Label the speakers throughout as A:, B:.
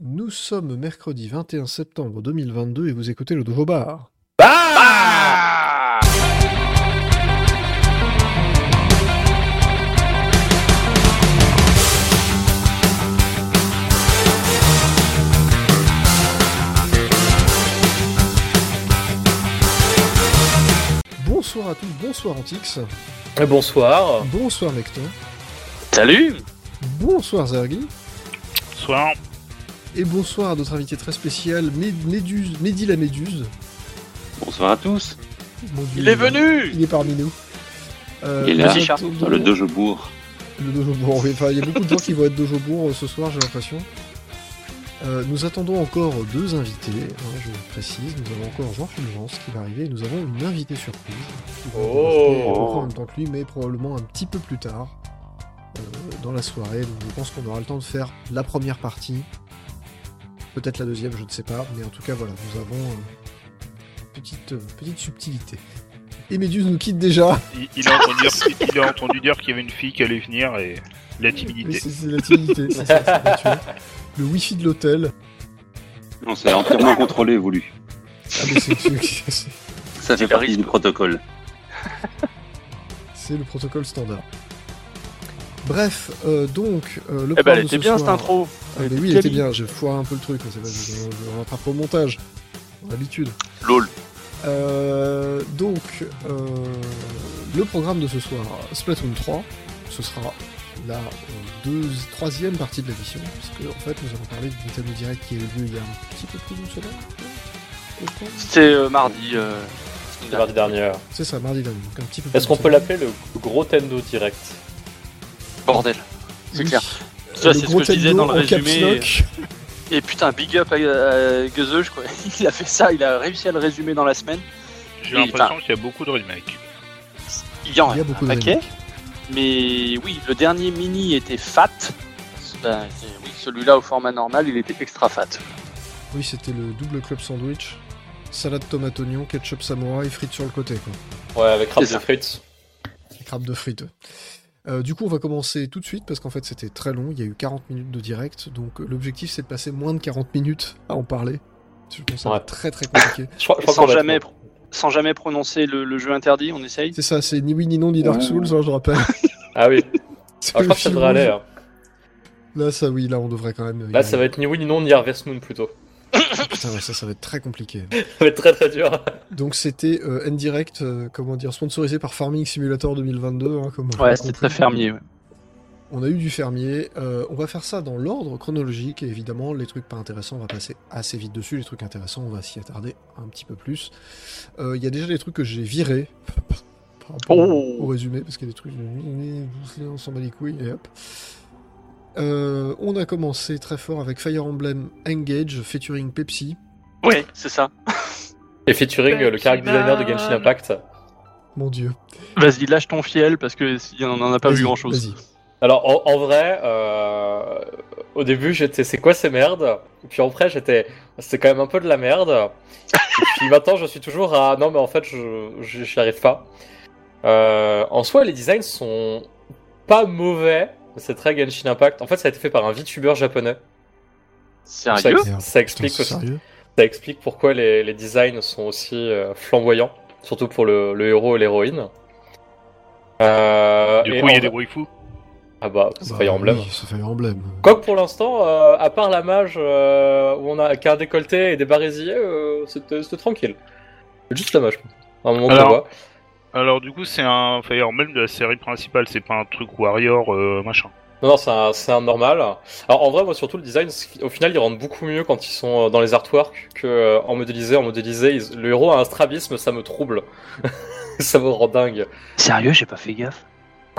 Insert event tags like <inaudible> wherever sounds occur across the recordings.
A: Nous sommes mercredi 21 septembre 2022 et vous écoutez le Dojo Bar.
B: Ah
A: Bonsoir à tous, bonsoir Antix,
B: Bonsoir.
A: bonsoir Necton,
B: Salut.
A: bonsoir Zergi,
C: Soir.
A: et bonsoir à notre invité très spécial, Mé- Méduse, Mehdi la Méduse.
D: Bonsoir à tous. Ah,
A: Mon Dieu,
B: Il est venu.
A: Il est parmi nous. Euh,
D: Il est
A: nous
D: là,
A: attendons-
D: dans le Dojebourg.
A: Le Dojo Bourg, oui. Enfin, il y a beaucoup de gens qui vont être Dojo Bourg euh, ce soir, j'ai l'impression. Euh, nous attendons encore deux invités, hein, je précise. Nous avons encore Jean Fulgence qui va arriver et nous avons une invitée surprise. qui va
B: Oh.
A: débarquer, à peu près en même temps que lui, mais probablement un petit peu plus tard euh, dans la soirée. Donc je pense qu'on aura le temps de faire la première partie. Peut-être la deuxième, je ne sais pas. Mais en tout cas, voilà, nous avons euh, petite, euh, petite subtilité. Et Méduse nous quitte déjà.
C: Il, il a entendu dire, il a entendu dire qu'il y avait une fille qui allait venir et la
A: Mais
C: timidité.
A: c'est c'est la
B: <laughs>
A: timidité, c'est ça qui m'a tué. Le wifi de l'hôtel.
D: Non,
B: <laughs>
D: c'est entièrement contrôlé et voulu.
A: Ah, mais c'est- c'est-
D: Ça fait partie du protocole.
A: c'est le protocole standard. Bref, euh, donc, euh, le
B: Eh ben,
A: programme
B: elle
A: de
B: était
A: ce
B: bien cette
A: soir-
B: intro.
A: Ah, mais oui, il était bien, j'ai foiré un peu le truc, mais c'est pas je- je- on rattrape au montage. D'habitude.
D: LOL.
A: Euh, donc, euh, le programme de ce soir, Splatoon 3, ce sera la euh, deux, troisième partie de l'émission, puisque en fait, nous allons parler du Nintendo Direct qui a eu lieu il y a un petit peu plus d'une semaine. je crois.
E: C'était euh, mardi. euh,
B: C'était mardi dernier.
A: C'est ça, mardi dernier, donc un petit peu plus
B: Est-ce qu'on
A: d'une
B: peut
A: semaine.
B: l'appeler le gros Tendo Direct
E: Bordel. C'est
A: Oui.
E: clair.
A: Euh,
E: Ça, c'est
A: le
E: ce
A: gros
E: que je disais
A: techno
E: dans le
A: en caps
E: résumé.
A: lock.
E: Et putain, big up à, à Guzzeuge, quoi. <laughs> Il a fait ça, il a réussi à le résumer dans la semaine.
C: J'ai
E: il-
C: l'impression qu'il y a beaucoup de remakes.
E: Il y en
A: Il y a beaucoup
E: un
A: de
E: paquet.
A: remakes.
E: Mais oui, le dernier mini était fat. Ben, c'est- oui, celui-là au format normal, il était extra fat.
A: Oui, c'était le double club sandwich. Salade tomate oignon, ketchup samouraï, frites sur le côté, quoi.
B: Ouais, avec rap
E: C'est
B: de
E: ça.
B: frites.
A: Et Crabe de frites. ouais. Euh, du coup, on va commencer tout de suite parce qu'en fait, c'était très long. Il y a eu 40 minutes de direct, donc euh, l'objectif c'est de passer moins de 40 minutes à en parler. Je pense que ça va
B: Ouais.
A: être très très
B: <laughs>
A: compliqué.
B: Je crois, je crois
E: Sans
B: qu'on l'a
E: jamais,
B: trouvé.
E: sans jamais prononcer le, le jeu interdit, on essaye.
A: c'est ça, c'est ni oui ni non ni Dark
D: Ouais.
A: Souls, hein, je rappelle.
B: Ah oui.
A: C'est
B: Ah, je
A: le
B: crois que
A: fil
B: ça devrait aller.
A: rouge.
B: hein.
A: Là, ça oui, là on devrait quand même.
B: Là, ça va être ni oui ni non ni Harvest Moon plutôt. <laughs>
A: Putain, ouais, ça, ça va être très compliqué.
B: Ça va être très très dur.
A: Donc c'était euh, indirect, euh, comment dire, sponsorisé par Farming Simulator 2022. hein, comme on l'a
E: Ouais, c'était
A: compris.
E: très fermier. ouais.
A: On a eu du fermier. euh, on va faire ça dans l'ordre chronologique. Et évidemment, les trucs pas intéressants, on va passer assez vite dessus. Les trucs intéressants, on va s'y attarder un petit peu plus. Euh, Il y a déjà des trucs que j'ai virés <laughs> par rapport
E: Oh.
A: au résumé, parce qu'il y a des trucs, je- on s'en bat les couilles et hop. Euh, on a commencé très fort avec Fire Emblem Engage featuring Pepsi.
E: Ouais, c'est ça.
B: Et featuring euh, le character designer de Genshin Impact.
A: Mon dieu.
E: Vas-y, lâche ton fiel parce que si- on en a pas
A: Vas-y,
E: vu grand chose.
A: vas-y.
B: Alors en, en vrai, euh, au début j'étais c'est quoi ces merdes Et Puis après j'étais c'est quand même un peu de la merde. Et puis maintenant je suis toujours à non mais en fait je je- j'y arrive pas. Euh, en soi les designs sont pas mauvais. C'est très Genshin Impact. En fait ça a été fait par un VTuber japonais. Ça,
E: Sérieux
A: Merde,
B: ça explique
A: Putain, c'est
B: aussi-
A: sérieux
B: ça explique pourquoi les, les designs sont aussi euh, flamboyants, surtout pour le, le héros et l'héroïne. Euh,
C: Du
B: et
C: coup, il y
B: en-
C: a des waifus.
B: ah bah c'est
A: Bah
B: Fire Emblem.
A: oui, c'est Fire Emblem.
B: Quoique pour l'instant, euh, à part la mage euh, où on a qu'un décolleté et des barésiers, euh, c'était c'était tranquille. C'est juste la mage. À un moment qu'on
C: Alors-
B: voit.
C: Alors, du coup, c'est un Fire Emblem de la série principale. C'est pas un truc Warrior euh, machin.
B: Non, non, c'est un, c'est un normal. Alors en vrai, moi surtout le design, c'est- au final, ils rendent beaucoup mieux quand ils sont euh, dans les artworks que euh, en modélisé. En modélisé, ils- le héros a un strabisme, ça me trouble. <laughs> ça me rend dingue.
E: Sérieux, j'ai pas fait gaffe.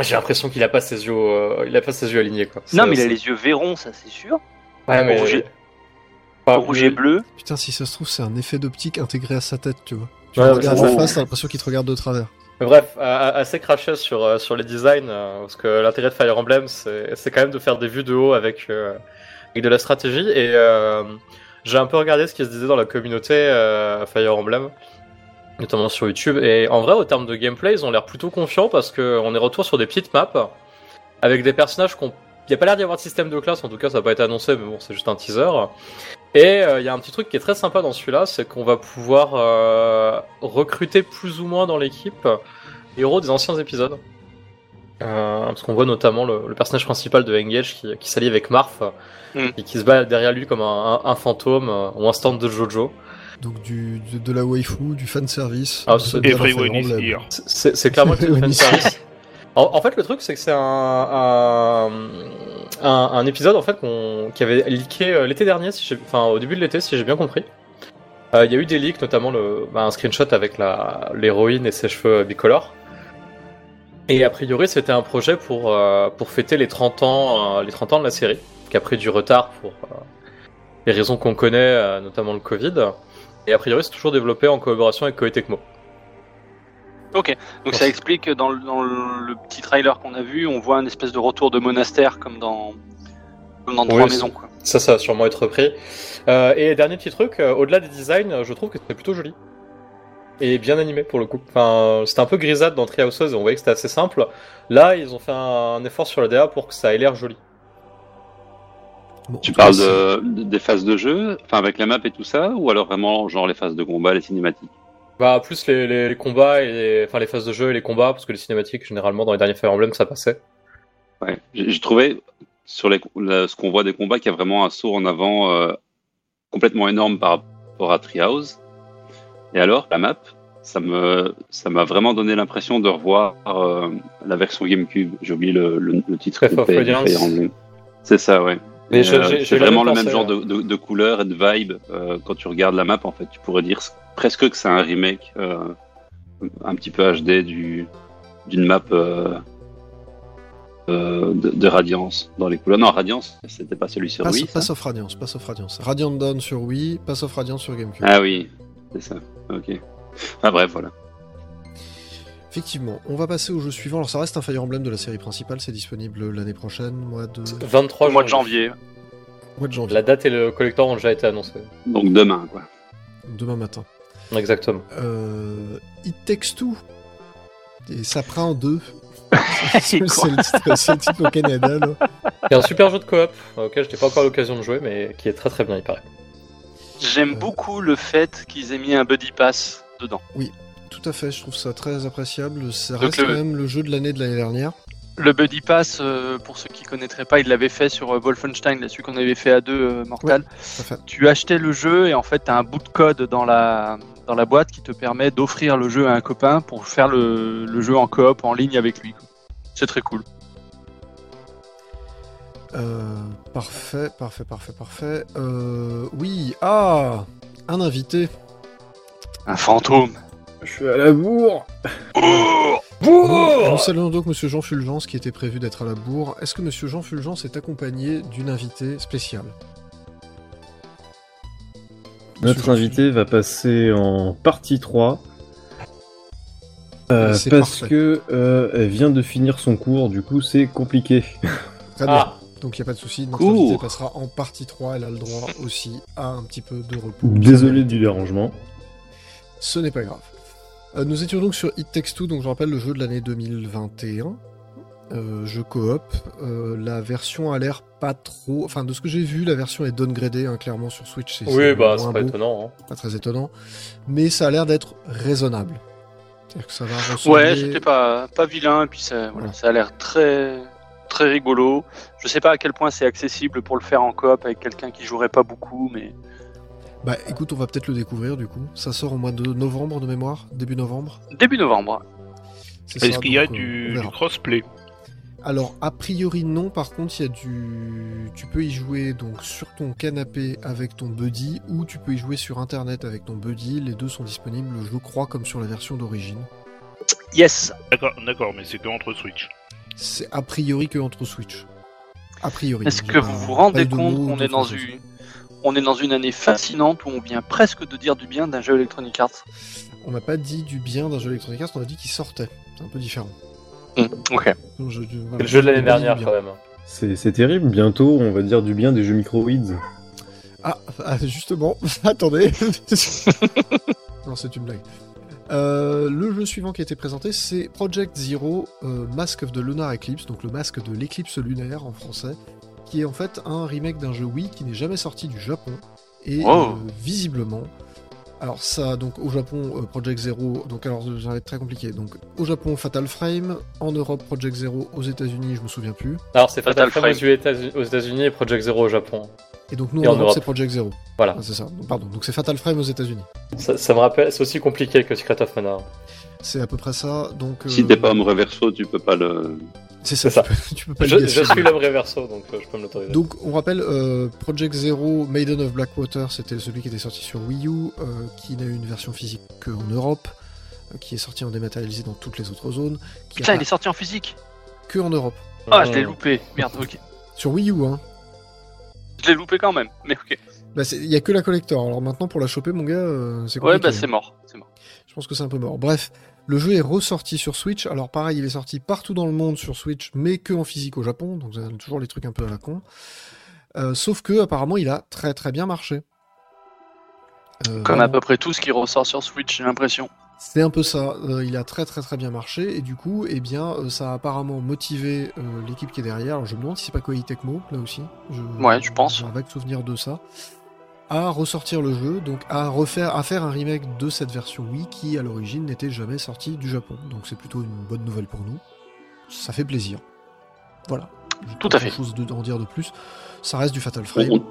B: J'ai l'impression qu'il a pas ses yeux, euh, il a pas ses yeux alignés quoi.
E: Non,
B: C'est-
E: mais il a
B: c'est-
E: les yeux verrons, ça c'est sûr.
B: Ouais, mais-
E: rouge et-
B: Enfin,
E: Rouge et bleu.
A: Putain, si ça se trouve, c'est un effet d'optique intégré à sa tête, tu vois. Tu
B: Ouais,
A: le regardes
B: c'est
A: en
B: ça.
A: face, t'as l'impression qu'il te regarde de travers.
B: Mais Bref, euh, assez craché sur, euh, sur les designs, euh, parce que l'intérêt de Fire Emblem, c'est c'est quand même de faire des vues de haut avec, euh, avec de la stratégie. Et euh, j'ai un peu regardé ce qui se disait dans la communauté euh, Fire Emblem, notamment sur YouTube. Et en vrai, au terme de gameplay, ils ont l'air plutôt confiants parce qu'on est retour sur des petites maps avec des personnages qu'on Il n'y a pas l'air d'y avoir de système de classe, en tout cas ça n'a pas été annoncé, mais bon, c'est juste un teaser. Et euh, il y a un petit truc qui est très sympa dans celui-là, c'est qu'on va pouvoir euh, recruter plus ou moins dans l'équipe les héros des anciens épisodes. Euh, parce qu'on voit notamment le, le personnage principal de Engage qui, qui s'allie avec Marf
E: Mm.
B: et qui se bat derrière lui comme un, un- un fantôme euh, ou un stand de Jojo.
A: Donc du, de, de la waifu, du fanservice.
B: Ah, c'est-
A: de la
C: Everyone
A: fan
C: is
A: emblem.
C: here.
B: C'est- C'est c'est clairement le
A: Oui.
B: fan service. En, en fait, le truc, c'est que c'est un, un, un- un épisode en fait qu'on qui avait leaké euh, l'été dernier, si j'ai- enfin au début de l'été, si j'ai bien compris. Euh, Il y a eu des leaks, notamment le, bah, un screenshot avec la- l'héroïne et ses cheveux euh, bicolores. Et a priori, c'était un projet pour, euh, pour fêter les 30 ans, euh, les 30 ans de la série, qui a pris du retard pour euh, les raisons qu'on connaît, euh, notamment le Covid. Et a priori, c'est toujours développé en collaboration avec Koei Tecmo.
E: Donc ça explique que dans le, dans le petit trailer qu'on a vu, on voit un espèce de retour de monastère comme dans, comme dans
B: Oui,
E: Trois
B: c'est-
E: Maisons. Quoi.
B: Ça, ça va sûrement être repris. Euh, et dernier petit truc, euh, au-delà des designs, euh, je trouve que c'était plutôt joli. Et bien animé pour le coup. Enfin, euh, c'était un peu grisade dans Treehouseuse et on voyait que c'était assez simple. Là, ils ont fait un effort sur la DA pour que ça ait l'air joli.
A: Bon, en
D: Tu
A: tout cas,
D: parles
A: c'est-
D: de, des phases de jeu, enfin avec la map et tout ça, ou alors vraiment genre les phases de combat, les cinématiques
B: Bah, plus les, les- les combats et les, enfin, les phases de jeu et les combats, parce que les cinématiques, généralement, dans les derniers Fire Emblem, ça passait.
D: Ouais. J'ai j'ai trouvé sur les, la- ce qu'on voit des combats qu'il y a vraiment un saut en avant euh, complètement énorme par rapport à Treehouse. Et alors la map, ça me ça m'a vraiment donné l'impression de revoir euh, la version GameCube. J'ai oublié le, le- le titre.
B: Breath of
D: Fire-
B: Radiance.
D: Fire Emblem. C'est ça, ouais.
B: Mais
D: Et,
B: je-
D: euh,
B: j'ai- j'ai
D: c'est vraiment le
B: jamais hein.
D: même
B: pensé,
D: genre de, de, de couleur et de vibe euh, quand tu regardes la map en fait. Tu pourrais dire presque que c'est un remake euh, un petit peu HD du d'une map euh, euh, de, de Radiance dans les couleurs. Non, Radiance, c'était pas celui sur
A: Pass,
D: Wii. ça
A: Pass of Radiance, Pass of Radiance. Radiant Dawn sur Wii, Pass of Radiance sur GameCube.
D: Ah oui, c'est ça. Ok. Ah bref, voilà.
A: Effectivement, on va passer au jeu suivant. Alors ça reste un Fire Emblem de la série principale, c'est disponible l'année prochaine, mois de,
B: 23
E: Au mois de janvier.
A: mois de janvier,
B: La date et le collector ont déjà été annoncés.
D: Donc demain, quoi.
A: demain matin.
B: Exactement.
A: Euh, It Takes Two. Et ça prend en deux.
E: <laughs> C'est
A: <laughs> c'est le titre, c'est le titre au Canada. là.
B: Il y a un super jeu de coop, euh, auquel je n'ai pas encore l'occasion de jouer, mais qui est très très bien, il paraît.
E: J'aime
A: Euh.
E: beaucoup le fait qu'ils aient mis un buddy pass dedans.
A: Tout à fait, je trouve ça très appréciable. Ça
E: Donc
A: reste
E: le-
A: quand même le jeu de l'année de l'année dernière.
E: Le buddy pass, euh, pour ceux qui connaîtraient pas, il l'avait fait sur euh, Wolfenstein, là, celui qu'on avait fait à deux euh, Mortal.
A: Tout à fait.
E: Tu achetais le jeu et en fait t'as un bout de code dans la dans la boîte qui te permet d'offrir le jeu à un copain pour faire le, le jeu en coop en ligne avec lui. quoi. C'est très cool.
A: Euh, parfait, parfait, parfait, parfait. Euh, oui, ah, un invité.
E: Un fantôme.
F: Je suis à la bourre.
A: Nous saluons donc Monsieur Jean Fulgence qui était prévu d'être à la bourre. Est-ce que Monsieur Jean Fulgence est accompagné d'une invitée spéciale
F: Notre
A: Monsieur
F: invité va passer en partie 3. euh,
A: Ah, C'est
F: parce
A: parfait.
F: que euh, elle vient de finir son cours, du coup c'est compliqué.
A: Très bien.
B: Ah,
A: Donc il n'y a pas de souci, notre
D: Cours.
A: invitée passera en partie 3, elle a le droit aussi à un petit peu de repos.
F: Désolé du dérangement.
A: Ce n'est pas grave. Euh, nous étions donc sur It Takes Two, donc je rappelle le jeu de l'année 2021. Euh, jeu coop. Euh, la version a l'air pas trop... Enfin, de ce que j'ai vu, la version est downgradée, hein, clairement, sur Switch. c'est-
B: oui, bah,
A: moins
B: c'est pas
A: beau,
B: étonnant. hein.
A: pas très étonnant. Mais ça a l'air d'être raisonnable. C'est-à-dire que ça va ressembler...
E: Ouais, c'était pas pas vilain et puis ça voilà,
A: Ouais.
E: ça a l'air très très rigolo. Je sais pas à quel point c'est accessible pour le faire en coop avec quelqu'un qui jouerait pas beaucoup, mais
A: Bah écoute, on va peut-être le découvrir du coup. Ça sort au mois de novembre de mémoire, début novembre.
E: début novembre.
A: C'est
C: Est-ce
A: ça,
C: qu'il y a
A: donc, euh,
C: du,
A: on
C: du
A: verra.
C: crossplay
A: Alors, a priori, non. Par contre, il y a du. Tu peux y jouer donc sur ton canapé avec ton buddy ou tu peux y jouer sur internet avec ton buddy. Les deux sont disponibles, je crois, comme sur la version d'origine.
E: Yes.
C: D'accord, d'accord, mais c'est que entre Switch.
A: C'est a priori que entre Switch. A priori.
E: Est-ce
A: J'ai
E: que
A: pas-
E: vous vous
A: pas eu
E: rendez
A: de
E: compte
A: mots,
E: qu'on
A: de
E: est dans
A: choses.
E: une on est dans une année fascinante où on vient presque de dire du bien d'un jeu Electronic Arts
A: On n'a pas dit du bien d'un jeu Electronic Arts, on a dit qu'il sortait. C'est un peu différent.
E: Hmm, Ok.
A: Donc, je- je- voilà,
B: C'est le jeu de
A: on
B: l'année
A: dit
B: dernière
A: du bien.
B: quand même. hein.
F: C'est c'est terrible, bientôt on va dire du bien des jeux microïdes.
A: <laughs>
B: <laughs>
A: Ah, ah, justement, attendez. non, c'est une blague. Euh, le jeu suivant qui a été présenté, c'est Project Zero euh, Mask of the Lunar Eclipse, donc le masque de l'éclipse lunaire en français, qui est en fait un remake d'un jeu Wii qui n'est jamais sorti du Japon. Et
E: Oh.
A: euh, visiblement, alors ça, donc au Japon, euh, Project Zero, donc alors ça va être très compliqué. Donc au Japon, Fatal Frame, en Europe, Project Zero, aux États-Unis, je me souviens plus.
B: Alors, c'est Fatal
E: Fatal
B: Frame aux États- aux États-Unis et Project Zero au Japon.
A: Et donc nous,
B: Et
A: en,
B: en
A: Europe,
B: Europe.
A: c'est Project Zero.
B: Voilà.
A: Ah, c'est ça, Donc, pardon. Donc c'est Fatal Frame aux États-Unis.
B: Ça, ça me rappelle, c'est aussi compliqué que Secret of Mana.
A: C'est à peu près ça. Donc, euh,
D: Si t'es pas homme reverso, tu peux pas le.
A: C'est ça,
B: C'est
A: Tu, peux, <laughs> tu peux pas le
B: Je, je
A: gaspiller.
B: suis l'homme reverso, donc euh, je peux me l'autoriser.
A: Donc on rappelle, euh, Project Zero, Maiden of Blackwater, c'était celui qui était sorti sur Wii U, euh, qui n'a eu une version physique qu'en Europe, euh, qui est sorti en dématérialisé dans toutes les autres zones, qui
E: Putain,
A: n'a
E: il est sorti en physique.
A: que en Europe.
E: Ah, je l'ai loupé. Merde, ok.
A: Sur Wii U, hein.
E: Je l'ai loupé quand même. Mais ok.
A: Bah, c'est- Il n'y a que la collector, alors maintenant pour la choper, mon gars, euh, c'est
E: Ouais,
A: compliqué.
E: bah c'est mort. C'est mort.
A: Je pense que c'est un peu mort. Bref, le jeu est ressorti sur Switch. Alors pareil, il est sorti partout dans le monde sur Switch, mais que en physique au Japon. Donc c'est toujours les trucs un peu à la con. Euh, sauf que apparemment, il a très très bien marché. Euh,
E: Comme à
A: vraiment,
E: peu près tout ce qui ressort sur Switch, j'ai l'impression.
A: c'est un peu ça. Euh, il a très très très bien marché et du coup, eh bien, euh, ça a apparemment motivé euh, l'équipe qui est derrière. Alors, je me demande si c'est pas Koei Tecmo là aussi. Je,
E: Ouais, je pense.
A: j'ai Un vague souvenir de ça. À ressortir le jeu, donc à refaire, à faire un remake de cette version Wii qui à l'origine n'était jamais sortie du Japon. Donc c'est plutôt une bonne nouvelle pour nous. Ça fait plaisir. Voilà. J'ai
E: Tout
A: pas
E: à fait.
A: Chose de, d'en dire de plus. Ça reste du Fatal Frame.
D: On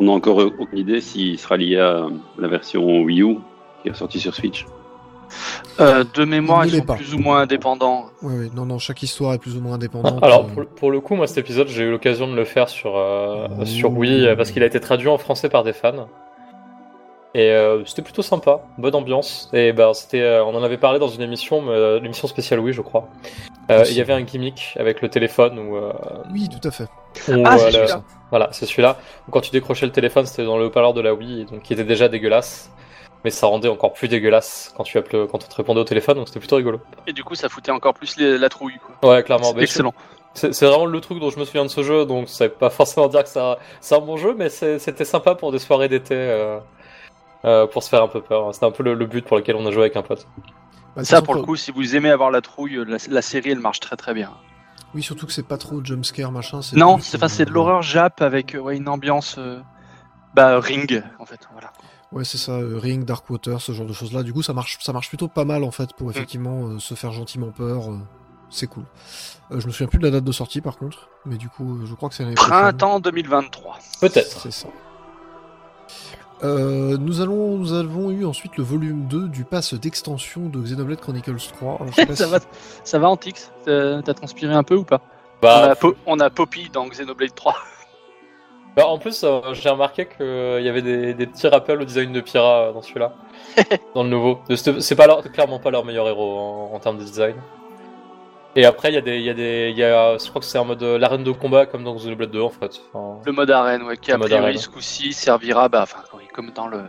D: on a encore aucune idée s'il sera lié à la version Wii U qui est sortie sur Switch.
E: Euh, de mémoire,
A: Il ne
E: ils
A: l'est
E: sont
A: pas.
E: plus ou moins indépendants.
A: Ouais, ouais. Non, non. Chaque histoire est plus ou moins indépendante.
B: Ah, Alors
A: Euh,
B: pour, pour le coup, moi cet épisode, j'ai eu l'occasion de le faire sur euh, sur Wii euh, parce qu'il a été traduit en français par des fans. Et euh, c'était plutôt sympa, bonne ambiance. Et ben c'était, euh, on en avait parlé dans une émission, mais, euh, l'émission spéciale Wii, je crois. Euh,
A: Aussi.
B: Il y avait un gimmick avec le téléphone où, euh,
A: Oui, tout à fait.
B: où,
E: Ah,
B: euh,
E: c'est
B: le-
E: celui-là.
B: voilà, c'est celui-là. Où Quand tu décrochais le téléphone, c'était dans le haut-parleur de la Wii, et donc qui était déjà dégueulasse. Mais ça rendait encore plus dégueulasse quand tu appelais, quand on te répondait au téléphone, donc c'était plutôt rigolo.
E: Et du coup, ça foutait encore plus les- la trouille. Quoi.
B: Ouais, clairement.
E: C'est
B: mais-
E: excellent.
B: C'est c'est vraiment le truc dont je me souviens de ce jeu, donc ça veut pas forcément dire que c'est un- c'est un bon jeu, mais c'est- c'était sympa pour des soirées d'été, euh, euh, pour se faire un peu peur. C'était un peu le, le but pour lequel on a joué avec un pote.
A: Bah, de
E: Ça,
A: toute
E: pour le
A: façon,
E: coup, si vous aimez avoir la trouille, euh, la, la série, elle marche très très bien.
A: Oui, surtout que c'est pas trop jumpscare, machin. c'est
E: Non,
A: plus,
E: c'est
A: euh,
E: enfin, c'est de l'horreur Jap avec euh, ouais, une ambiance euh, bah, ring, en fait. Voilà.
A: Ouais, c'est ça, euh, Ring, Darkwater, ce genre de choses-là. Du coup, ça marche, ça marche plutôt pas mal en fait pour effectivement euh, se faire gentiment peur. euh, c'est cool. Euh, je me souviens plus de la date de sortie par contre, mais du coup, euh, je crois que c'est l'année prochaine. <laughs>
E: Printemps 2023.
B: Peut-être.
A: C'est ça. Euh, nous, allons, nous avons eu ensuite le volume 2 du pass d'extension de Xenoblade Chronicles 3. Alors, je
E: <laughs>
A: sais pas
E: ça,
A: si-
E: va, ça va, Antix T'as t'as transpiré un peu ou pas on,
B: Bah,
E: a Po- on a Poppy dans Xenoblade 3.
B: bah, en plus, euh, j'ai remarqué qu'il y avait des, des petits rappels au design de Pyra euh, dans celui-là, dans le nouveau. De ce- C'est pas leur- clairement pas leur meilleur héros en, en termes de design. Et après, il y a des, il y a des, il y a, je crois que c'est un mode euh, l'arène de combat comme dans Xenoblade 2 en fait. Enfin,
E: Le mode arène, ouais, qui a
B: Le mode
E: priori
B: arène.
E: ce coup-ci servira, bah, enfin, oui, comme dans le,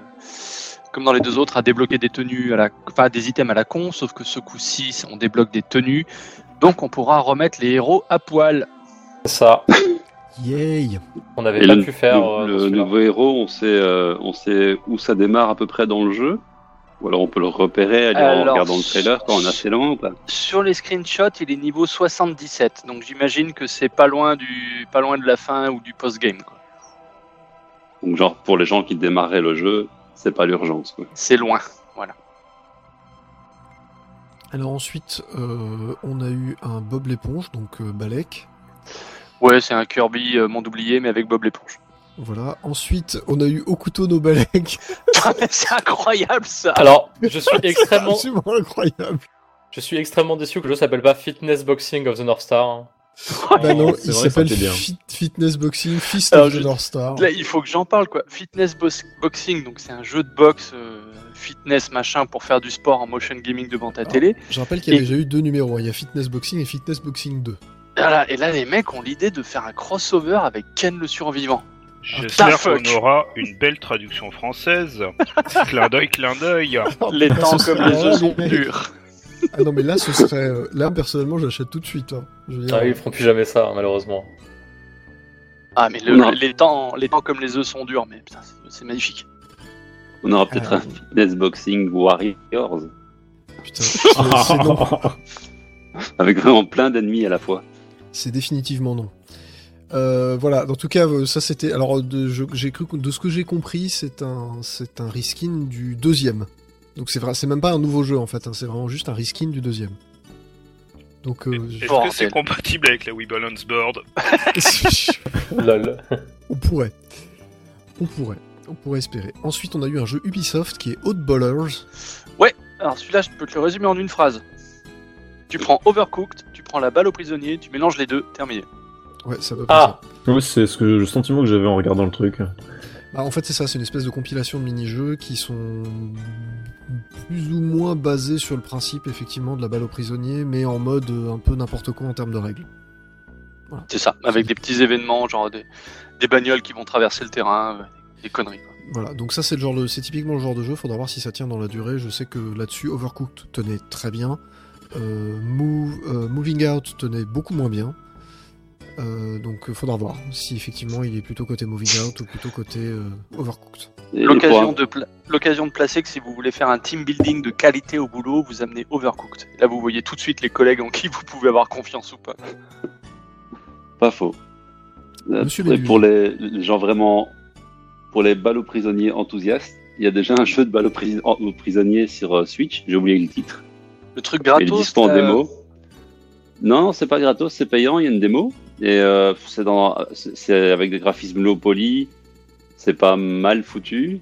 E: comme dans les deux autres, à débloquer des tenues, à la, enfin, des items à la con, sauf que ce coup-ci, on débloque des tenues, donc on pourra remettre les héros à poil.
B: c'est ça,
F: <laughs>
A: Yay
B: on n'avait
D: Et
B: pas
D: le,
B: pu faire.
D: le-
B: euh, dans
D: le
B: celui-là.
D: nouveau héros, on sait, euh, on sait où ça démarre à peu près dans le jeu. Ou alors on peut le repérer aller en
E: Alors,
D: regardant le trailer quand on a assez loin ou pas.
E: Sur les screenshots, il est niveau 77, donc j'imagine que c'est pas loin du, pas loin de la fin ou du post-game, quoi.
D: Donc genre pour les gens qui démarraient le jeu, c'est pas l'urgence. quoi.
E: C'est loin.
A: Alors ensuite, euh, on a eu un Bob l'éponge, donc euh, Balek.
E: Ouais, c'est un Kirby, euh, monde oublié, mais avec Bob l'éponge. <laughs>
A: Voilà. Ensuite, on a eu Okuto no Balek.
E: c'est incroyable ça!
B: Alors, je suis extrêmement,
A: Absolument incroyable.
B: Je suis extrêmement déçu que le jeu s'appelle pas Fitness Boxing of the North Star. hein.
A: Bah non,
F: Ah, C'est
A: il
F: vrai,
A: s'appelle
F: ça, c'est bien.
A: Fit- Fitness Boxing, Fist
E: Alors,
A: of the
E: je-
A: North Star.
E: Là, il faut que j'en parle quoi. Fitness Box- Boxing, donc c'est un jeu de boxe, euh, fitness machin pour faire du sport en motion gaming devant ta
A: Ah.
E: télé.
A: Je rappelle qu'il y a
E: Et-
A: déjà eu deux numéros. hein. Il y a Fitness Boxing et Fitness Boxing 2.
E: Voilà, et Ah là les mecs ont l'idée de faire un crossover avec Ken le survivant.
C: J'espère
E: fuck.
C: qu'on aura une belle traduction
A: <laughs>
C: française. clin d'œil, clin d'œil.
E: les temps
A: ce
E: comme
A: serait-
E: les
A: Ah,
E: œufs sont
A: mais-
E: durs.
A: Ah non, mais là, ce serait. euh, Là, personnellement, j'achète tout de suite. hein. Je veux dire,
B: Ah, ils feront plus jamais ça, hein, malheureusement.
A: <laughs>
E: Ah mais le-
D: Non.
E: les temps, les temps comme les œufs sont durs, mais putain c'est- c'est magnifique.
D: On aura peut-être
A: Ah.
D: un Fitness Boxing Warriors
A: Putain, c'est- c'est
F: <laughs>
A: non.
D: avec vraiment plein d'ennemis à la fois.
A: C'est définitivement non. Euh, voilà, en tout cas, euh, ça c'était. Alors, de, je- j'ai cru, que- de ce que j'ai compris, c'est un, c'est un reskin du deuxième. Donc, c'est vrai, c'est même pas un nouveau jeu en fait, hein, c'est vraiment juste un reskin du deuxième. Donc,
E: <laughs>
A: euh,
C: Est-ce
E: Bordel.
C: que c'est compatible avec la Wii Balance Board
A: je-
B: Lol.
A: on pourrait. On pourrait. On pourrait espérer. Ensuite, on a eu un jeu Ubisoft qui est Oddballers.
E: Alors celui-là, je peux te le résumer en une phrase. Tu prends Overcooked, tu prends la balle au prisonnier, tu mélanges les deux, terminé.
A: Ouais, ça peut
B: Ah,
F: Ouais, c'est ce que le sentiment que j'avais en regardant le truc. Euh,
A: Bah, en fait, c'est ça, c'est une espèce de compilation de mini-jeux qui sont plus ou moins basés sur le principe, effectivement, de la balle au prisonnier, mais en mode euh, un peu n'importe quoi en termes de règles.
E: C'est ça, avec des petits événements, genre des, des bagnoles qui vont traverser le terrain, euh, des conneries. quoi.
A: Voilà, donc ça, c'est le genre de, c'est typiquement le genre de jeu, faudra voir si ça tient dans la durée. Je sais que là-dessus, Overcooked tenait très bien, Euh, Move- euh, Moving Out tenait beaucoup moins bien. Euh, donc, euh, faudra voir si effectivement il est plutôt côté Moving Out ou plutôt côté euh, Overcooked.
D: Et
E: L'occasion
D: pour un-
E: de, pla- l'occasion de placer que si vous voulez faire un team building de qualité au boulot, vous amenez Overcooked. Là, vous voyez tout de suite les collègues en qui vous pouvez avoir confiance ou pas.
D: Pas faux. Euh,
A: Monsieur
D: et
A: Méduse.
D: pour les, les gens vraiment, pour les balles aux prisonniers enthousiastes, il y a déjà un jeu de balles aux, prison- aux prisonniers sur euh, Switch. J'ai oublié le titre.
E: Le truc
D: mais
E: gratos.
D: il est dispo en
E: euh,
D: démo. Non, c'est pas gratos, c'est payant. Il y a une démo et euh, c'est dans, c'est c'est avec des graphismes low poly. C'est pas mal foutu.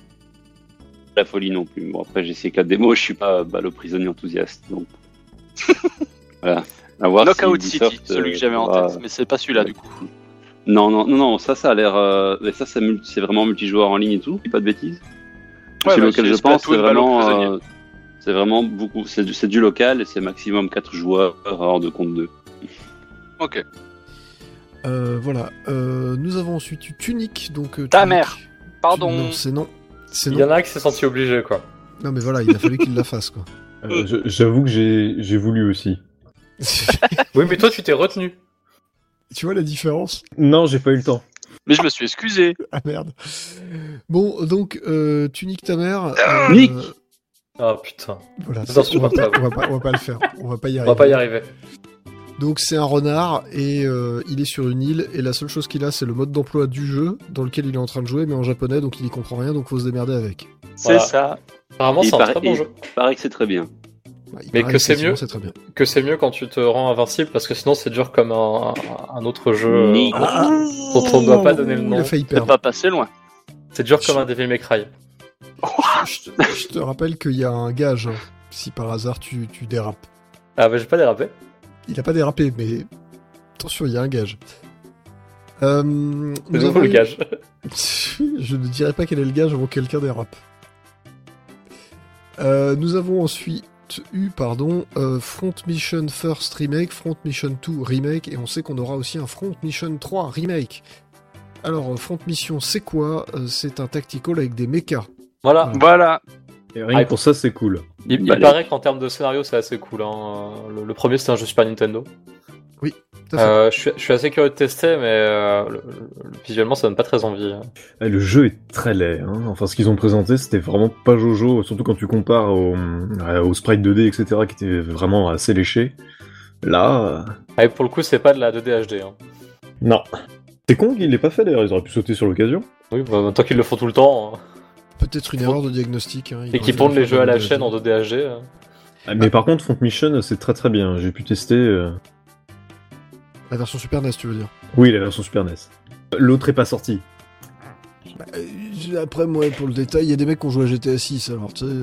D: La folie non plus. Bon après j'ai essayé que la démo. Je suis pas balle aux prisonniers enthousiaste
E: <laughs>
D: donc. voilà. À voir si
E: Knockout City,
D: Ubisoft,
E: celui
D: euh,
E: que j'avais en
D: pourra-
E: tête, mais c'est pas celui-là du coup.
D: non, non, non, non, ça, ça a l'air. euh, mais ça, c'est mul- c'est vraiment multijoueur en ligne et tout, dis pas de bêtises.
E: Ouais,
D: Celui
E: bah,
D: auquel
E: c'est
D: je pense, c'est
E: Splatoon, Balle aux
D: vraiment.
E: prisonniers.
D: euh, c'est vraiment beaucoup. C'est du, c'est du local et c'est maximum 4 joueurs hors de compte 2.
E: Ok.
A: Euh, voilà, Euh, nous avons ensuite eu Tunic, donc. euh,
E: Ta
A: Tunic-
E: mère. Pardon.
A: Non, c'est non. C'est
B: il y
A: non.
B: en a un qui s'est senti obligé, quoi.
A: Non, mais voilà, il a fallu qu'il la fasse, quoi.
F: Euh, je- J'avoue que j'ai j'ai voulu aussi.
B: Oui, mais toi, tu t'es retenu.
A: <laughs> tu vois la différence
F: Non, j'ai pas eu le temps.
E: Mais je me suis excusé.
A: Ah merde. Bon, donc, euh, tu niques ta mère. euh,
D: Nique
B: Ah putain,
A: Voilà,
B: C'est
A: on va, pas,
B: insupportable.
A: on va pas- on va pas le faire. On va pas y
B: on
A: arriver.
B: va pas y arriver.
A: Donc, c'est un renard et euh, il est sur une île. Et la seule chose qu'il a, c'est le mode d'emploi du jeu dans lequel il est en train de jouer, mais en japonais, donc il y comprend rien, donc faut se démerder avec.
E: C'est
B: Voilà.
E: ça.
B: Apparemment,
D: Il
B: c'est un
D: paraît-
B: très bon
D: il-
B: jeu.
D: Pareil que c'est très bien.
A: Ouais, Bah, il
B: Mais
A: paraît
B: que c'est
A: effectivement,
B: mieux
A: C'est très bien.
B: Que c'est mieux quand tu te rends invincible, parce que sinon, c'est dur comme un, un autre jeu. euh,
D: Nick.
A: Ah,
B: dont on ne doit pas donner le
A: il
B: nom.
A: a failli
E: C'est
A: perdre.
E: pas passé loin.
B: C'est dur comme un Devil May Cry.
A: Je te, je te rappelle qu'il y a un gage hein, si par hasard tu, tu dérapes.
B: Ah bah, j'ai pas dérapé.
A: Il a pas dérapé, mais attention, il y a un gage. Euh, nous
B: C'est nouveau
A: avons
B: le
A: eu-
B: gage.
A: Je ne dirai pas quel est le gage avant que quelqu'un dérape. Euh, nous avons ensuite eu pardon, euh, Front Mission First Remake, Front Mission 2 Remake, et on sait qu'on aura aussi un Front Mission 3 Remake. Alors, euh, Front Mission, c'est quoi Euh, C'est un tactical avec des mechas.
B: Voilà.
E: Voilà.
F: Et rien que pour ça, c'est cool.
B: Il, il
D: Bah,
B: paraît qu'en termes de scénario, c'est assez cool. hein. Euh, Le, le premier, c'était un jeu Super Nintendo.
A: Oui, tout à fait.
B: Euh, je, suis, je suis assez curieux de tester, mais euh, le- le- visuellement, ça donne pas très envie. hein.
F: Eh, Le jeu est très laid. hein. Enfin, ce qu'ils ont présenté, c'était vraiment pas jojo, surtout quand tu compares au, euh, au sprite 2D, etc., qui était vraiment assez léché. Là, euh,
B: Ah, Et pour le coup, c'est pas de la 2DHD. Hein.
F: non. C'est con qu'il l'ait pas fait d'ailleurs, ils auraient pu sauter sur l'occasion.
B: Oui, bah, tant qu'ils le font tout le temps, hein.
A: Peut-être une
B: Front-
A: erreur de diagnostic. hein, il
B: et qu'ils
A: aurait
B: tournent
A: fallu
B: les jeux à la
A: faire
B: chaîne en 2DHD. hein.
F: Ah, Mais par contre, Front Mission, c'est très très bien. J'ai pu tester. euh,
A: La version Super NES, tu veux dire
F: Oui, la version Super NES. L'autre est pas sorti.
A: Euh, Après, moi, pour le détail, il y a des mecs qui ont joué à GTA 6, alors tu sais.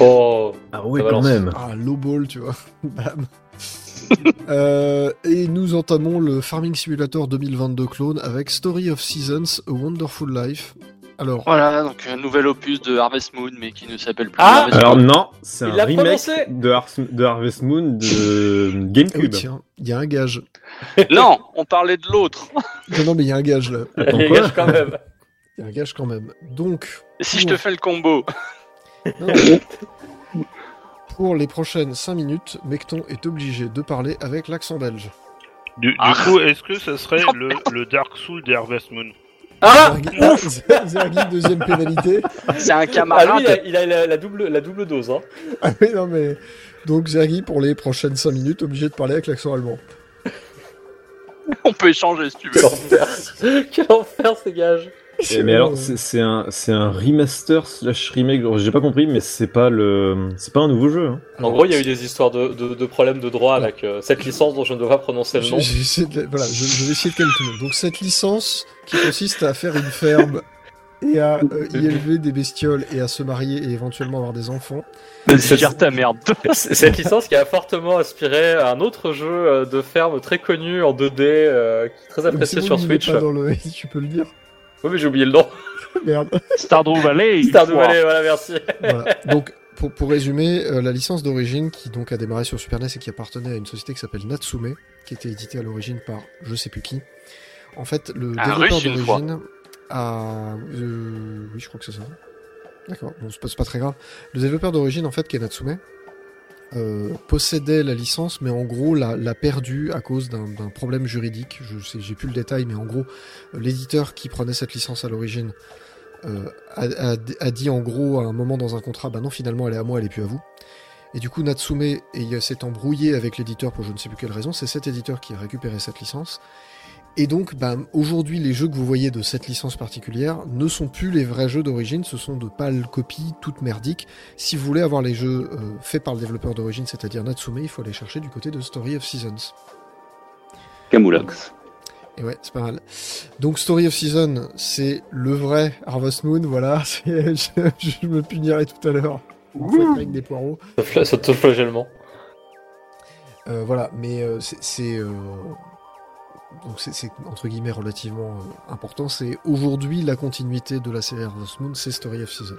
B: Oh,
F: Ah ouais,
B: Ça
F: quand
B: balance.
F: même.
A: Ah, low ball, tu vois. <laughs> Bam. Euh, et nous entamons le Farming Simulator 2022 clone avec Story of Seasons, A Wonderful Life. Alors,
F: Oh,
E: Voilà, donc un nouvel opus de Harvest Moon, mais qui ne s'appelle plus
B: Ah
E: Harvest
F: Alors
E: Moon.
F: non, c'est
B: Il
F: un
B: l'a
F: remake
B: prononcé
F: de, Har- de Harvest Moon <laughs> de
A: ah oui,
F: GameCube.
A: tiens, il y a un gage.
E: Non, on parlait de l'autre.
A: Non, non, mais il y a un gage là.
B: <laughs>
F: Attends,
B: les
F: quoi
B: gars, quand même.
A: Il y a un gage quand même.
F: <laughs>
A: Donc,
E: Et si je te fais le combo
A: non, non. pour les prochaines 5 minutes, Mecton est obligé de parler avec l'accent belge.
C: Du, du
E: Ah.
C: coup, est-ce que ça serait le, le Dark Soul des Harvest Moon
E: Ah
A: Zergli- <laughs> Zergli, deuxième pénalité.
E: C'est un
B: Ah, lui,
E: camarade.
B: il a, il a la, la double, la double dose. Hein.
A: Ah oui, non mais... Donc Zergi, pour les prochaines 5 minutes, obligé de parler avec l'accent allemand.
E: On peut échanger si tu veux.
B: Quel enfer. <laughs> Quel enfer, ces gages.
F: Eh, mais
A: Euh,
F: alors, c'est c'est un, c'est un remaster slash remake. Alors, J'ai pas compris, mais c'est pas le, c'est pas un nouveau jeu. hein.
B: En gros, il y a eu des histoires de, de, de problèmes de droit avec euh, cette licence dont je ne dois pas prononcer le
A: Je,
B: nom.
A: je vais essayer de- voilà, je, je vais essayer de calculer. Donc cette licence qui consiste à faire une ferme et
B: <laughs>
A: à euh, y élever des bestioles et à se marier et éventuellement avoir des enfants.
E: Vas-y, gère ta merde.
B: <laughs> C'est- Cette licence qui a fortement inspiré à un autre jeu euh, de ferme très connu en 2D, euh, qui est très
A: Donc,
B: apprécié
A: si
B: sur
A: vous n'êtes
B: Switch.
A: pas dans le... <laughs> tu peux le dire.
B: Oui, mais j'ai oublié le nom.
A: Merde.
E: Stardew Valley. il
B: Stardew
E: faut-
B: Valley, voilà, merci.
A: Voilà. Donc, pour, pour résumer, euh, la licence d'origine qui donc a démarré sur Super NES et qui appartenait à une société qui s'appelle Natsume, qui était éditée à l'origine par je sais plus qui. En fait, le
E: Un
A: développeur
E: Russe, une fois.
A: d'origine a. euh, oui, je crois que c'est ça. D'accord, bon, c'est pas, c'est pas très grave. Le développeur d'origine, en fait, qui est Natsume, euh, possédait la licence, mais en gros l'a l'a perdue à cause d'un d'un problème juridique. Je sais, j'ai plus le détail, mais en gros, euh, l'éditeur qui prenait cette licence à l'origine euh, a, a- a dit en gros à un moment dans un contrat, bah non, finalement, elle est à moi, elle est plus à vous. Et du coup, Natsume et- euh, s'est embrouillé avec l'éditeur pour je ne sais plus quelle raison. C'est cet éditeur qui a récupéré cette licence. Et donc, bah, aujourd'hui, les jeux que vous voyez de cette licence particulière ne sont plus les vrais jeux d'origine, ce sont de pâles copies, toutes merdiques. Si vous voulez avoir les jeux euh, faits par le développeur d'origine, c'est-à-dire Natsume, il faut aller chercher du côté de Story of Seasons.
D: Camoulox.
A: Et ouais, c'est pas mal. Donc Story of Season, c'est le vrai Harvest Moon, voilà. <laughs> c'est- Je, je me punirai tout à l'heure. Avec des poireaux.
B: Ce fla- Ce tout flagellement.
A: Euh, voilà, mais euh, c'est- c'est euh, donc c'est- c'est entre guillemets relativement euh, important. C'est aujourd'hui la continuité de la série Harvest Moon, c'est Story of Seasons.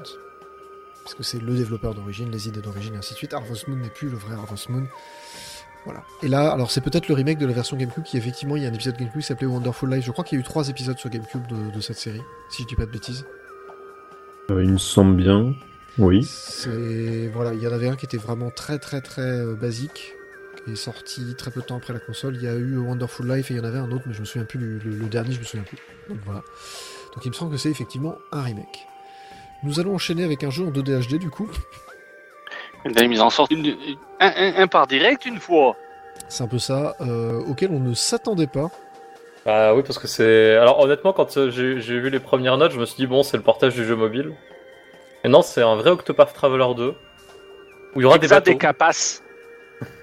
A: Parce que c'est le développeur d'origine, les idées d'origine et ainsi de suite. Harvest Moon n'est plus le vrai Harvest Moon. Voilà. Et là, alors c'est peut-être le remake de la version GameCube qui effectivement, il y a un épisode GameCube qui s'appelait Wonderful Life. Je crois qu'il y a eu trois épisodes sur GameCube de, de cette série, si je dis pas de bêtises.
F: Euh, il me semble bien. Oui.
A: C'est voilà, il y en avait un qui était vraiment très très très euh, basique, qui est sorti très peu de temps après la console. Il y a eu Wonderful Life et il y en avait un autre, mais je me souviens plus du- le, le dernier, je me souviens plus. Donc voilà. Donc il me semble que c'est effectivement un remake. Nous allons enchaîner avec un jeu en 2D HD du coup.
E: Il a mis en sorte une- un, un- un par direct une fois.
A: C'est un peu ça, euh, auquel on ne s'attendait pas.
B: Ah oui, parce que c'est. Alors honnêtement, quand euh, j'ai j'ai vu les premières notes, je me suis dit, bon, c'est le portage du jeu mobile. Et non, c'est un vrai Octopath Traveler 2. Où il y aura des
E: Ça
B: bateaux.
E: des capaces.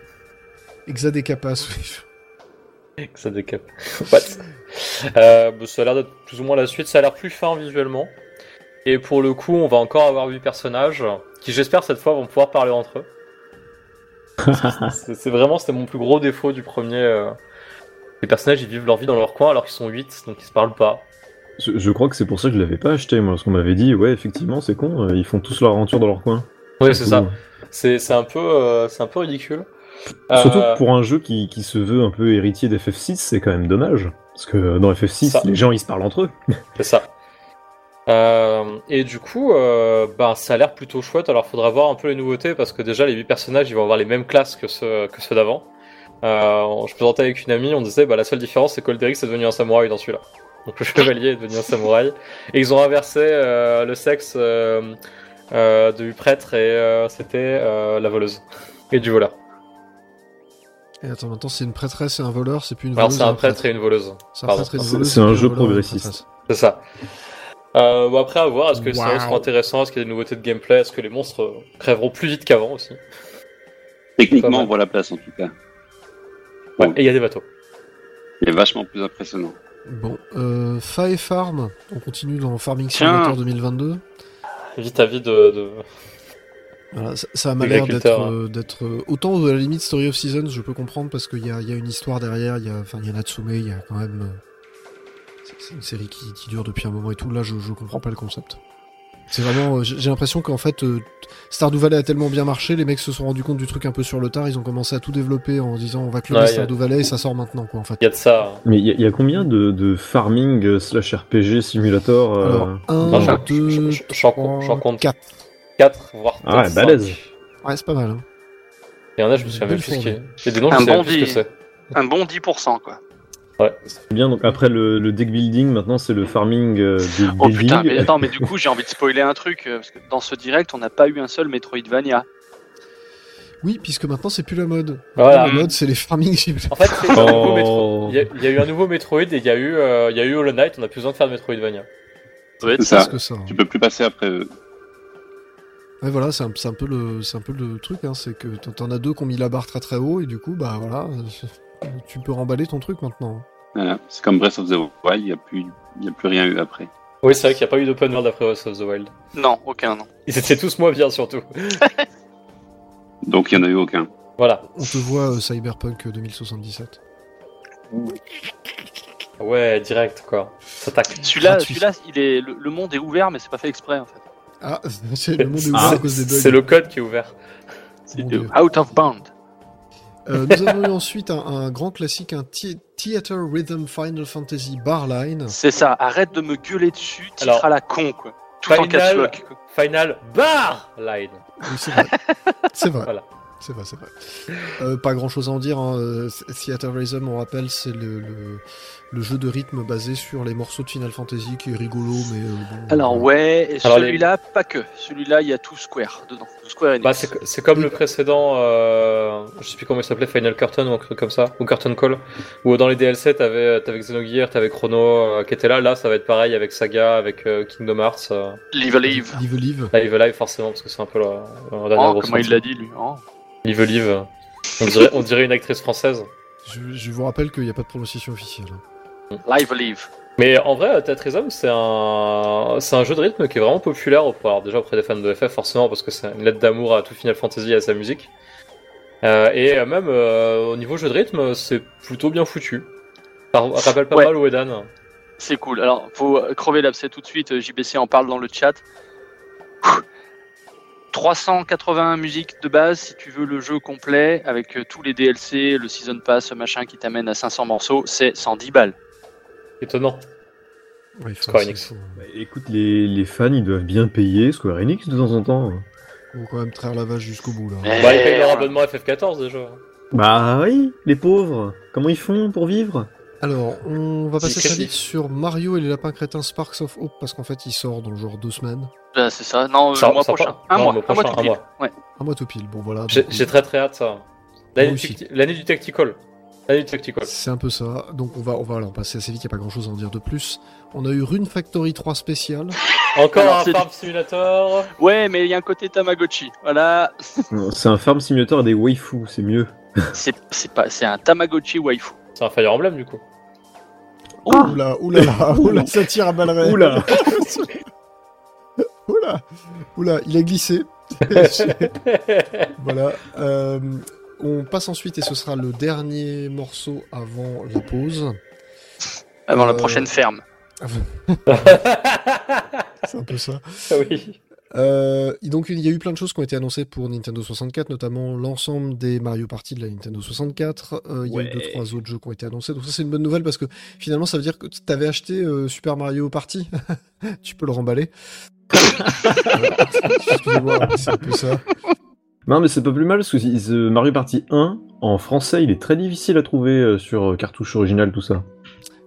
A: <laughs> Exadécapas, oui.
B: Ça décape. <laughs> What Euh, bah, ça a l'air d'être plus ou moins la suite. Ça a l'air plus fin visuellement. Et pour le coup, on va encore avoir huit personnages qui, j'espère, cette fois vont pouvoir parler entre eux. C'est c'est vraiment, c'était mon plus gros défaut du premier. euh, Les personnages, ils vivent leur vie dans leur coin alors qu'ils sont huit, donc ils se parlent pas.
F: Je, je crois que c'est pour ça que je l'avais pas acheté, moi, parce qu'on m'avait dit, ouais, effectivement, c'est con, euh, ils font tous leur aventure dans leur coin.
B: Oui, c'est
F: Du
B: ça.
F: coup,
B: C'est c'est un peu, euh, c'est un peu ridicule.
F: Surtout
B: Euh,
F: que pour un jeu qui, qui se veut un peu héritier d'FF6, c'est quand même dommage. Parce que euh, dans FF6,
B: Ça.
F: les gens ils se parlent entre eux.
B: C'est ça. Euh, et du coup, euh, ben, ça a l'air plutôt chouette. Alors, faudra voir un peu les nouveautés parce que déjà, les huit personnages, ils vont avoir les mêmes classes que ceux, que ceux d'avant. Euh, je présentais avec une amie, on disait, bah, la seule différence, c'est qu'Olderic c'est devenu un samouraï dans celui-là. Donc, le chevalier est devenu un samouraï. Et ils ont inversé euh, le sexe euh, euh, du prêtre et euh, c'était euh, la voleuse et du voleur.
A: Et attends, maintenant c'est une prêtresse et un voleur, c'est plus une
B: Alors,
A: voleuse.
B: c'est un prêtre et une voleuse.
A: C'est un
B: pardon.
A: prêtre et une
F: C'est-
A: voleuse,
F: c'est un
A: plus
F: jeu
A: voleur et une
F: progressiste.
A: prêtresse.
B: C'est ça. Euh, bon, après, à voir, est-ce que les scénarios
A: Wow.
B: seront intéressants, est-ce qu'il y a des nouveautés de gameplay, est-ce que les monstres euh, crèveront plus vite qu'avant aussi. Pas
D: Techniquement,
B: mal.
D: on voit la place en tout cas.
B: Ouais,
D: Ouais.
B: et il y a des bateaux.
D: Il est vachement plus impressionnant.
A: Bon, euh, Fa et Farm, on continue dans Farming
E: Tiens.
A: Simulator 2022.
B: Vite à vie de. de...
A: Voilà, ça, ça m'a
B: Les
A: l'air d'être
B: agriculteurs,
A: euh, d'être euh, autant de la limite Story of Seasons, je peux comprendre parce qu'il y a, il y a une histoire derrière, il y a, enfin il y a Natsume, il y a quand même euh, c'est- c'est une série qui, qui dure depuis un moment et tout. Là, je, je comprends pas le concept. C'est vraiment, euh, j'ai j'ai l'impression qu'en fait euh, Stardew Valley a tellement bien marché, les mecs se sont rendus compte du truc un peu sur le tard, ils ont commencé à tout développer en disant on va cloner
B: Ouais, il y a-
A: Stardew Valley et ça sort maintenant quoi en fait.
B: Il y a de ça. hein.
F: Mais il y, a- il y a combien de, de farming euh, slash RPG simulator euh,
A: Alors
F: dans-
B: j'en-
A: un, deux,
B: je- je- j'en compte- j'en
A: trois,
B: compte.
A: quatre.
B: 4, voire
F: Ah ouais,
B: peut-être
F: balèze.
B: cinq.
A: Ouais, c'est pas mal. hein.
B: Il y en a, je me souviens
A: Belle
B: même plus ce
A: fourmi.
B: qu'il y a. Il y a des noms, je
E: Un
B: sais même
E: bon
B: plus ce que
E: dit.
B: c'est.
E: Un bon 10%, quoi.
F: C'est bien, donc après le, le deck building, maintenant c'est le farming euh, du
E: Oh
F: building.
E: putain, mais attends, mais du coup j'ai envie de spoiler un truc, euh, parce que dans ce direct on n'a pas eu un seul Metroidvania.
A: Oui, puisque maintenant c'est plus la mode.
B: Voilà.
A: La mode, c'est les farming <laughs> sims.
B: En fait, c'est un nouveau Metroid.
F: Oh.
B: Il y, a- il y a eu un nouveau Metroid et il y, a eu, euh, il y a eu Hollow Knight, on a plus besoin de faire de Metroidvania.
D: C'est
A: Parce
D: ça.
A: que ça. hein.
D: Tu peux plus passer après eux.
A: Ouais, voilà, c'est un, c'est un peu le, c'est un peu le truc, hein, c'est que t'en- t'en as deux qui ont mis la barre très très haut et du coup, bah voilà, euh, tu peux remballer ton truc maintenant.
D: Voilà. C'est comme Breath of the Wild, il n'y a, plus- il y a plus rien eu après.
B: Oui, c'est vrai qu'il n'y a pas eu d'open world après Breath of the Wild.
E: Non, aucun non.
B: Ils étaient tous moins bien, surtout.
D: Donc il n'y en a eu aucun.
B: Voilà.
A: On te voit euh, Cyberpunk 2077.
B: Ouais, direct, quoi. Ça tacle.
E: Celui-là,
A: Gratuit.
E: celui-là, il est le, le monde est ouvert, mais c'est pas fait exprès en fait.
A: Ah, <laughs> c'est le monde est ouvert
B: Ah,
A: à cause des bugs.
B: C'est le code qui est ouvert.
A: Mon
D: de-
A: Dieu.
E: Out of bound.
A: Euh, nous avons eu ensuite un, un grand classique, un thi- Theater Rhythm Final Fantasy Barline.
E: C'est ça. Arrête de me gueuler dessus, titre
B: Alors,
E: à la con quoi. Tout en
B: Final-
E: caps lock. quoi.
B: Final Bar Line.
A: Oui, c'est vrai. C'est vrai.
B: Voilà.
A: C'est vrai, c'est vrai. Euh, pas grand chose à en dire. hein. Euh, Theater Rhythm, on rappelle, c'est le, le, le jeu de rythme basé sur les morceaux de Final Fantasy qui est rigolo, mais euh, bon,
E: Alors
A: euh,
E: ouais, et
B: Alors, les-
E: celui-là pas que. Celui-là il y a tout Square dedans. Tout Square Enix.
B: Bah, c'est c'est comme le précédent, euh, je sais plus comment il s'appelait, Final Curtain ou un truc comme ça, ou Curtain Call, où dans les DLC t'avais euh, t'avais Xenogears, t'avais Chrono euh, qui était là, là ça va être pareil avec Saga, avec euh, Kingdom Hearts, euh,
E: Live Live.
A: Live Live.
B: Live Live forcément parce que c'est un peu la, la dernière
E: Oh,
B: grosse
E: comment il
B: sortie.
E: l'a dit lui. Oh.
B: Live Live, euh, on dirait, on dirait une actrice française.
A: Je, je vous rappelle qu'il n'y a pas de prononciation officielle. hein.
E: Live Live.
B: Mais en vrai, Tetrism, c'est un, c'est un jeu de rythme qui est vraiment populaire auprès, alors déjà auprès des fans de FF, forcément, parce que c'est une lettre d'amour à tout Final Fantasy et à sa musique. Euh, et euh, même euh, au niveau jeu de rythme, c'est plutôt bien foutu. Ça rappelle pas
E: Ouais.
B: mal Uedan.
E: C'est cool. Alors, faut euh, crever l'abcès tout de suite. euh, JBC en parle dans le chat. Ouh. 381 musiques de base si tu veux le jeu complet avec euh, tous les DLC, le season pass, machin qui t'amène à 500 morceaux, c'est 110 balles.
B: Étonnant.
A: Ouais, enfin,
B: Square
A: c'est-
B: Enix.
A: faut-
F: Bah, écoute, les, les fans ils doivent bien payer Square Enix de temps en temps.
A: faut quand même traire la vache jusqu'au bout là.
E: Mais- Eh,
B: Bah, ils payent leur
E: voilà.
B: abonnement FF14 déjà.
F: Bah oui, les pauvres, comment ils font pour vivre
A: Alors, on va passer
B: C'est
A: très
B: crédit.
A: vite sur Mario et les lapins crétins Sparks of Hope parce qu'en fait il sort dans genre deux semaines.
E: Bah, c'est ça. Non, euh,
B: Ça-
E: le mois
B: ça
E: prochain.
B: part-
E: Un
B: non,
E: mois.
B: le
E: un
B: prochain,
E: mois tout de
B: un
E: suite.
B: mois.
E: Ouais.
A: Un mois tout pile. Bon voilà.
B: J'ai
A: donc,
B: j'ai très très hâte ça. L'année
A: Moi
B: du
A: aussi.
B: tacti- l'année du Tactical. L'année du Tactical.
A: C'est un peu ça. Donc on va on va alors passer assez vite. Il n'y a pas grand chose à en dire de plus. On a eu Rune Factory 3 spécial.
B: Encore
E: Alors,
B: un
E: c'est-
B: Farm Simulator.
E: Ouais, mais il y a un côté Tamagotchi. Voilà,
F: Non, C'est un farm simulator et des waifus, c'est mieux.
E: c'est c'est pas, c'est un Tamagotchi waifu.
B: C'est un Fire Emblem du coup. <laughs>
A: Oh.
F: Ah
A: Oula oula <laughs> là, oula ça tire à balles réelles.
F: Oula
A: <laughs> oula oula il a glissé. <laughs> Voilà. euh, on passe ensuite et ce sera le dernier morceau avant la pause.
E: Avant la
A: Euh,
E: prochaine ferme.
A: C'est un peu ça. <laughs>
B: oui.
A: Euh, donc il y a eu plein de choses qui ont été annoncées pour Nintendo 64, notamment l'ensemble des Mario Party de la Nintendo 64. Euh, Il y a
F: Ouais.
A: eu deux trois autres jeux qui ont été annoncés. Donc ça c'est une bonne nouvelle parce que finalement ça veut dire que tu avais acheté euh, Super Mario Party, <laughs> tu peux le remballer. Excusez-moi, c'est un peu ça.
F: Non mais c'est pas plus mal parce que si- ce Mario Party 1 en français il est très difficile à trouver euh, sur euh, cartouche originale tout ça.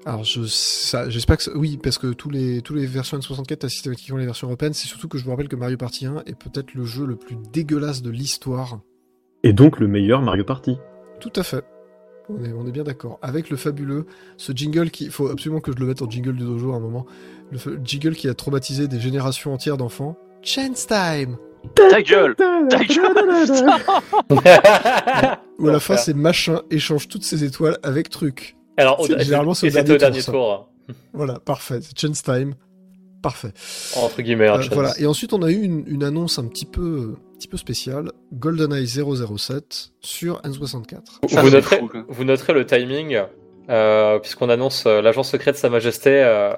A: Alors je ça- j'espère que ça- oui parce que tous les tous les versions N64 t'as systématiquement les versions européennes. C'est surtout que je vous rappelle que Mario Party 1 est peut-être le jeu le plus dégueulasse de l'histoire.
F: Et donc le meilleur Mario Party.
A: Tout à fait. On est, on est bien d'accord. Avec le fabuleux, ce jingle qui. Il faut absolument que je le mette en jingle du dojo à un moment. Le fa- jingle qui a traumatisé des générations entières d'enfants. Chance Time
E: Ta gueule Ta
B: <laughs>
A: Où à la fin,
B: Enfer.
A: c'est machin échange toutes ses étoiles avec truc.
B: Alors,
A: C'est-
B: au,
A: généralement,
B: et
A: c'est au
B: c'était
A: dernier
B: au dernier
A: tour, ça.
B: tour, hein,
A: Voilà, parfait. C'est Chance Time. Parfait.
B: entre guillemets.
A: Euh,
B: hein, Chance.
A: voilà. Et ensuite, on a eu une, une annonce un petit peu, un petit peu spéciale. GoldenEye 007 sur N64.
E: Ça,
B: vous,
E: c'est
B: noterez,
E: fou, quoi.
B: vous noterez le timing, euh, puisqu'on annonce euh, l'agent secret de Sa Majesté euh,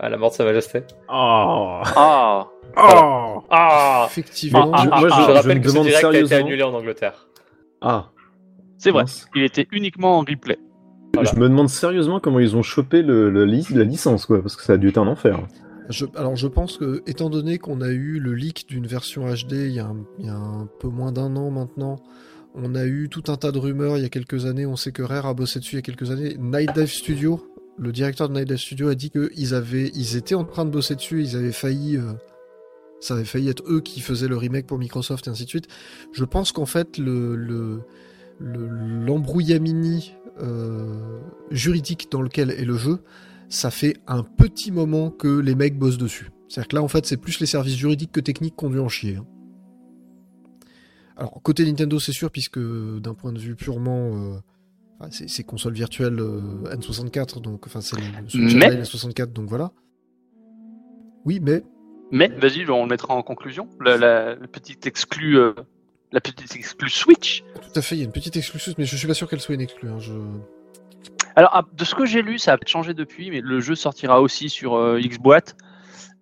B: à la mort de Sa Majesté.
F: Oh,
E: Ah
F: oh.
B: Ah
A: Effectivement.
E: Ah,
F: je,
E: ah,
F: moi,
E: ah,
F: je-
B: Je
F: je
B: rappelle
F: me
B: que ce
F: demande
B: direct a été
F: sérieusement.
B: annulé en Angleterre.
F: Ah,
E: C'est vrai.
F: mince.
E: Il était uniquement en replay.
B: Voilà.
F: Je me demande sérieusement comment ils ont chopé le, le lic- la licence quoi parce que ça a dû être un enfer.
A: Je- alors je pense que, étant donné qu'on a eu le leak d'une version HD il y a un, il y a un peu moins d'un an maintenant, On a eu tout un tas de rumeurs il y a quelques années. On sait que Rare a bossé dessus il y a quelques années. Night Dive Studio, le directeur de Night Dive Studio a dit qu'ils avaient, ils étaient en train de bosser dessus. Ils avaient failli, euh, ça avait failli être eux qui faisaient le remake pour Microsoft et ainsi de suite. Je pense qu'en fait le, le, le- l'embrouillamini euh, juridique dans lequel est le jeu, ça fait un petit moment que les mecs bossent dessus. C'est-à-dire que là, en fait, c'est plus les services juridiques que techniques qu'on dû en chier. hein. Alors, côté Nintendo, c'est sûr, puisque d'un point de vue purement. euh, enfin, c'est, c'est console virtuelle euh, N64, donc. Enfin, c'est le Switch
E: Mais-
A: Online N64, donc voilà. Oui, mais.
E: Mais vas-y, on le mettra en conclusion. La, la- la petite exclue, euh, la petite exclue Switch.
A: Tout à fait, il y a une petite exclusion, mais je suis pas sûr qu'elle soit une exclue. hein, je...
E: Alors ah, de ce que j'ai lu, ça a changé depuis, mais le jeu sortira aussi sur euh, Xbox.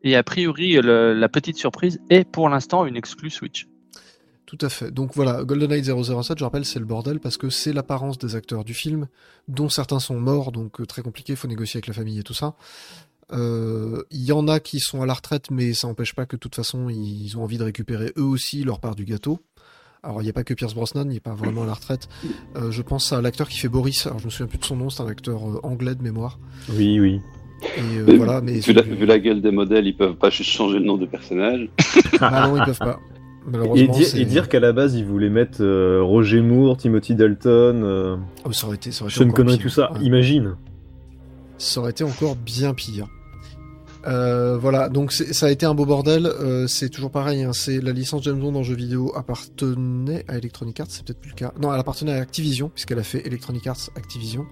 E: Et a priori, le- la petite surprise est pour l'instant une exclue Switch.
A: Tout à fait. Donc voilà, GoldenEye 007, je rappelle, c'est le bordel parce que c'est l'apparence des acteurs du film, dont certains sont morts, donc euh, très compliqué, faut négocier avec la famille et tout ça. Euh, Il y en a qui sont à la retraite, mais ça n'empêche pas que de toute façon, ils ont envie de récupérer eux aussi leur part du gâteau. Alors, il n'y a pas que Pierce Brosnan, il n'est pas vraiment à la retraite. Euh, je pense à l'acteur qui fait Boris, alors je me souviens plus de son nom, c'est un acteur euh, anglais de mémoire.
F: Oui, oui.
A: Et euh,
D: Mais
A: voilà, mais.
D: vu, la, vu la gueule des modèles, ils peuvent pas juste changer le nom de personnage.
A: <laughs> Ah non, ils peuvent pas.
F: Et,
A: Malheureusement.
F: dire-
A: c'est-
F: et dire qu'à la base, ils voulaient mettre euh, Roger Moore, Timothy Dalton, euh,
A: Oh, ça aurait été. Ça aurait été
F: Sean
A: encore
F: Connery,
A: pire.
F: tout ça.
A: Ouais.
F: Imagine.
A: ça aurait été encore bien pire. Euh, voilà, donc c'est- ça a été un beau bordel. euh, c'est toujours pareil. hein, c'est la licence James Bond en jeu vidéo appartenait à Electronic Arts, c'est peut-être plus le cas. Non, elle appartenait à Activision puisqu'elle a fait Electronic Arts Activision.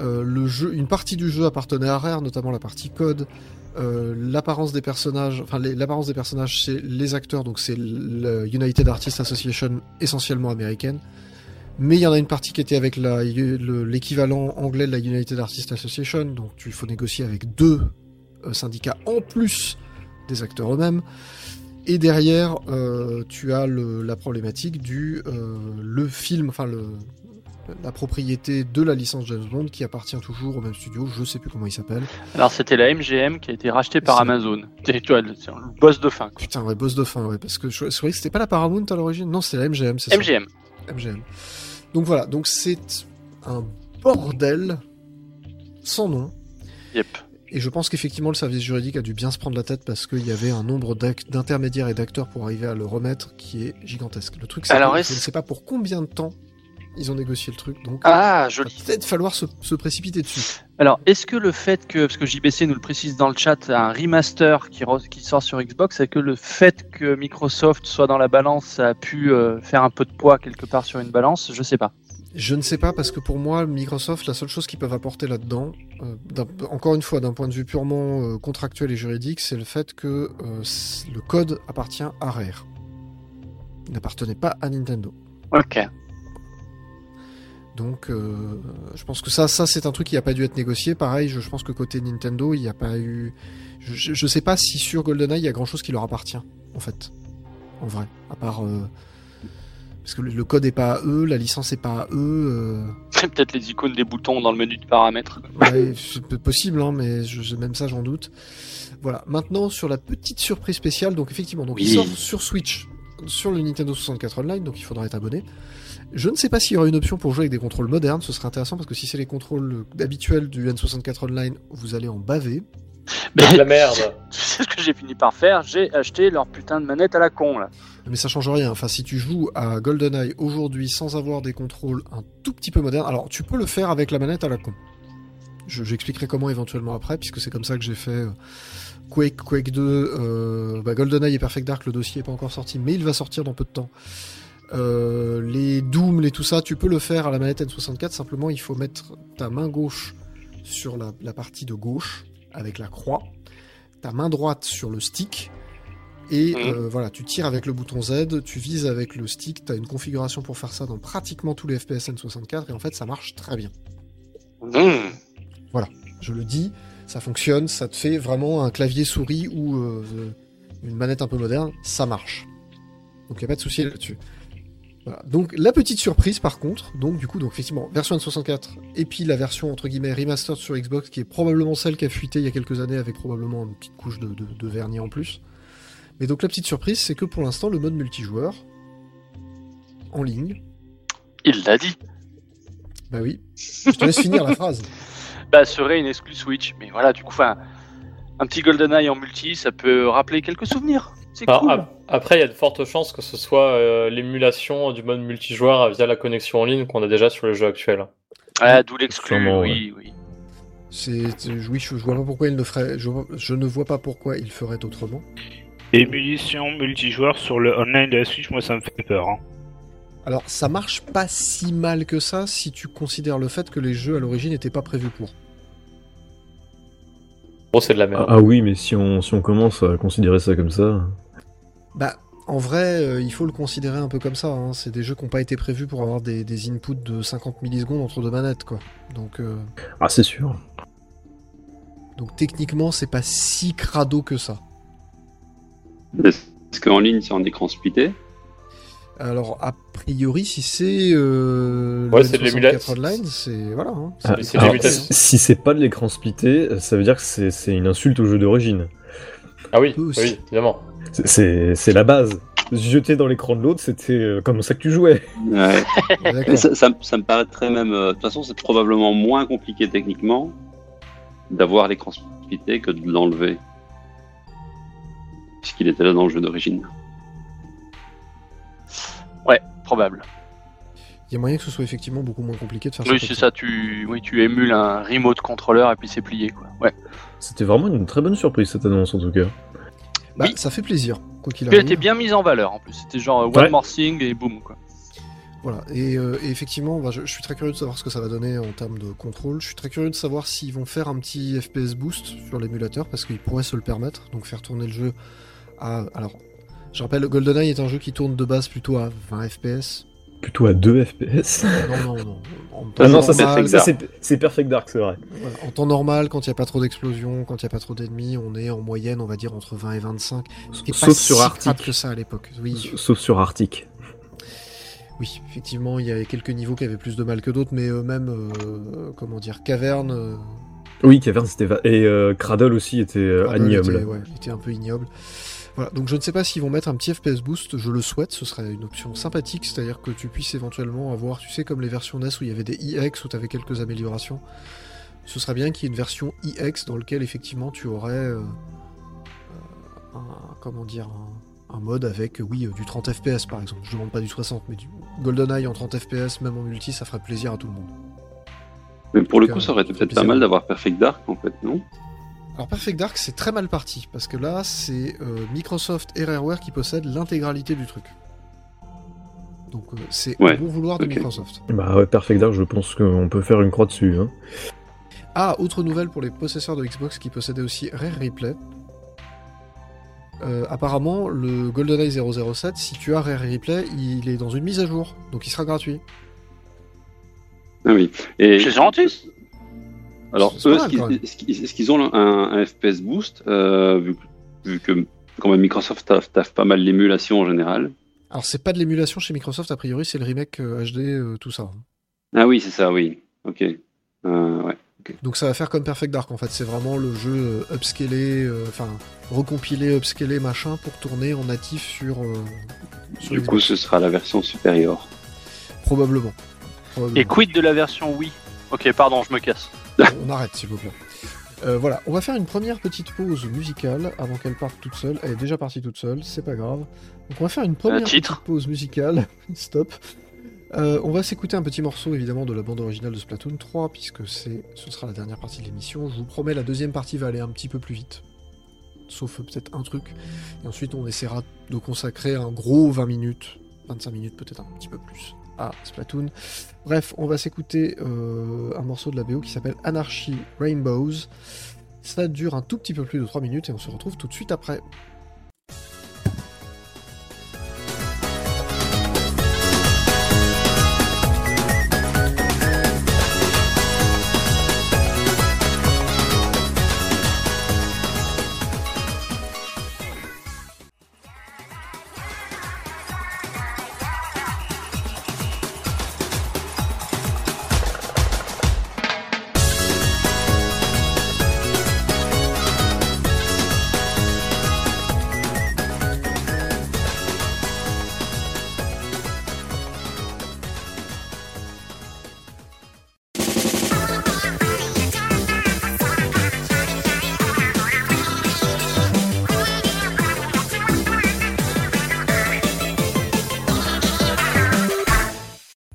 A: Euh, le jeu, une partie du jeu appartenait à Rare, notamment la partie code. Euh, l'apparence des personnages, enfin les- l'apparence des personnages, c'est les acteurs, donc c'est le United Artists Association essentiellement américaine. Mais il y en a une partie qui était avec la- le- l'équivalent anglais de la United Artists Association, donc tu- il faut négocier avec deux euh, syndicats en plus des acteurs eux-mêmes. Et derrière, euh, tu as le- la problématique du euh, le film, enfin le- la propriété de la licence James Bond qui appartient toujours au même studio, je sais plus comment il s'appelle.
E: Alors c'était la MGM qui a été rachetée par
A: C'est-
E: Amazon. C'est tu vois, le c'est le boss de fin. quoi.
A: Putain, ouais, boss de fin, ouais, parce que je, je croyais que c'était pas la Paramount à l'origine, non, c'était la MGM, c'est ça
E: MGM.
A: MGM. Donc voilà, donc c'est un bordel sans nom.
E: Yep.
A: Et je pense qu'effectivement, le service juridique a dû bien se prendre la tête parce qu'il y avait un nombre d'ac- d'intermédiaires et d'acteurs pour arriver à le remettre qui est gigantesque. Le truc, c'est
E: Alors,
A: que je
E: est-ce-
A: ne sais pas pour combien de temps ils ont négocié le truc, donc
E: Ah
A: il va
E: joli.
A: peut-être falloir se, se précipiter dessus.
E: Alors, est-ce que le fait que, parce que JBC nous le précise dans le chat, un remaster qui, re- qui sort sur Xbox, est que le fait que Microsoft soit dans la balance, ça a pu euh, faire un peu de poids quelque part sur une balance Je sais pas.
A: Je ne sais pas parce que pour moi, Microsoft, la seule chose qu'ils peuvent apporter là-dedans, euh, d'un- encore une fois, d'un point de vue purement euh, contractuel et juridique, c'est le fait que euh, c- le code appartient à Rare. Il n'appartenait pas à Nintendo.
E: Ok. <laughs>
A: Donc, euh, je pense que ça, ça c'est un truc qui n'a pas dû être négocié. Pareil, je, je pense que côté Nintendo, il n'y a pas eu. Je, je sais pas si sur GoldenEye, il y a grand chose qui leur appartient, en fait. En vrai. À part. euh, Parce que le- le code n'est pas à eux, la licence n'est pas à eux. euh,
E: Peut-être les icônes des boutons dans le menu de paramètres.
A: Ouais, c'est peu- possible, hein, mais je- je- même ça, j'en doute. Voilà. Maintenant, sur la petite surprise spéciale, donc effectivement, donc il
E: Oui.
A: sort sur Switch, sur le Nintendo 64 Online, donc il faudra être abonné. Je ne sais pas s'il y aura une option pour jouer avec des contrôles modernes, ce serait intéressant parce que si c'est les contrôles euh, habituels du N64 Online, vous allez en baver.
B: C'est
E: Bah, <laughs>
B: de la merde.
E: C'est ce que j'ai fini par faire. J'ai acheté leur putain de manette à la con, là.
A: Mais ça change rien. Enfin, si tu joues à GoldenEye aujourd'hui sans avoir des contrôles un tout petit peu modernes, alors tu peux le faire avec la manette à la con. Je- J'expliquerai comment éventuellement après, puisque c'est comme ça que j'ai fait euh, Quake, Quake 2, euh, bah, GoldenEye et Perfect Dark. Le dossier est pas encore sorti, mais il va sortir dans peu de temps. Euh, les Doom, les tout ça, tu peux le faire à la manette N64. Simplement, il faut mettre ta main gauche sur la, la partie de gauche avec la croix, ta main droite sur le stick, et
E: Mhm.
A: euh, voilà, tu tires avec le bouton Z, tu vises avec le stick, tu as une configuration pour faire ça dans pratiquement tous les FPS N64, et en fait, ça marche très bien.
E: Mmh.
A: Je le dis, ça fonctionne, ça te fait vraiment un clavier souris ou euh, une manette un peu moderne, ça marche. Donc il n'y a pas de souci là-dessus. Voilà. Donc la petite surprise par contre, donc du coup, donc effectivement, version N64 et puis la version entre guillemets remastered sur Xbox qui est probablement celle qui a fuité il y a quelques années avec probablement une petite couche de, de- de vernis en plus. Mais donc la petite surprise, c'est que pour l'instant, le mode multijoueur en ligne
E: Il l'a dit.
A: Bah oui. Je te laisse finir la phrase.
E: Bah, serait une exclue Switch. Mais voilà, du coup, 'fin, un petit GoldenEye en multi, ça peut rappeler quelques souvenirs. C'est
B: Alors,
E: cool.
B: ap- après, il y a de fortes chances que ce soit euh, l'émulation du mode multijoueur euh, via la connexion en ligne qu'on a déjà sur les jeux actuels.
E: Ah, d'où l'exclu,
F: Sûrement,
E: oui, oui.
A: C'est, c'est- oui, je, je vois pas pourquoi il ne ferait. Je, je ne vois pas pourquoi il ferait autrement.
C: Émulation multijoueur sur le online de la Switch, moi ça me fait peur. hein.
A: Alors, ça marche pas si mal que ça si tu considères le fait que les jeux à l'origine n'étaient pas prévus pour.
B: Bon, c'est de la
F: Ah,
B: merde.
F: ah oui, mais si on, si on commence à considérer ça comme ça.
A: Bah, en vrai, euh, il faut le considérer un peu comme ça. hein. C'est des jeux qui n'ont pas été prévus pour avoir des, des inputs de 50 millisecondes entre deux manettes, quoi. Donc, euh,
F: Ah, c'est sûr.
A: donc techniquement, c'est pas si crado que ça.
D: Est-ce qu'en ligne, c'est en écran splitté
A: Alors, a priori, si c'est. Euh,
B: Ouais,
A: le
B: c'est de
A: N64
B: l'émulate.
A: Online, c'est. Voilà.
D: <laughs>
A: hein.
F: Ah,
B: C'est- c'est
F: alors,
B: des mutations.
F: si c'est pas de l'écran splitté, ça veut dire que c'est c'est une insulte au jeu d'origine.
B: Ah oui,
A: Peu aussi.
B: oui, évidemment.
F: C'est- C'est c'est la base. Se jeter dans l'écran de l'autre, c'était euh, comme ça que tu jouais.
D: Ouais.
A: Ouais, d'accord.
D: Mais ça, ça, ça me paraîtrait même. euh, De toute façon, c'est probablement moins compliqué techniquement d'avoir l'écran splitté que de l'enlever. Puisqu'il était là dans le jeu d'origine.
E: Ouais, probable.
A: Il y a moyen que ce soit effectivement beaucoup moins compliqué de faire
E: Oui,
A: ça.
E: c'est
A: comme
E: ça, tu, oui, tu émules un remote controller et puis c'est plié, quoi. Ouais.
F: C'était vraiment une très bonne surprise cette annonce en tout cas.
A: Bah,
E: Oui.
A: ça fait plaisir, quoi qu'il
E: Puis elle
A: arrive.
E: était bien mise en valeur en plus. C'était genre euh, one
F: Ouais.
E: more thing et boum, quoi.
A: Voilà. Et, euh, et effectivement, bah, je, je suis très curieux de savoir ce que ça va donner en termes de contrôle. Je suis très curieux de savoir s'ils vont faire un petit FPS boost sur l'émulateur parce qu'ils pourraient se le permettre, donc faire tourner le jeu à. Alors, je rappelle, GoldenEye est un jeu qui tourne de base plutôt à 20 FPS.
F: Plutôt à 2 FPS.
A: Non, non, Ah non. En temps
F: Ah non, ça c'est-
A: normal,
F: ça, c'est c'est Perfect Dark, c'est vrai.
A: Voilà, en temps normal, quand il n'y a pas trop d'explosions, quand il n'y a pas trop d'ennemis, on est en moyenne, on va dire, entre 20 et 25. Et pas
F: Sauf sur
A: si crade
F: Arctic.
A: que ça à l'époque. Oui,
F: Sauf sur Arctic.
A: oui, effectivement, il y avait quelques niveaux qui avaient plus de mal que d'autres, mais eux même, euh, comment dire, caverne. euh,
F: Oui, Cavern c'était va- et euh, Cradle aussi était euh,
A: Cradle
F: ignoble.
A: Ah, Était, ouais, était un peu ignoble. Voilà, donc je ne sais pas s'ils vont mettre un petit FPS boost, je le souhaite, ce serait une option sympathique, c'est-à-dire que tu puisses éventuellement avoir, tu sais, comme les versions NES où il y avait des IX, où tu avais quelques améliorations, ce serait bien qu'il y ait une version IX dans laquelle effectivement tu aurais, euh, euh, un, comment dire, un, un mode avec, euh, oui, euh, du 30 FPS par exemple, je demande pas du 60, mais du GoldenEye en 30 FPS, même en multi, ça ferait plaisir à tout le monde.
D: Mais pour le
A: Donc,
D: coup,
A: euh,
D: ça aurait été
A: c'est
D: peut-être pas
A: bizarre.
D: mal d'avoir Perfect Dark en fait, non
A: Alors Perfect Dark, c'est très mal parti, parce que là, c'est euh, Microsoft et Rareware qui possèdent l'intégralité du truc. Donc euh, c'est
D: Ouais,
A: au bon vouloir de
D: ok.
A: Microsoft.
F: Bah ouais, Perfect Dark, je pense qu'on peut faire une croix dessus. Hein.
A: Ah, autre nouvelle pour les possesseurs de Xbox qui possédaient aussi Rare Replay. Euh, apparemment, le GoldenEye 007, si tu as Rare Replay, il est dans une mise à jour, donc il sera gratuit.
D: Ah oui. Et
E: C'est gentil.
D: Alors,
A: C'est- c'est
D: eux,
A: pas
D: est-ce
A: mal,
D: qu'ils
A: quand même.
D: est-ce qu'ils- est-ce qu'ils ont un, un FPS boost euh, vu, que- vu que quand même Microsoft taffe taffe pas mal l'émulation en général.
A: Alors c'est pas de l'émulation chez Microsoft, a priori c'est le remake euh, HD, euh, tout ça.
D: Ah oui, c'est ça, oui. Ok. Euh, ouais.
A: Donc ça va faire comme Perfect Dark en fait, c'est vraiment le jeu euh, upscalé, euh, enfin recompilé, upscalé, machin, pour tourner en natif sur, euh, sur
D: Du
A: Xbox.
D: coup, ce sera la version supérieure.
A: Probablement. Probablement.
E: Et quid de la version Wii Ok, pardon, je me casse.
A: <laughs> On arrête s'il vous plaît. Euh, voilà, on va faire une première petite pause musicale avant qu'elle parte toute seule. Elle est déjà partie toute seule, c'est pas grave. Donc on va faire une première
E: titre.
A: petite pause musicale. <laughs> Stop. Euh, on va s'écouter un petit morceau évidemment de la bande originale de Splatoon 3 puisque c'est ce sera la dernière partie de l'émission. Je vous promets la deuxième partie va aller un petit peu plus vite. Sauf euh, peut-être un truc. Et ensuite on essaiera de consacrer un gros 20 minutes, 25 minutes peut-être un petit peu plus à Splatoon. Bref, on va s'écouter euh, un morceau de la BO qui s'appelle Anarchy Rainbows. Ça dure un tout petit peu plus de 3 minutes et on se retrouve tout de suite après.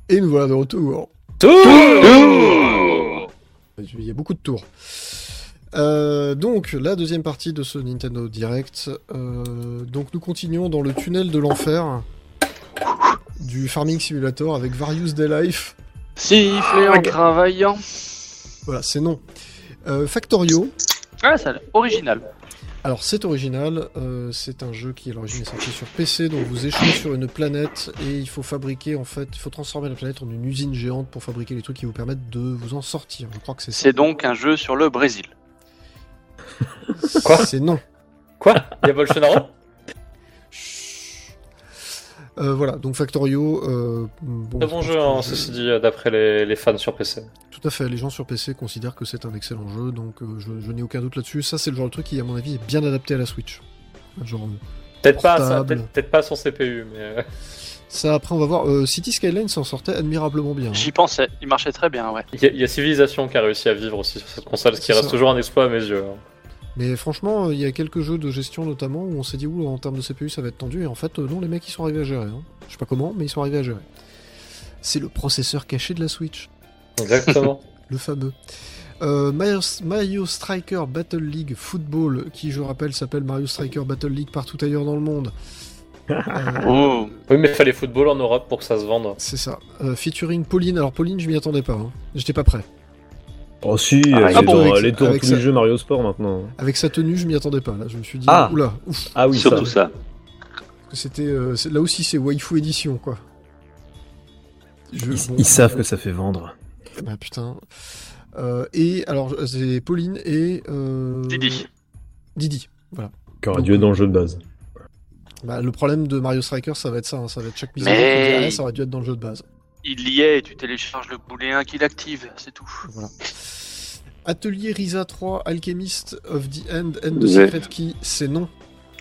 A: Et nous voilà de retour.
D: Ouh
A: Il y a beaucoup de tours. Euh, donc la deuxième partie de ce Nintendo Direct. euh, donc nous continuons dans le tunnel de l'enfer du Farming Simulator avec Various Daylife.
E: Siffler en travaillant.
A: Voilà, c'est non. Euh, Factorio.
E: Ah, ça, a l'air original.
A: Alors c'est original, euh, c'est un jeu qui à l'origine est sorti sur PC, donc vous échouez sur une planète et il faut fabriquer en fait, il faut transformer la planète en une usine géante pour fabriquer les trucs qui vous permettent de vous en sortir. Je crois que c'est ça.
E: C'est donc un jeu sur le Brésil.
B: Quoi
A: C'est non.
B: Quoi Il y a Bolsonaro
A: Euh, voilà, donc Factorio. Euh, bon,
B: Très bon
A: je pense
B: jeu,
A: que-
B: hein, ceci dit, euh, d'après les, les fans sur PC.
A: Tout à fait, les gens sur PC considèrent que c'est un excellent jeu, donc euh, je, je n'ai aucun doute là-dessus. Ça, c'est le genre de truc qui, à mon avis, est bien adapté à la Switch. Genre, euh,
B: Peut-être pas, ça-
A: Portable.
B: peut-être peut-être pas son CPU, mais. euh, <laughs>
A: ça, après, on va voir. Euh, City Skyline s'en sortait admirablement bien. hein.
E: J'y pensais, il marchait très bien, ouais.
B: Il y, a- il y a Civilization qui a réussi à vivre aussi sur cette console, ce qui
A: C'est
B: reste
A: ça.
B: toujours un exploit à mes yeux. hein.
A: Mais franchement, euh, il y a quelques jeux de gestion notamment où on s'est dit, ouh, en termes de CPU, ça va être tendu. Et en fait, euh, non, les mecs, ils sont arrivés à gérer. hein. Je sais pas comment, mais ils sont arrivés à gérer. C'est le processeur caché de la Switch,
B: Exactement.
A: <laughs> le fameux. Euh, Mario, Mario Striker Battle League Football, qui, je rappelle, s'appelle Mario Striker Battle League partout ailleurs dans le monde.
F: Ah.
A: Euh,
E: <laughs> Oh,
B: oui, mais il fallait football en Europe pour que ça se vende.
A: C'est ça. Euh, featuring Pauline. Alors Pauline, je m'y attendais pas. hein. J'étais pas prêt.
F: Oh si,
A: Ah,
F: elle, est
A: avec-
F: dans,
A: avec-
F: elle est dans
A: avec
F: tous
A: ça.
F: les jeux Mario Sport maintenant.
A: Avec sa tenue, je m'y attendais pas. Là, je me suis dit,
F: Ah.
A: oula, ouf,
F: Ah oui,
D: Surtout
F: ça.
D: ça.
A: que c'était. euh, c'est- là aussi, c'est waifu édition, quoi. Je- bon,
F: ça fait vendre.
A: Ah putain. Euh, et alors, c'est Pauline et euh,
E: Didi.
A: Didi.
F: Qu'aurait dû être dans le jeu de base.
A: Bah, le problème de Mario Striker, ça va être ça. hein. Ça va être chaque mise en
E: Mais-
A: jeu qui dit, ah, ça aurait dû être dans le jeu de base.
E: Il y est et tu télécharges le boulet qui l'active, c'est tout.
A: Voilà. Atelier Risa 3, Alchemist of the End, End de
D: Ouais.
A: Secret Key, c'est non.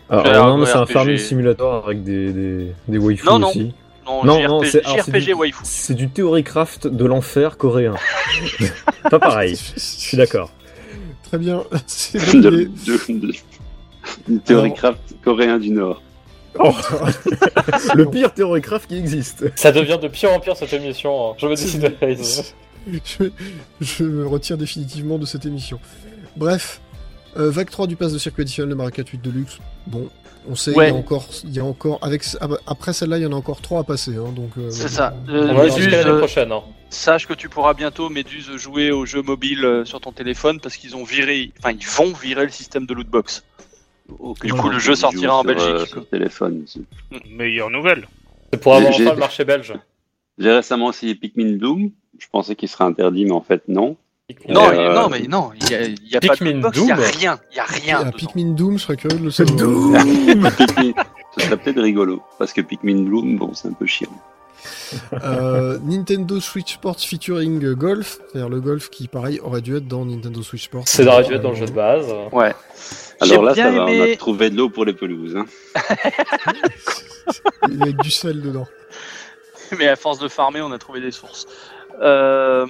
F: Ah,
E: Alors,
F: non, mais c'est un
E: RPG.
F: farming simulator avec des, des, des waifus
E: Non, non.
F: aussi.
E: Non,
F: Non,
E: JRP-
F: non, c'est- alors, c'est
E: JRPG
F: du-
E: waifu.
F: C'est du Theorycraft de
A: <laughs>
F: l'enfer coréen. Pas pareil, je suis d'accord.
A: Très bien. <laughs>
D: <laughs>
A: C'est
D: de,
A: validé.
D: de- de- une théorie craft coréen du Nord.
A: <laughs>
F: Le pire Theorycraft qui existe.
B: Ça devient de pire en pire cette émission. hein. Je me décide à réaliser.
A: je, je me retire définitivement de cette émission. Bref, euh, vague 3 du pass de circuit additionnel de Mario Kart 8 Deluxe. Bon, on sait,
E: Ouais.
A: il, y a encore, il y a encore. Avec, après celle-là, il y en a encore 3 à passer. hein, donc, euh,
E: C'est ça. Euh,
B: On
A: on
B: va
A: verra
E: Méduse,
B: jusqu'à
A: bien.
B: l'année
E: euh,
B: prochaine. hein.
E: Sache que tu pourras bientôt, Méduse, jouer aux jeux mobiles euh, sur ton téléphone parce qu'ils ont viré, enfin ils vont virer le système de lootbox. Du coup, le jeu sortira en
D: Sur, euh,
E: Belgique.
D: sur téléphone.
C: Meilleure nouvelle.
B: C'est pour avoir
D: j'ai-
B: enfin le marché belge.
D: J'ai récemment essayé Pikmin Bloom. Je pensais qu'il serait interdit, mais en fait, non.
E: Non,
D: Et,
E: il-
D: euh,
E: non, mais non, il y a, il y a pas de
B: Pikmin
E: lootbox, il y a
B: Doom.
E: rien, il y a rien.
A: à
E: dedans.
A: Pikmin Doom, je serais curieux de le savoir.
D: Pikmin- Ce serait peut-être rigolo. Parce que Pikmin Bloom, bon, c'est un peu chiant.
A: Euh, Nintendo Switch Sports featuring euh, Golf. C'est-à-dire le Golf qui, pareil, aurait dû être dans Nintendo Switch Sports.
B: C'est dans la dans le jeu de base.
E: Ouais.
D: Alors là,
E: J'ai
D: ça
E: bien
D: va, on
E: aimé-
D: a trouvé de l'eau pour les pelouses. hein.
A: Avec du sel dedans.
E: <laughs> Mais à force de farmer, on a trouvé des sources. Euh,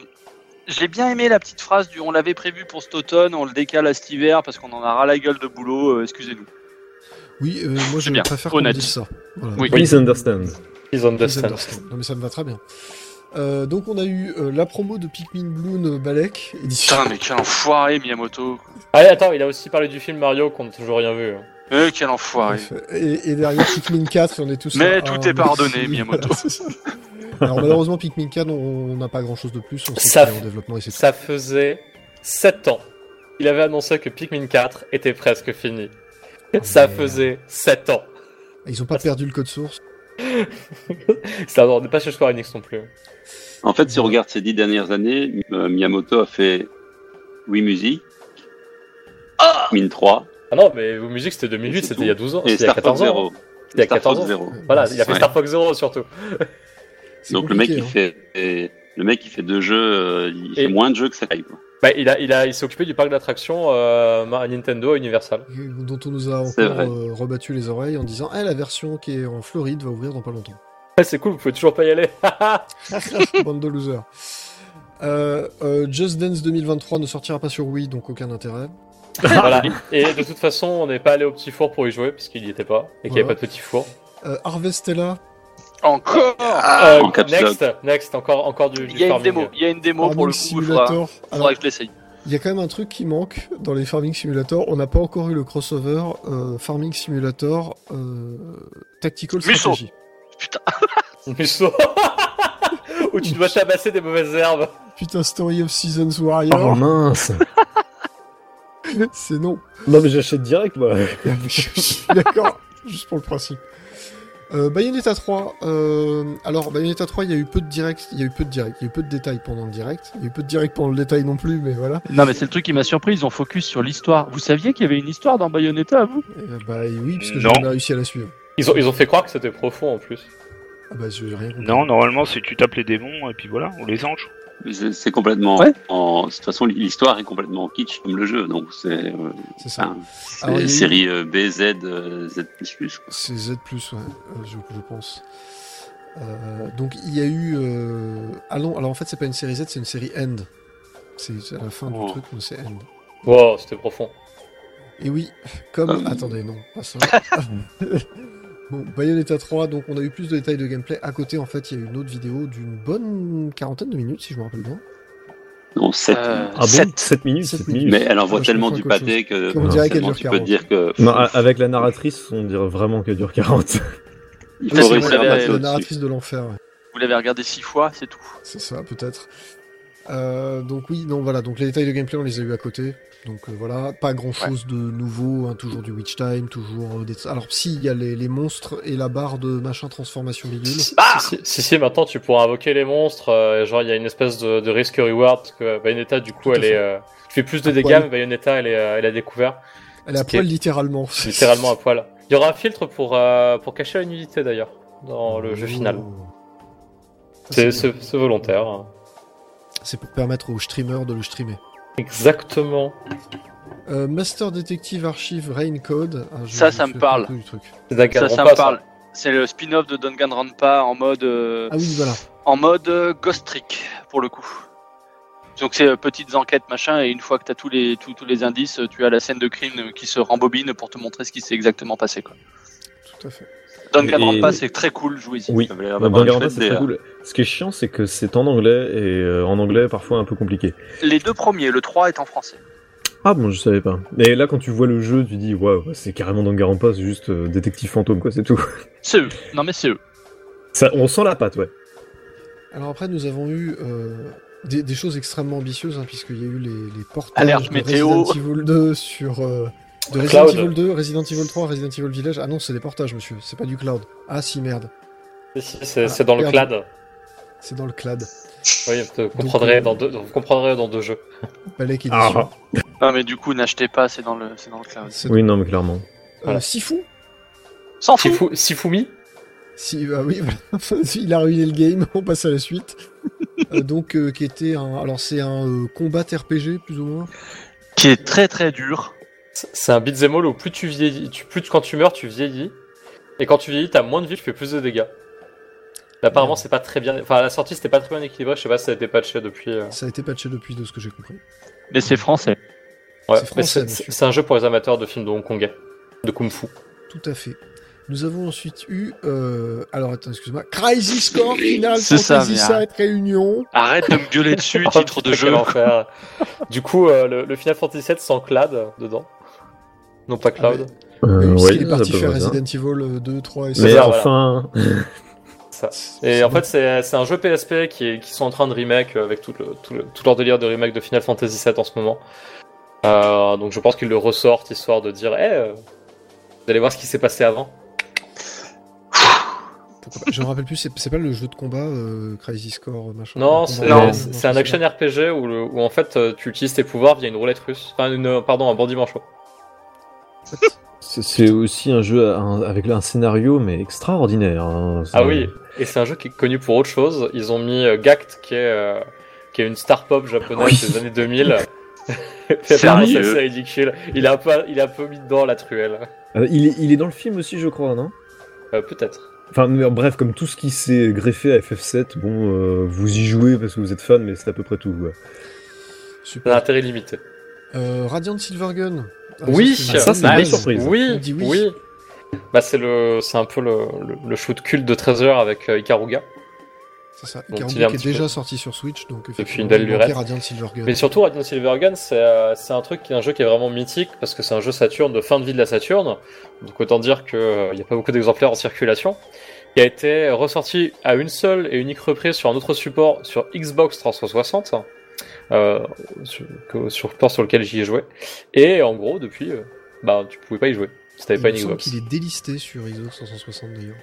E: J'ai bien aimé la petite phrase du on l'avait prévu pour cet automne, on le décale à cet hiver parce qu'on en a ras la gueule de boulot, euh, excusez-nous.
A: Oui, euh, moi je
E: bien,
A: préfère qu'on me
E: honnête.
A: dise ça. Voilà.
E: Oui.
F: Please understand.
B: Ils ont
A: Please understand. Non mais ça me va très bien. Euh, donc on a eu euh, la promo de Pikmin Bloom euh, Balek. édition-
E: Putain, mais quel enfoiré, Miyamoto.
B: Allez, Ah, attends, il a aussi parlé du film Mario qu'on n'a toujours rien vu. hein.
E: Eh, quel enfoiré.
A: Et, et derrière Pikmin 4, on est tous
E: Mais
A: là,
E: tout
A: ah,
E: est pardonné,
A: <laughs> oui,
E: Miyamoto.
A: voilà, c'est ça. Alors malheureusement Pikmin 4, on on n'a pas grand chose de plus, on sait
B: Ça
A: qu'il est en
B: fait-
A: développement et c'est tout.
B: Ça faisait 7 ans. Il avait annoncé que Pikmin 4 était presque fini. Ça
A: Oh, merde.
B: faisait 7 ans.
A: Ah, Ils ont pas perdu le code source.
B: Ça on n'est pas chez Square Enix non plus.
D: En fait, si on regarde ces dix dernières années, euh, Miyamoto a fait Wii Music, Min 3
B: Ah non, mais vos musiques c'était 2008,
D: C'est
B: c'était
D: tout.
B: il y a 12 ans.
D: et
B: C'était il y a
D: Star Fox
B: 14 ans.
D: Zero.
B: Il y a
D: Star
B: 14 ans.
D: Fox Zero.
B: Voilà, il a fait
D: Ouais.
B: Star Fox Zero surtout.
A: C'est
D: Donc le mec,
A: compliqué, hein.
D: il fait, et le mec, il fait deux jeux, euh, il fait moins de jeux que ça. quoi.
B: Bah, il a, il a, il s'est occupé du parc d'attractions euh, à Nintendo et Universal. <laughs>
A: hein, dont on nous a encore
D: C'est vrai.
A: euh, rebattu les oreilles en disant eh, la version qui est en Floride va ouvrir dans pas longtemps.
B: Ouais, C'est cool, vous pouvez toujours pas y aller.
A: Bande de losers. Euh, euh, Just Dance 2023 ne sortira pas sur Wii, donc aucun intérêt.
B: voilà. Et de toute façon, on n'est pas allé au petit four pour y jouer parce qu'il n'y était pas et qu'il n'y avait
A: Voilà.
B: pas de petit four.
A: Euh, Harvestella,
E: Encore
B: Euh,
D: Ah, en caps
B: next, next, encore, encore du, du
E: Il y a une
B: farming.
E: démo, il y a une démo pour
A: Farming
E: le coup, il faudra,
A: Simulator. Alors,
E: faudra que je l'essaye.
A: Il y a quand même un truc qui manque dans les Farming Simulator. On n'a pas encore eu le crossover euh, Farming Simulator euh, Tactical
E: Musso.
A: Strategy.
B: Musso. <laughs> Où tu dois tabasser des mauvaises herbes.
A: Putain, Story of Seasons
F: Oh
A: Warrior,
F: mince
A: <laughs> c'est non.
F: Non mais j'achète direct moi
A: Je suis D'accord, juste pour le principe. Euh, Bayonetta 3. euh, alors, Bayonetta 3, il y a eu peu de directs, il y a eu peu de directs, il y a eu peu de détails pendant le direct. Il y a eu peu de directs pendant le détail non plus, mais voilà.
E: Non, mais c'est le truc qui m'a surpris, ils ont focus sur l'histoire. Vous saviez qu'il y avait une histoire dans Bayonetta, vous
A: Euh, bah oui, parce que j'ai
C: Non.
A: jamais réussi à la suivre.
B: Ils ont, ils ont fait croire que c'était profond en plus.
A: Ah bah, j'ai rien compris.
C: Non, normalement, c'est tu tapes les démons et puis voilà, ou les anges.
D: Je- C'est complètement.
E: Ouais.
D: En... De toute façon, l'histoire est complètement kitsch comme le jeu, donc c'est. euh,
A: C'est ça.
D: enfin, c'est
A: Alors, il y a eu-
D: série euh, BZ, euh, Z. je crois.
A: C'est Z, ouais, euh, je, je pense. Euh, donc, il y a eu. Euh... Allons, alors en fait, c'est pas une série Z, c'est une série End. C'est c'est à la fin
D: Oh.
A: du truc, mais c'est End.
B: Wow, c'était profond.
A: Et oui, comme.
D: Euh.
A: Attendez, non, pas ça. <laughs> bon, Bayonetta 3, donc on a eu plus de détails de gameplay. À côté, en fait, il y a eu une autre vidéo d'une bonne quarantaine de minutes, si je me rappelle bien.
D: Non, 7.
E: Euh,
F: Ah bon
E: Sept.
F: 7 minutes
A: Sept
F: 7
A: minutes.
F: minutes
D: Mais elle
A: Ah,
D: envoie
A: je
D: tellement
A: comprends quelque
D: du pâté que.
A: Comme on
D: non,
A: dirait qu'elle
D: forcément,
A: dure
D: tu peux
A: 40.
D: te dire que.
F: Non,
E: ah,
F: a- avec la narratrice, on dirait vraiment qu'elle dure 40.
D: Il
E: Mais
D: faut
E: c'est
D: réussir
E: vrai, euh,
D: à
E: la-
D: passer
A: la
D: au-dessus.
A: narratrice de l'enfer, ouais.
E: Vous l'avez regardé six fois, c'est tout.
A: c'est ça, peut-être. Euh, donc oui, non, voilà. Donc les détails de gameplay, on les a eu à côté. Donc euh, voilà, pas grand-chose de nouveau. hein, toujours du Witch Time, toujours euh, des. Alors si, il y a les, les monstres et la barre de machin transformation bidule.
E: Bah
B: Si, si, si, si, maintenant tu pourras invoquer les monstres. euh, genre, il y a une espèce de, de risk-reward parce que Bayonetta, du coup,
A: Tout à
B: elle
A: fait.
B: est. euh, tu fais plus de
A: À
B: dégâts,
A: poil.
B: mais Bayonetta, elle est, euh, elle a découvert.
A: <laughs> Elle est à
B: Ok.
A: poil littéralement.
B: Littéralement à poil. Il y aura un filtre pour, euh, pour cacher la nudité d'ailleurs, dans le jeu final.
A: Oh. Ça,
B: C'est
A: bien.
B: c'est- c'est volontaire. hein.
A: C'est pour permettre aux streamers de le streamer.
B: Exactement.
A: Euh, Master Detective Archive Ah, Rain Code. un jeu
E: Ça,
A: où
E: ça
A: tu
E: me
A: as
E: parle.
A: tout du truc.
B: C'est d'un
E: Ça,
B: cadre
E: ça
B: pas,
E: me parle. C'est le spin-off de Danganronpa en mode, euh,
A: Ah oui, voilà.
E: en mode euh, Ghost Trick, pour le coup. Donc c'est euh, petites enquêtes, machin, et une fois que t'as tous les, tous, tous les indices, euh, tu as la scène de crime euh, qui se rembobine pour te montrer ce qui s'est exactement passé. Quoi.
A: Tout à fait.
E: Danganronpa,
F: Et-
E: c'est très cool, jouez-y.
F: Oui,
D: Ça avait l'air
B: Ah bah,
D: d'avoir une
F: Danganronpa
D: chouette
F: c'est très
D: DA.
F: cool.
B: euh,
F: Ce qui est chiant, c'est que c'est en anglais, et euh, en anglais, parfois un peu compliqué.
E: Les deux premiers, le 3 est en français.
F: Ah bon, je savais pas. Et là, quand tu vois le jeu, tu dis, waouh, c'est carrément Danganronpa, c'est juste euh, détective fantôme, quoi, c'est tout. <laughs>
E: C'est eux. Non mais c'est eux.
F: Ça, on sent la patte, ouais.
A: Alors après, nous avons eu euh, des, des choses extrêmement ambitieuses, hein, puisqu'il y a eu les, les portages
E: Alerte
A: de
E: météo.
A: Resident Evil 2 sur... euh, de Resident
B: Cloud.
A: Evil 2, Resident Evil 3, Resident Evil Village. Ah non, c'est des portages, monsieur. C'est pas du cloud. Ah si, merde.
B: C'est- C'est c'est dans le
A: Ah,
B: clad.
A: C'est dans le clad.
B: Oui, vous
A: euh,
B: comprendrez dans deux, vous comprendrez dans deux jeux.
A: Balek Edition.
F: Ah,
E: Non mais du coup, n'achetez pas, c'est dans le, c'est dans le cloud.
A: C'est-
F: oui, non, mais clairement.
A: euh,
B: voilà.
A: Sifu
E: S'en fout.
B: Sifu- Sifumi
A: Si, bah oui, <laughs> voilà. il a ruiné le game, on passe à la suite. Euh, donc, euh, qui était un. Alors, c'est un euh, combat RPG, plus ou moins.
E: Qui est très très dur.
B: C'est c'est un beat'em all où plus tu vieillis, tu, plus tu- quand tu meurs, tu vieillis. Et quand tu vieillis, t'as moins de vie, tu fais plus de dégâts. Et Apparemment, c'est pas très bien. Enfin, à la sortie, c'était pas très bien équilibré. Je sais pas si ça a été patché depuis. euh,
A: Ça a été patché depuis, de ce que j'ai compris.
E: Mais c'est français.
B: Ouais,
A: C'est
B: mais
A: français,
B: c'est-
A: monsieur.
B: c'est c'est un jeu pour les amateurs de films de Hong Kongais, de Kung Fu.
A: Tout à fait. Nous avons ensuite eu. Euh, alors, attends, excuse-moi. Crisis Score Final
E: C'est ça,
A: Fantasy
E: mais,
A: VII Réunion.
E: Arrête de me gueuler <laughs> dessus,
B: Oh,
E: titre de
B: putain, quel
E: jeu.
B: enfer. du coup, euh, le, le Final Fantasy VII sans Cloud euh, dedans. Non pas Cloud.
A: Euh,
F: Euh,
A: puisqu'il
F: ouais,
A: est parti
F: ça peut
A: faire
F: voir ça.
A: Resident Evil euh, 2, 3 et
B: C'est
F: Mais
B: ça,
F: enfin,
B: Et en fait, c'est c'est un jeu PSP qui, est- qui sont en train de remake euh, avec tout, le- tout, le- tout leur délire de remake de Final Fantasy VII en ce moment. Euh, donc je pense qu'ils le ressortent histoire de dire, Eh, euh, vous allez voir ce qui s'est passé avant.
A: Pourquoi pas Je me rappelle plus, c'est c'est pas le jeu de combat euh, Crisis Score, machin.
B: Non,
A: le
B: c'est
A: combat, euh,
B: non, c'est- c'est un
A: ça.
B: action RPG où, le- où en fait euh, tu utilises tes pouvoirs via une roulette russe. Enfin, une, euh, pardon, un bandit manchot.
F: c'est- c'est aussi un jeu à- un- avec un scénario, mais extraordinaire. hein.
B: Ah
F: Ça-
B: oui, et c'est un jeu qui est connu pour autre chose. Ils ont mis euh, Gact, qui est, euh, qui est une star pop japonaise
F: Oui.
B: des années <laughs> 2000. C'est vraiment ça,
D: Sérieux
B: c'est ridicule. Il a, un peu, il a un peu mis dedans la truelle.
F: Euh, il, est- il est dans le film aussi, je crois, non
B: Euh, Peut-être.
F: Enfin, mais, euh, bref, comme tout ce qui s'est greffé à FF7, bon, euh, vous y jouez parce que vous êtes fan, mais c'est à peu près tout. quoi.
B: Un
A: Super.
B: intérêt limité.
A: Euh, Radiant Silvergun. Ah,
B: Oui,
A: c'est
F: Ah, ça, c'est une
A: bonne
F: belle surprise.
B: Oui,
A: On dit
B: oui.
A: oui.
B: Bah, c'est le, c'est un peu le, le, le shoot culte de 13 heures avec euh, Ikaruga.
A: C'est ça.
B: Donc,
A: Ikaruga
B: il est un
A: qui est
B: petit peu-
A: déjà sorti sur Switch, donc
B: une belle
A: effectivement,
B: lurette.
A: manquait Radiant Silvergun.
B: Mais surtout, Radiant Silvergun, c'est euh, c'est un truc qui est un jeu qui est vraiment mythique parce que c'est un jeu Saturn de fin de vie de la Saturn. Donc autant dire qu'il n'y a pas beaucoup d'exemplaires en circulation. Qui a été ressorti à une seule et unique reprise sur un autre support sur Xbox 360. hein, Euh, sur, que- sur le port sur lequel j'y ai joué. Et en gros, depuis, euh, bah, tu pouvais pas y jouer. Si t'avais
A: Il
B: pas
A: me
B: une
A: semble
B: Xbox.
A: qu'il est délisté sur Xbox 360 d'ailleurs.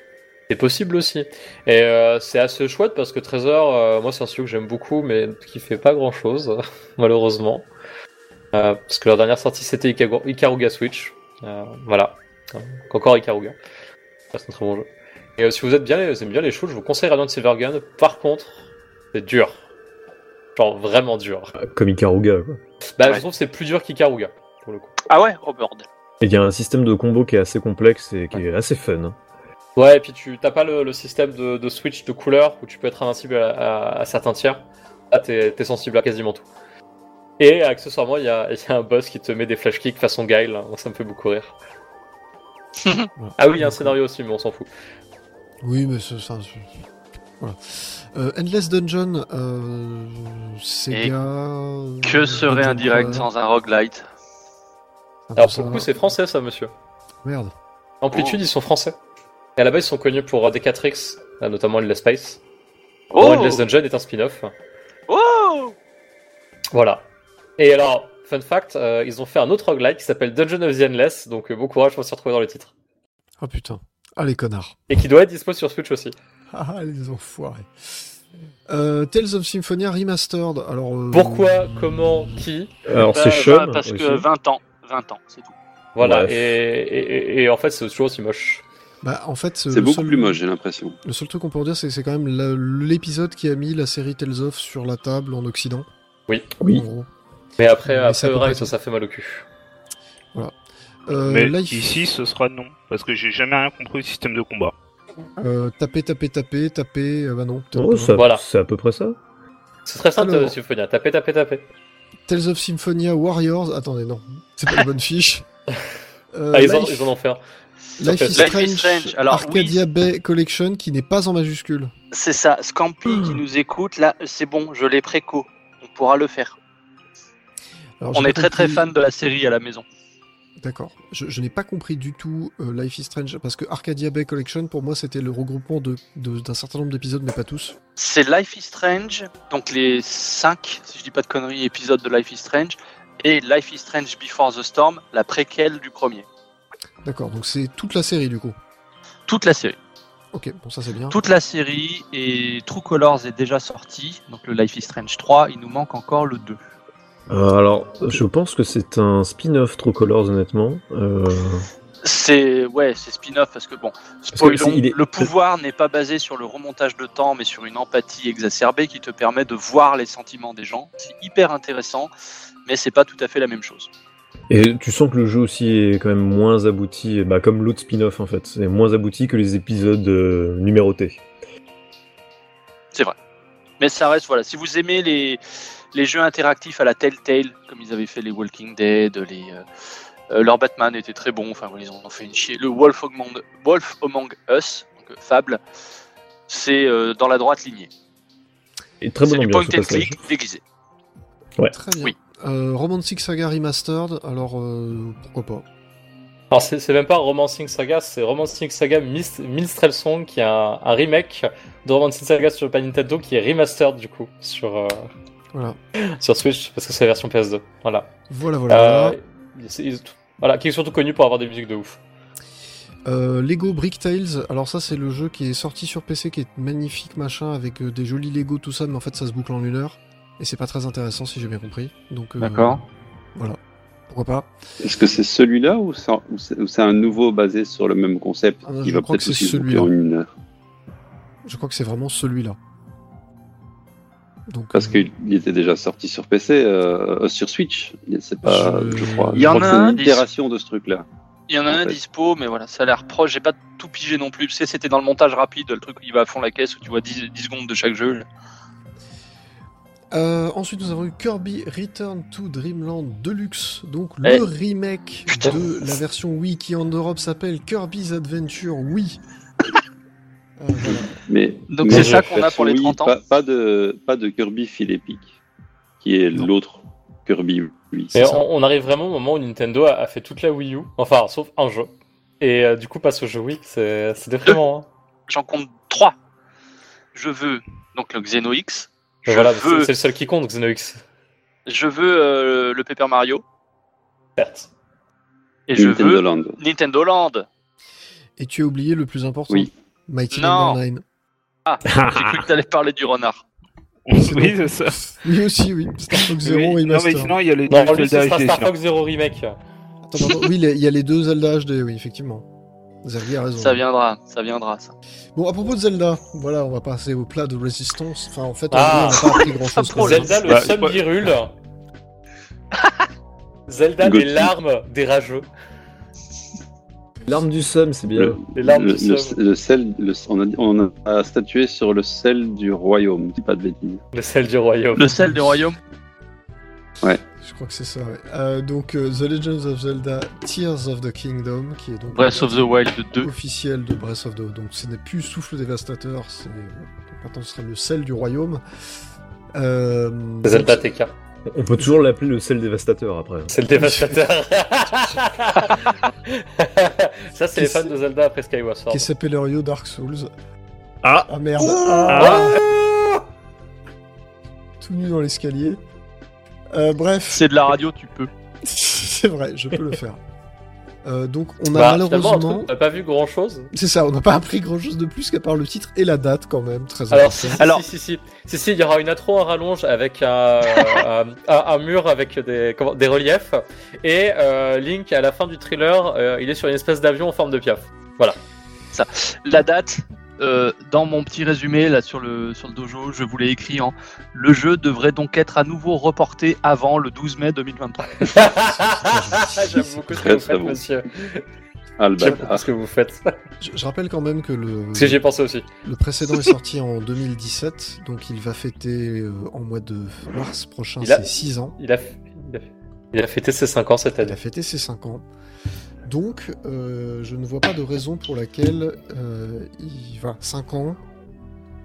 B: C'est possible aussi. Et euh, c'est assez chouette parce que Trésor, euh, moi c'est un studio que j'aime beaucoup, mais qui fait pas grand chose, <laughs> malheureusement. Euh, parce que leur dernière sortie c'était Ikago- Ikaruga Switch. Euh, voilà. Donc, Encore Ikaruga. Ça, C'est un très bon jeu. Et euh, si vous êtes bien, les- vous aimez bien les shoots, je vous conseille Radiant Silvergun. Par contre, c'est dur. Genre vraiment dur.
F: Ah, Comme Ikaruga, quoi.
B: Bah,
E: Ouais.
B: je trouve que c'est plus dur qu'Ikaruga, pour le coup.
E: Ah ouais Oh bordel.
F: Et il y a un système de combo qui est assez complexe et qui est assez fun. hein.
B: Ouais, et puis tu t'as pas le, le système de, de switch de couleur où tu peux être invincible à, à- à certains tiers. Là, t'es t'es sensible à quasiment tout. Et accessoirement, il y a, il y a un boss qui te met des flash kicks façon Guile. hein, Ça me fait beaucoup rire. ah oui, il y a un scénario aussi, mais on s'en fout.
A: Oui, mais c'est ça. c'est- Voilà. Euh, Endless Dungeon, euh, Sega. euh,
E: Que serait
A: Dungeon
E: un direct
A: Crawler,
E: sans un roguelite
A: un peu
B: Alors pour le
A: ça.
B: coup, c'est français ça, monsieur.
A: Merde.
B: Amplitude, ils sont français. Et à la base, ils sont connus pour euh, D4X, euh, notamment Endless Space.
E: Oh
B: Endless Dungeon est un spin-off.
E: Oh
B: Voilà. Et alors, fun fact, euh, ils ont fait un autre roguelike qui s'appelle Dungeon of the Endless, donc euh, bon courage pour s'y retrouver dans le titre.
A: Oh putain. Ah les connards.
B: Et qui doit être dispo sur Switch aussi.
A: Ah ah, les enfoirés. Euh, Tales of Symphonia Remastered. Alors. euh,
B: Pourquoi, comment, qui
F: Alors
E: Bah,
F: c'est
E: bah,
F: Sean.
E: Parce
F: aussi.
E: que 20 ans. 20 ans, c'est tout.
B: Voilà,
F: Bref.
B: et, et- et- et en fait, c'est toujours aussi moche.
A: Bah en fait.
D: C'est beaucoup plus moche, j'ai l'impression.
A: Le seul truc qu'on peut dire, c'est que c'est quand même la- l'épisode qui a mis la série Tales of sur la table en Occident.
F: Oui.
A: En gros.
B: Mais après,
A: Mais
B: après
A: ça peut pas
B: Rise,
A: être-
B: ça, fait mal au cul.
A: Euh,
C: Mais
A: là, il faut-
C: ici, ce sera non, parce que j'ai jamais rien compris au système
A: <laughs>
C: de combat.
A: Euh, taper, taper, taper, taper. euh, bah non. peut-être
F: Oh,
A: pas.
F: ça-
B: Voilà.
F: C'est à peu près ça.
B: C'est très simple,
A: Alors. Euh,
B: euh, Symphonia. Tapez, tapez, tapez.
A: Tales of Symphonia Warriors. Attendez, non. C'est pas la bonne
B: <laughs>
A: fiche. Euh,
B: ah, ils, en,
A: Life-
B: ils en ont fait un.
A: Life is
B: Life
E: is
A: Strange,
E: Strange. Alors,
A: Arcadia Bay Collection qui n'est pas en majuscule.
E: C'est ça. Scampi qui nous écoute, là, c'est bon, je l'ai préco. On pourra le faire.
A: Alors, Oh, j'ai
E: On
A: pas
E: est très très
A: compris-
E: fan de la série à la maison.
A: D'accord. Je, je n'ai pas compris du tout euh, Life is Strange parce que Arcadia Bay Collection pour moi c'était le regroupement de de- d'un certain nombre d'épisodes mais pas tous.
E: C'est Life is Strange, donc les 5, si je dis pas de conneries, épisodes de Life is Strange, et Life is Strange Before the Storm, la préquelle du premier.
A: D'accord. Donc c'est toute la série du coup.
E: Toute la série.
A: Ok. Bon ça c'est bien.
E: Toute la série, et True Colors est déjà sorti, donc le Life is Strange 3, il nous manque encore le 2.
F: Euh, alors je pense que c'est un spin-off True Colors honnêtement. Euh,
E: C'est ouais, c'est spin-off parce que bon,
F: que
E: spoilons,
F: c'est- il est-
E: le pouvoir n'est pas basé sur le remontage de temps, mais sur une empathie exacerbée qui te permet de voir les sentiments des gens. C'est hyper intéressant, mais c'est pas tout à fait la même chose.
F: Et tu sens que le jeu aussi est quand même moins abouti, bah, comme l'autre spin-off en fait. C'est moins abouti que les épisodes euh, numérotés.
E: Mais ça reste voilà, si vous aimez les les jeux interactifs à la Telltale, comme ils avaient fait les Walking Dead, les euh, euh, leur Batman était très bon, enfin ils en ont fait une chier. Le Wolf Among, Wolf Among Us, donc, euh, Fable, c'est euh, dans la droite lignée.
F: Et très
E: c'est
F: bonne
E: du
F: ambiance
E: point
F: au
E: and
F: passage.
E: click déguisé.
A: Très bien.
E: Oui.
A: Euh, Romantic Saga Remastered. Alors euh, pourquoi pas.
B: Alors, c'est c'est même pas Romancing Saga, c'est Romancing Saga Mis- Minstrel Song qui est un, un remake de Romancing Saga sur le Super Nintendo qui est remastered du coup sur, euh,
A: Voilà.
B: sur Switch parce que c'est la version PS2. Voilà.
A: Voilà voilà.
B: Euh, c'est- ils- voilà, qui est surtout connu pour avoir des musiques de ouf.
A: Euh, Lego Brick Tales, alors ça c'est le jeu qui est sorti sur PC, qui est magnifique machin, avec euh, des jolis Lego tout ça, mais en fait ça se boucle en une heure. Et c'est pas très intéressant si j'ai bien compris. Donc euh, Voilà. Pourquoi pas
D: Est-ce que c'est celui-là ou c'est un- ou c'est ou c'est un nouveau basé sur le même concept
A: Ah,
D: qui
A: je
D: va
A: crois que
D: peut-être
A: c'est
D: aussi se boucler
A: celui-là.
D: en une heure
A: Je crois que c'est vraiment celui-là. Donc
D: Parce
A: euh,
D: qu'il était déjà sorti sur PC, euh, euh, sur Switch. C'est pas,
A: Je-
D: je crois.
A: Il
E: y
D: je
E: en
D: crois que
E: a
D: c'est
E: un,
D: une
E: des-
D: itération de ce truc-là.
E: Il y en a
D: En
E: un
D: fait.
E: dispo, mais voilà, ça a l'air proche. J'ai pas tout pigé non plus. Tu sais, c'était dans le montage rapide, le truc où il va à fond la caisse, où tu vois 10, 10 secondes de chaque jeu.
A: Euh, ensuite, nous avons eu Kirby Return to Dreamland Deluxe, donc
B: Eh.
A: le remake
B: Putain.
A: de la version Wii qui en Europe s'appelle Kirby's Adventure
D: <laughs>
A: Wii. Euh, voilà.
D: Mais,
E: Donc
D: mais
E: c'est
D: je
E: ça
D: vais
E: qu'on a
D: faire
E: pour
D: sur
E: les
D: Wii,
E: 30 ans.
D: Pas, pas de, pas de Kirby Fil Epic, qui est l'autre Kirby, lui.
B: Mais
A: ça.
B: on, on arrive vraiment au moment où Nintendo a, a fait toute la Wii U, enfin sauf un jeu. Et euh, du coup passe au jeu Wii, c'est c'est déprimant. hein.
E: J'en compte 3. Je veux donc le Xeno X.
B: Mais
E: Je
B: voilà, c'est
E: veux,
B: c'est le seul qui compte, Xeno X.
E: je veux euh, le Paper Mario.
B: Certes.
E: Et je
D: Nintendo
E: veux
D: Land.
E: Nintendo Land.
A: Et tu as oublié le plus important
D: Oui.
A: Mighty
E: Non.
A: Number 9.
E: Ah, j'ai cru que t'allais parler du renard.
C: oui, c'est ça.
A: Lui aussi, oui. Star Fox Zero
C: Oui, non, mais
A: Remaster.
C: sinon, il y a les
B: Non,
C: deux
B: Bah, lui, ce
C: soldats
B: sera
C: HD.
B: Star
C: sinon.
B: Fox Zero Remake.
A: Attends, attends, oui, les- il y a les deux Zelda HD, oui, effectivement. Xavier a raison.
E: Ça viendra, ça viendra, ça.
A: Bon, à propos de Zelda, voilà, on va passer au plat de résistance. Enfin, en fait, on
B: Ah.
A: n'a pas appris grand chose.
E: Ça prend Oh, là.
B: Zelda, le
C: Bah,
B: seul
C: c'est pas-
B: virule. <laughs> Zelda, des
D: Gothic.
B: larmes des rageux.
F: L'arme du somme, c'est bien.
D: Le-
B: Les larmes
D: Le,
B: du somme.
D: le- le sel, le- on, a, on a statué sur le sel du royaume, dis pas de bêtises.
B: Le sel du royaume.
E: Le sel du royaume.
A: Je crois que c'est ça, ouais. Euh, donc, euh, The Legends of Zelda Tears of the Kingdom, qui est donc
E: Breath of the Wild 2.
A: officiel de Breath of the Donc, ce n'est plus Souffle Dévastateur, c'est. donc, Maintenant, ce sera le sel du royaume. Euh,
B: Zelda TK.
F: On peut toujours l'appeler le sel dévastateur après.
B: C'est le dévastateur. Ça, c'est les fans de Zelda après Skyward Sword.
A: qui s'appelle Rio Dark Souls.
F: Ah
A: Ah merde!
F: Ah.
A: Tout nu dans l'escalier. Euh, bref.
E: C'est de la radio, tu peux.
A: <laughs> C'est vrai, je peux le faire. Euh, donc on a
B: Bah, finalement, un truc, euh,
A: malheureusement,
B: on n'a pas vu grand chose.
A: c'est ça, on n'a pas appris grand chose de plus qu'à part le titre et la date quand même, très
B: Alors, si,
A: important.
B: si,
E: Alors-
B: si, si, si, si, si, il y aura une intro en rallonge avec un, un, un- un mur avec des, comment- des reliefs. Et euh, Link, à la fin du thriller, euh, il est sur une espèce d'avion en forme de piaf.
E: La date, euh, dans mon petit résumé là sur le, sur le dojo, je vous l'ai écrit en Le jeu devrait donc être à nouveau reporté avant le 12 mai 2023.
B: <laughs> J'aime beaucoup ce que
D: Très,
B: vous
D: très
B: faites,
D: bon. Bah,
B: monsieur.
D: Alba.
B: J'aime
D: ah,
B: beaucoup ce que vous faites.
A: Je, je rappelle quand même que le,
B: Parce que j'y ai pensé aussi.
A: le précédent est sorti en <laughs> 2017, donc il va fêter euh, en mois de mars prochain
B: Il a-
A: ses 6 ans.
B: Il a, f- il a- il a fêté ses 5 ans cette
A: Il a
B: année.
A: fêté ses 5 ans. Donc euh, je ne vois pas de raison pour laquelle euh, il va 5 ans.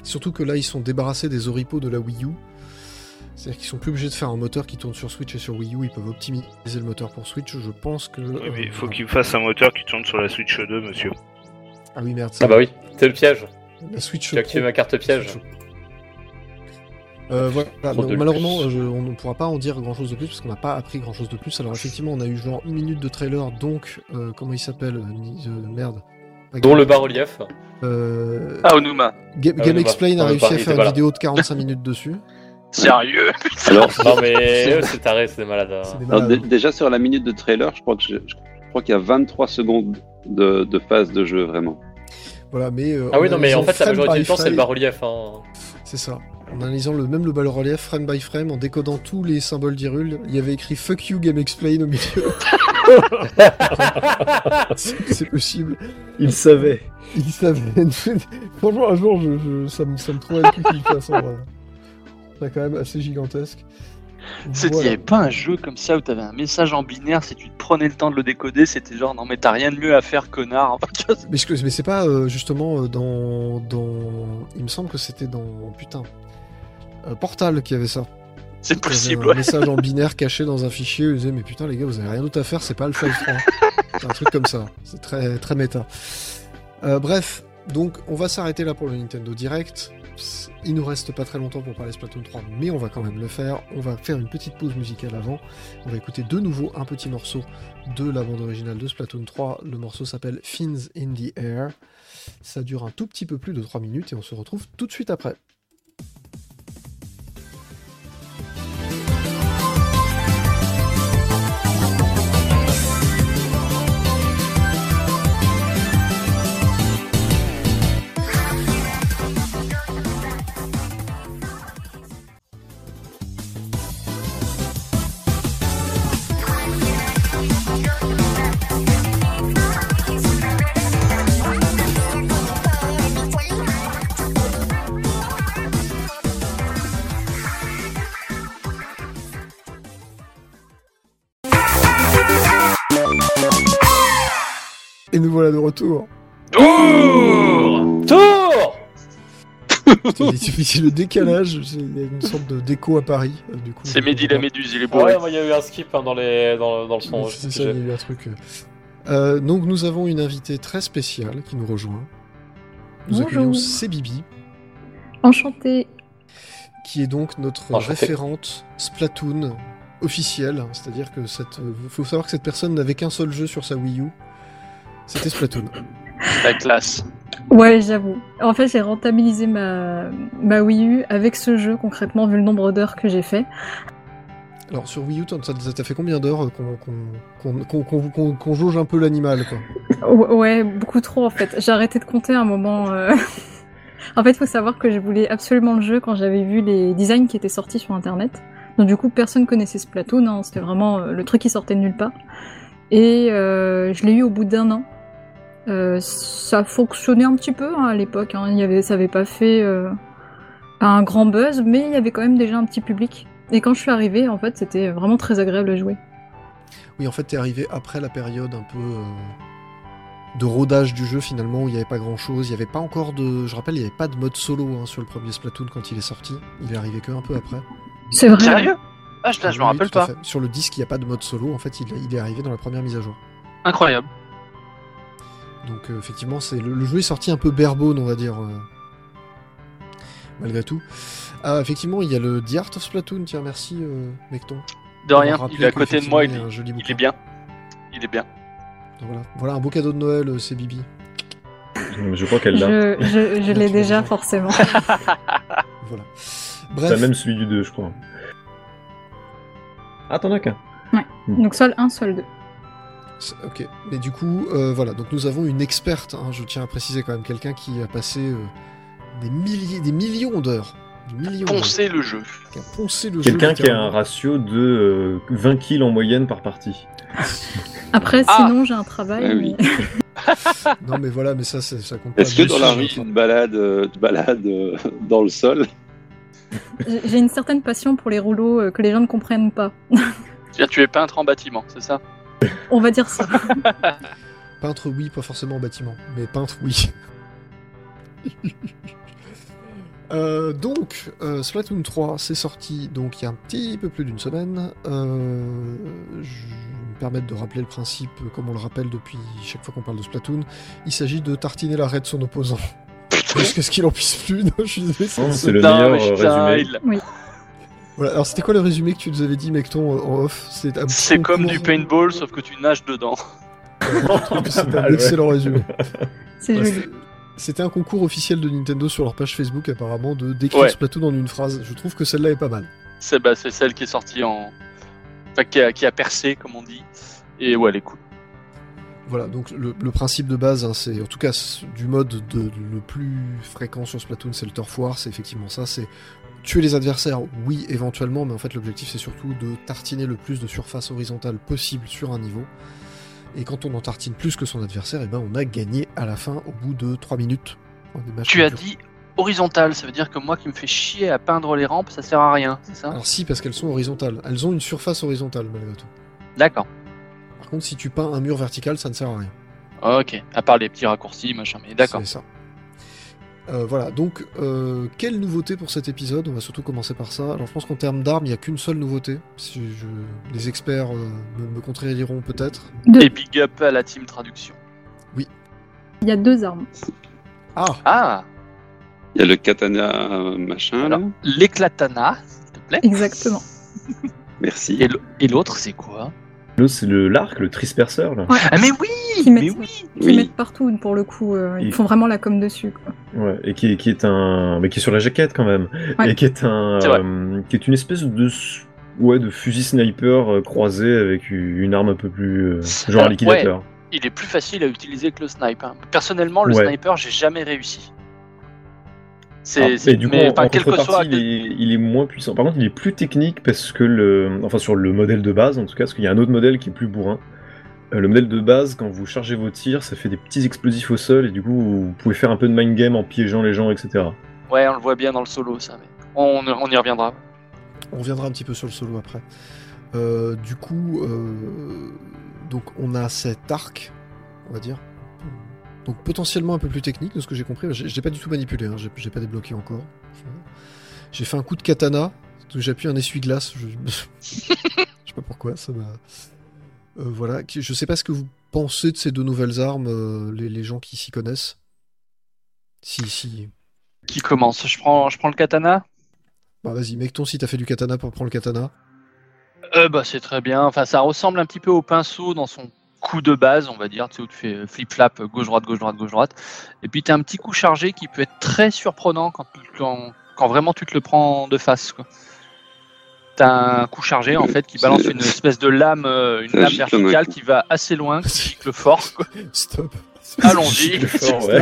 A: Surtout que là ils sont débarrassés des oripeaux de la Wii U. C'est-à-dire qu'ils sont plus obligés de faire un moteur qui tourne sur Switch et sur Wii U, ils peuvent optimiser le moteur pour Switch. Je pense que.
C: Oui, mais il faut
A: euh,
C: qu'il fasse un moteur qui tourne sur la Switch 2, monsieur.
A: Ah oui, merde, ça.
B: Ah bah oui, c'est le piège.
A: La Switch.
B: J'ai activé
A: Pro.
B: ma carte piège.
A: Euh, voilà,
B: Trop
A: donc,
B: de
A: malheureusement, euh,
B: luxe.
A: je- on ne pourra pas en dire grand chose de plus parce qu'on n'a pas appris grand chose de plus. Alors, effectivement, on a eu genre une minute de trailer, donc, euh, comment il s'appelle euh, ni- euh, Merde.
B: Dont le bas-relief.
A: Euh,
E: Ah, Onuma.
A: Ga-
B: Ah,
A: Game
B: on y va.
A: Explain
B: On
A: a
B: y va.
A: réussi
B: Il
A: à
B: était
A: faire
B: pas
A: une
B: là.
A: vidéo de
B: <laughs>
A: 45 minutes dessus.
E: Sérieux
D: Alors,
B: Non
A: <laughs>
B: mais eux, c'est taré, c'est des malades. hein.
A: C'est des
D: alors,
A: malades.
D: dé- déjà sur la minute de trailer, je crois que je, je crois qu'il y a 23 secondes de, de phase de jeu vraiment.
A: Voilà, mais, euh,
B: Ah oui,
A: en
B: non mais en
A: analysant
B: fait, la
A: frame
B: majorité
A: by
B: du temps, c'est
A: frame-
B: le bas-relief. hein.
A: C'est ça. En analysant le même le bas-relief, frame by frame, en décodant tous les symboles d'Irul, il y avait écrit Fuck you Game Explain au milieu.
B: <laughs>
A: C'est c'est possible.
F: Il savait.
A: Il savait. <laughs> Franchement, un jour, je, je- ça, me, ça me trouvait le cul qu'il fasse en vrai. C'est quand même assez gigantesque.
E: C'est qu'il n'y
A: Voilà.
E: avait pas un jeu comme ça où t'avais un message en binaire, si tu te prenais le temps de le décoder, c'était genre non mais t'as rien de mieux à faire connard. <laughs> Enfin, tu vois,
A: Mais, je- mais c'est pas euh, justement euh, dans, dans. Il me semble que c'était dans. Putain. Euh, Portal qui avait ça.
E: C'est
A: Il y avait
E: possible,
A: un
E: ouais.
A: message en binaire caché dans un fichier. Ils disaient, mais putain, les gars, vous avez rien d'autre à faire, c'est pas le 5-3. c'est un truc comme ça. C'est très, très méta. Euh, bref, donc, on va s'arrêter là pour le Nintendo Direct. Il nous reste pas très longtemps pour parler Splatoon 3, mais on va quand même le faire. On va faire une petite pause musicale avant. On va écouter de nouveau un petit morceau de la bande originale de Splatoon 3. Le morceau s'appelle Fins in the Air. Ça dure un tout petit peu plus de 3 minutes et on se retrouve tout de suite après.
G: Thank you.
A: nous voilà de retour.
B: Tour Tour
A: Putain, <laughs> il suffit le décalage, c'est- il y a une sorte de déco à Paris. euh, Du coup,
E: C'est Mehdi la méduse, il est
B: Ah Ouais,
E: bourré.
B: moi, il y a eu un skip hein, dans, les... dans, dans le son.
A: Ouais,
B: je
A: C'est
B: sais
A: ça,
B: plus,
A: il y a eu un truc. euh. Euh, donc nous avons une invitée très spéciale qui nous rejoint. Nous
G: Bonjour.
A: accueillons Cébibi,
G: Enchanté.
A: qui est donc notre
B: Enchantée.
A: référente Splatoon officielle. hein. C'est-à-dire que cette, euh, faut savoir que cette personne n'avait qu'un seul jeu sur sa Wii U. C'était Splatoon.
E: La classe.
G: Ouais, j'avoue. En fait, j'ai rentabilisé ma... ma Wii U avec ce jeu, concrètement, vu le nombre d'heures que j'ai fait.
A: Alors sur Wii U, t'en- ça ça t'a fait combien d'heures euh, qu'on qu'on- qu'on- qu'on- qu'on- qu'on- qu'on jauge un peu l'animal quoi
G: Ou- Ouais, beaucoup trop, en fait. J'ai arrêté de compter à un moment. euh. <laughs> en fait, faut savoir que je voulais absolument le jeu quand j'avais vu les designs qui étaient sortis sur Internet. Donc, du coup, personne connaissait ce plateau, non. C'était vraiment euh, le truc qui sortait de nulle part. Et euh, je l'ai eu au bout d'un an. Euh, ça fonctionnait un petit peu hein, à l'époque. Hein. Il y avait, ça avait pas fait euh, un grand buzz, mais il y avait quand même déjà un petit public. Et quand je suis arrivée, en fait, c'était vraiment très agréable à jouer.
A: Oui, en fait, t'es arrivé après la période un peu euh, de rodage du jeu finalement où il n'y avait pas grand chose. Il n'y avait pas encore de. Je rappelle, il n'y avait pas de mode solo hein, sur le premier Splatoon quand il est sorti. Il est arrivé que un peu après.
G: C'est vrai.
E: Sérieux Ah, je, là, je me
A: Oui,
E: rappelle
A: tout à
E: pas.
A: fait. Sur le disque, il n'y a pas de mode solo. En fait, il, il est arrivé dans la première mise à jour.
E: Incroyable.
A: Donc euh, effectivement, c'est le, le jeu est sorti un peu berbone, on va dire. euh, malgré tout. Ah, effectivement, il y a le The Art of Splatoon. Tiens, merci, euh, Mecton.
E: De rien,
A: Rappelez
E: il est à côté de moi, il,
A: qu'effectivement, y a un joli
E: il
A: bouquin.
E: est bien. Il est bien.
A: Donc Voilà. voilà un beau cadeau de Noël, euh, c'est Bibi.
F: Je crois qu'elle l'a.
G: Je, je, je l'ai
A: Tu
G: déjà
A: l'as.
G: forcément.
A: Voilà.
F: T'as
A: Bref,
F: même celui du 2, je crois. Ah, t'en as qu'un.
G: Donc soit le 1, soit le 2.
A: c'est- ok. Mais du coup, euh, voilà. Donc nous avons une experte. hein, je tiens à préciser quand même quelqu'un qui a passé euh, des milliers, des millions d'heures, des millions d'heures,
E: Poncez le jeu.
A: qui a poncé le
F: Quelqu'un
A: jeu.
F: qui a un
A: littéralement.
F: ratio de euh, 20 kills en moyenne par partie.
G: Après,
E: Ah
G: sinon j'ai un travail.
D: Ah oui.
G: mais-
A: Non mais voilà, mais ça, c'est- ça compte.
D: Est-ce
A: pas.
D: que dans la
A: Ah, Bien
D: rue,
A: sûr,
D: une balade, euh, une balade euh, <laughs> dans le sol
G: <laughs> J'ai- j'ai une certaine passion pour les rouleaux euh, que les gens ne comprennent pas.
E: Tiens, tu es peintre en bâtiment, c'est ça
G: On va dire ça.
A: Peintre, oui, pas forcément en bâtiment, mais peintre, oui.
E: <laughs>
A: Euh, donc, euh, Splatoon 3, c'est sorti donc il y a un petit peu plus d'une semaine. Euh, je vais me permettre de rappeler le principe, euh, comme on le rappelle depuis chaque fois qu'on parle de Splatoon. Il s'agit de tartiner l'arrêt de son opposant. Jusqu'à ce qu'il en puisse plus. Non, je suis désolé, c'est
F: Hein,
A: un
F: c'est
A: seul-
F: le
E: Putain,
F: meilleur
E: mais
F: euh,
E: putain, <laughs>
F: résumé.
E: il-
A: Voilà, alors, c'était quoi le résumé que tu nous avais dit, Mecton, euh, en off C'est un petit
E: C'est comme
A: concours.
E: du paintball, sauf que tu nages dedans. <laughs>
A: C'est
F: Mal,
A: un
F: ouais.
A: excellent résumé.
G: C'est
A: Ouais,
G: joli.
A: c'est- C'était un concours officiel de Nintendo sur leur page Facebook apparemment de décrire
E: Ouais.
A: Splatoon en une phrase. Je trouve que celle-là est pas mal.
E: C'est bah, c'est celle qui est sortie en. Enfin, qui a, qui a percé, comme on dit. Et ouais, elle est cool.
A: Ah, Voilà, donc le, le principe de base, hein, c'est en tout cas c- du mode de, le plus fréquent sur Splatoon, c'est le turf war, c'est effectivement ça, c'est tuer les adversaires, oui éventuellement, mais en fait l'objectif c'est surtout de tartiner le plus de surface horizontale possible sur un niveau. Et quand on en tartine plus que son adversaire, et ben on a gagné à la fin au bout de 3 minutes. Enfin, des matchs
E: Tu as
A: durs.
E: dit horizontal, ça veut dire que moi qui me fais chier à peindre les rampes, ça sert à rien, c'est ça
A: Alors si, parce qu'elles sont horizontales, elles ont une surface horizontale malgré tout.
E: D'accord.
A: Par contre, si tu peins un mur vertical, ça ne sert à rien.
E: Ok, à part les petits raccourcis, machin, mais d'accord.
A: C'est ça. Euh, voilà, donc euh, quelle nouveauté pour cet épisode On va surtout commencer par ça. Alors je pense qu'en termes d'armes, il n'y a qu'une seule nouveauté. Si je- Les experts euh, me, me contrediront peut-être.
G: Deux.
E: Et big up à la team traduction.
G: Il y a deux armes.
A: Ah
E: Ah
D: Il y a le katana euh, machin, là.
E: Alors, l'éclatana, s'il te plaît.
G: Exactement.
D: Merci.
E: Et le- et l'autre, c'est quoi
F: Là, c'est le l'arc, le trisperceur, là.
E: Ah, mais oui
G: Qui
E: Mais
G: mettent,
E: oui
G: qui
D: Oui.
G: mettent partout pour le coup. euh, ils
F: Il-
G: font vraiment la com dessus. quoi.
F: Ouais, et qui, qui est un, mais qui est sur la jaquette quand même,
G: Ouais.
F: et qui est un,
E: C'est vrai.
F: euh, qui est une espèce de, s- ouais, de fusil sniper euh, croisé avec u- une arme un peu plus, euh, genre
E: Alors,
F: liquidateur.
E: Il est plus facile à utiliser que le snipe. hein. Personnellement, le
F: Ouais.
E: sniper, j'ai jamais réussi.
F: Ah,
E: C'est.
F: et du coup, en-
E: enfin,
F: en
E: quel que
F: contrepartie,
E: soit-
F: il, est, il est moins puissant. Par contre, il est plus technique parce que le, enfin sur le modèle de base en tout cas, parce qu'il y a un autre modèle qui est plus bourrin. Euh, Le modèle de base, quand vous chargez vos tirs, ça fait des petits explosifs au sol et du coup, vous pouvez faire un peu de mind game en piégeant les gens, etc.
E: Ouais, on le voit bien dans le solo, ça. Mais on, on y reviendra.
A: On reviendra un petit peu sur le solo après. Euh, du coup, euh, donc on a cet arc, on va dire, Donc potentiellement un peu plus technique de ce que j'ai compris. J'ai j'ai pas du tout manipulé, hein, j'ai j'ai pas débloqué encore. J'ai fait un coup de katana, donc j'ai appuyé un essuie-glace. Je... <laughs> je sais pas pourquoi, ça m'a. Euh, voilà, qui- je sais pas ce que vous pensez de ces deux nouvelles armes, euh, les, les gens qui s'y connaissent. Si, si.
E: Qui commence je prends, je prends le katana
A: Bah vas-y, mec, ton si t'as fait du katana pour prendre le katana.
E: euh, bah, C'est très bien. Enfin, ça ressemble un petit peu au pinceau dans son coup de base, on va dire. Tu sais, où tu fais euh, flip-flap, euh, gauche-droite, gauche-droite, gauche-droite. Et puis, tu as un petit coup chargé qui peut être très surprenant quand, tu- quand, quand vraiment tu te le prends de face. quoi. T'as un coup chargé en fait qui
D: C'est-
E: balance une espèce de lame, euh, une
D: C'est un
E: lame
D: gicle, mec.
E: verticale qui va assez loin, qui gicle fort. quoi.
A: Stop, Ah,
E: Allons-y. <laughs>
F: Le fort, ouais.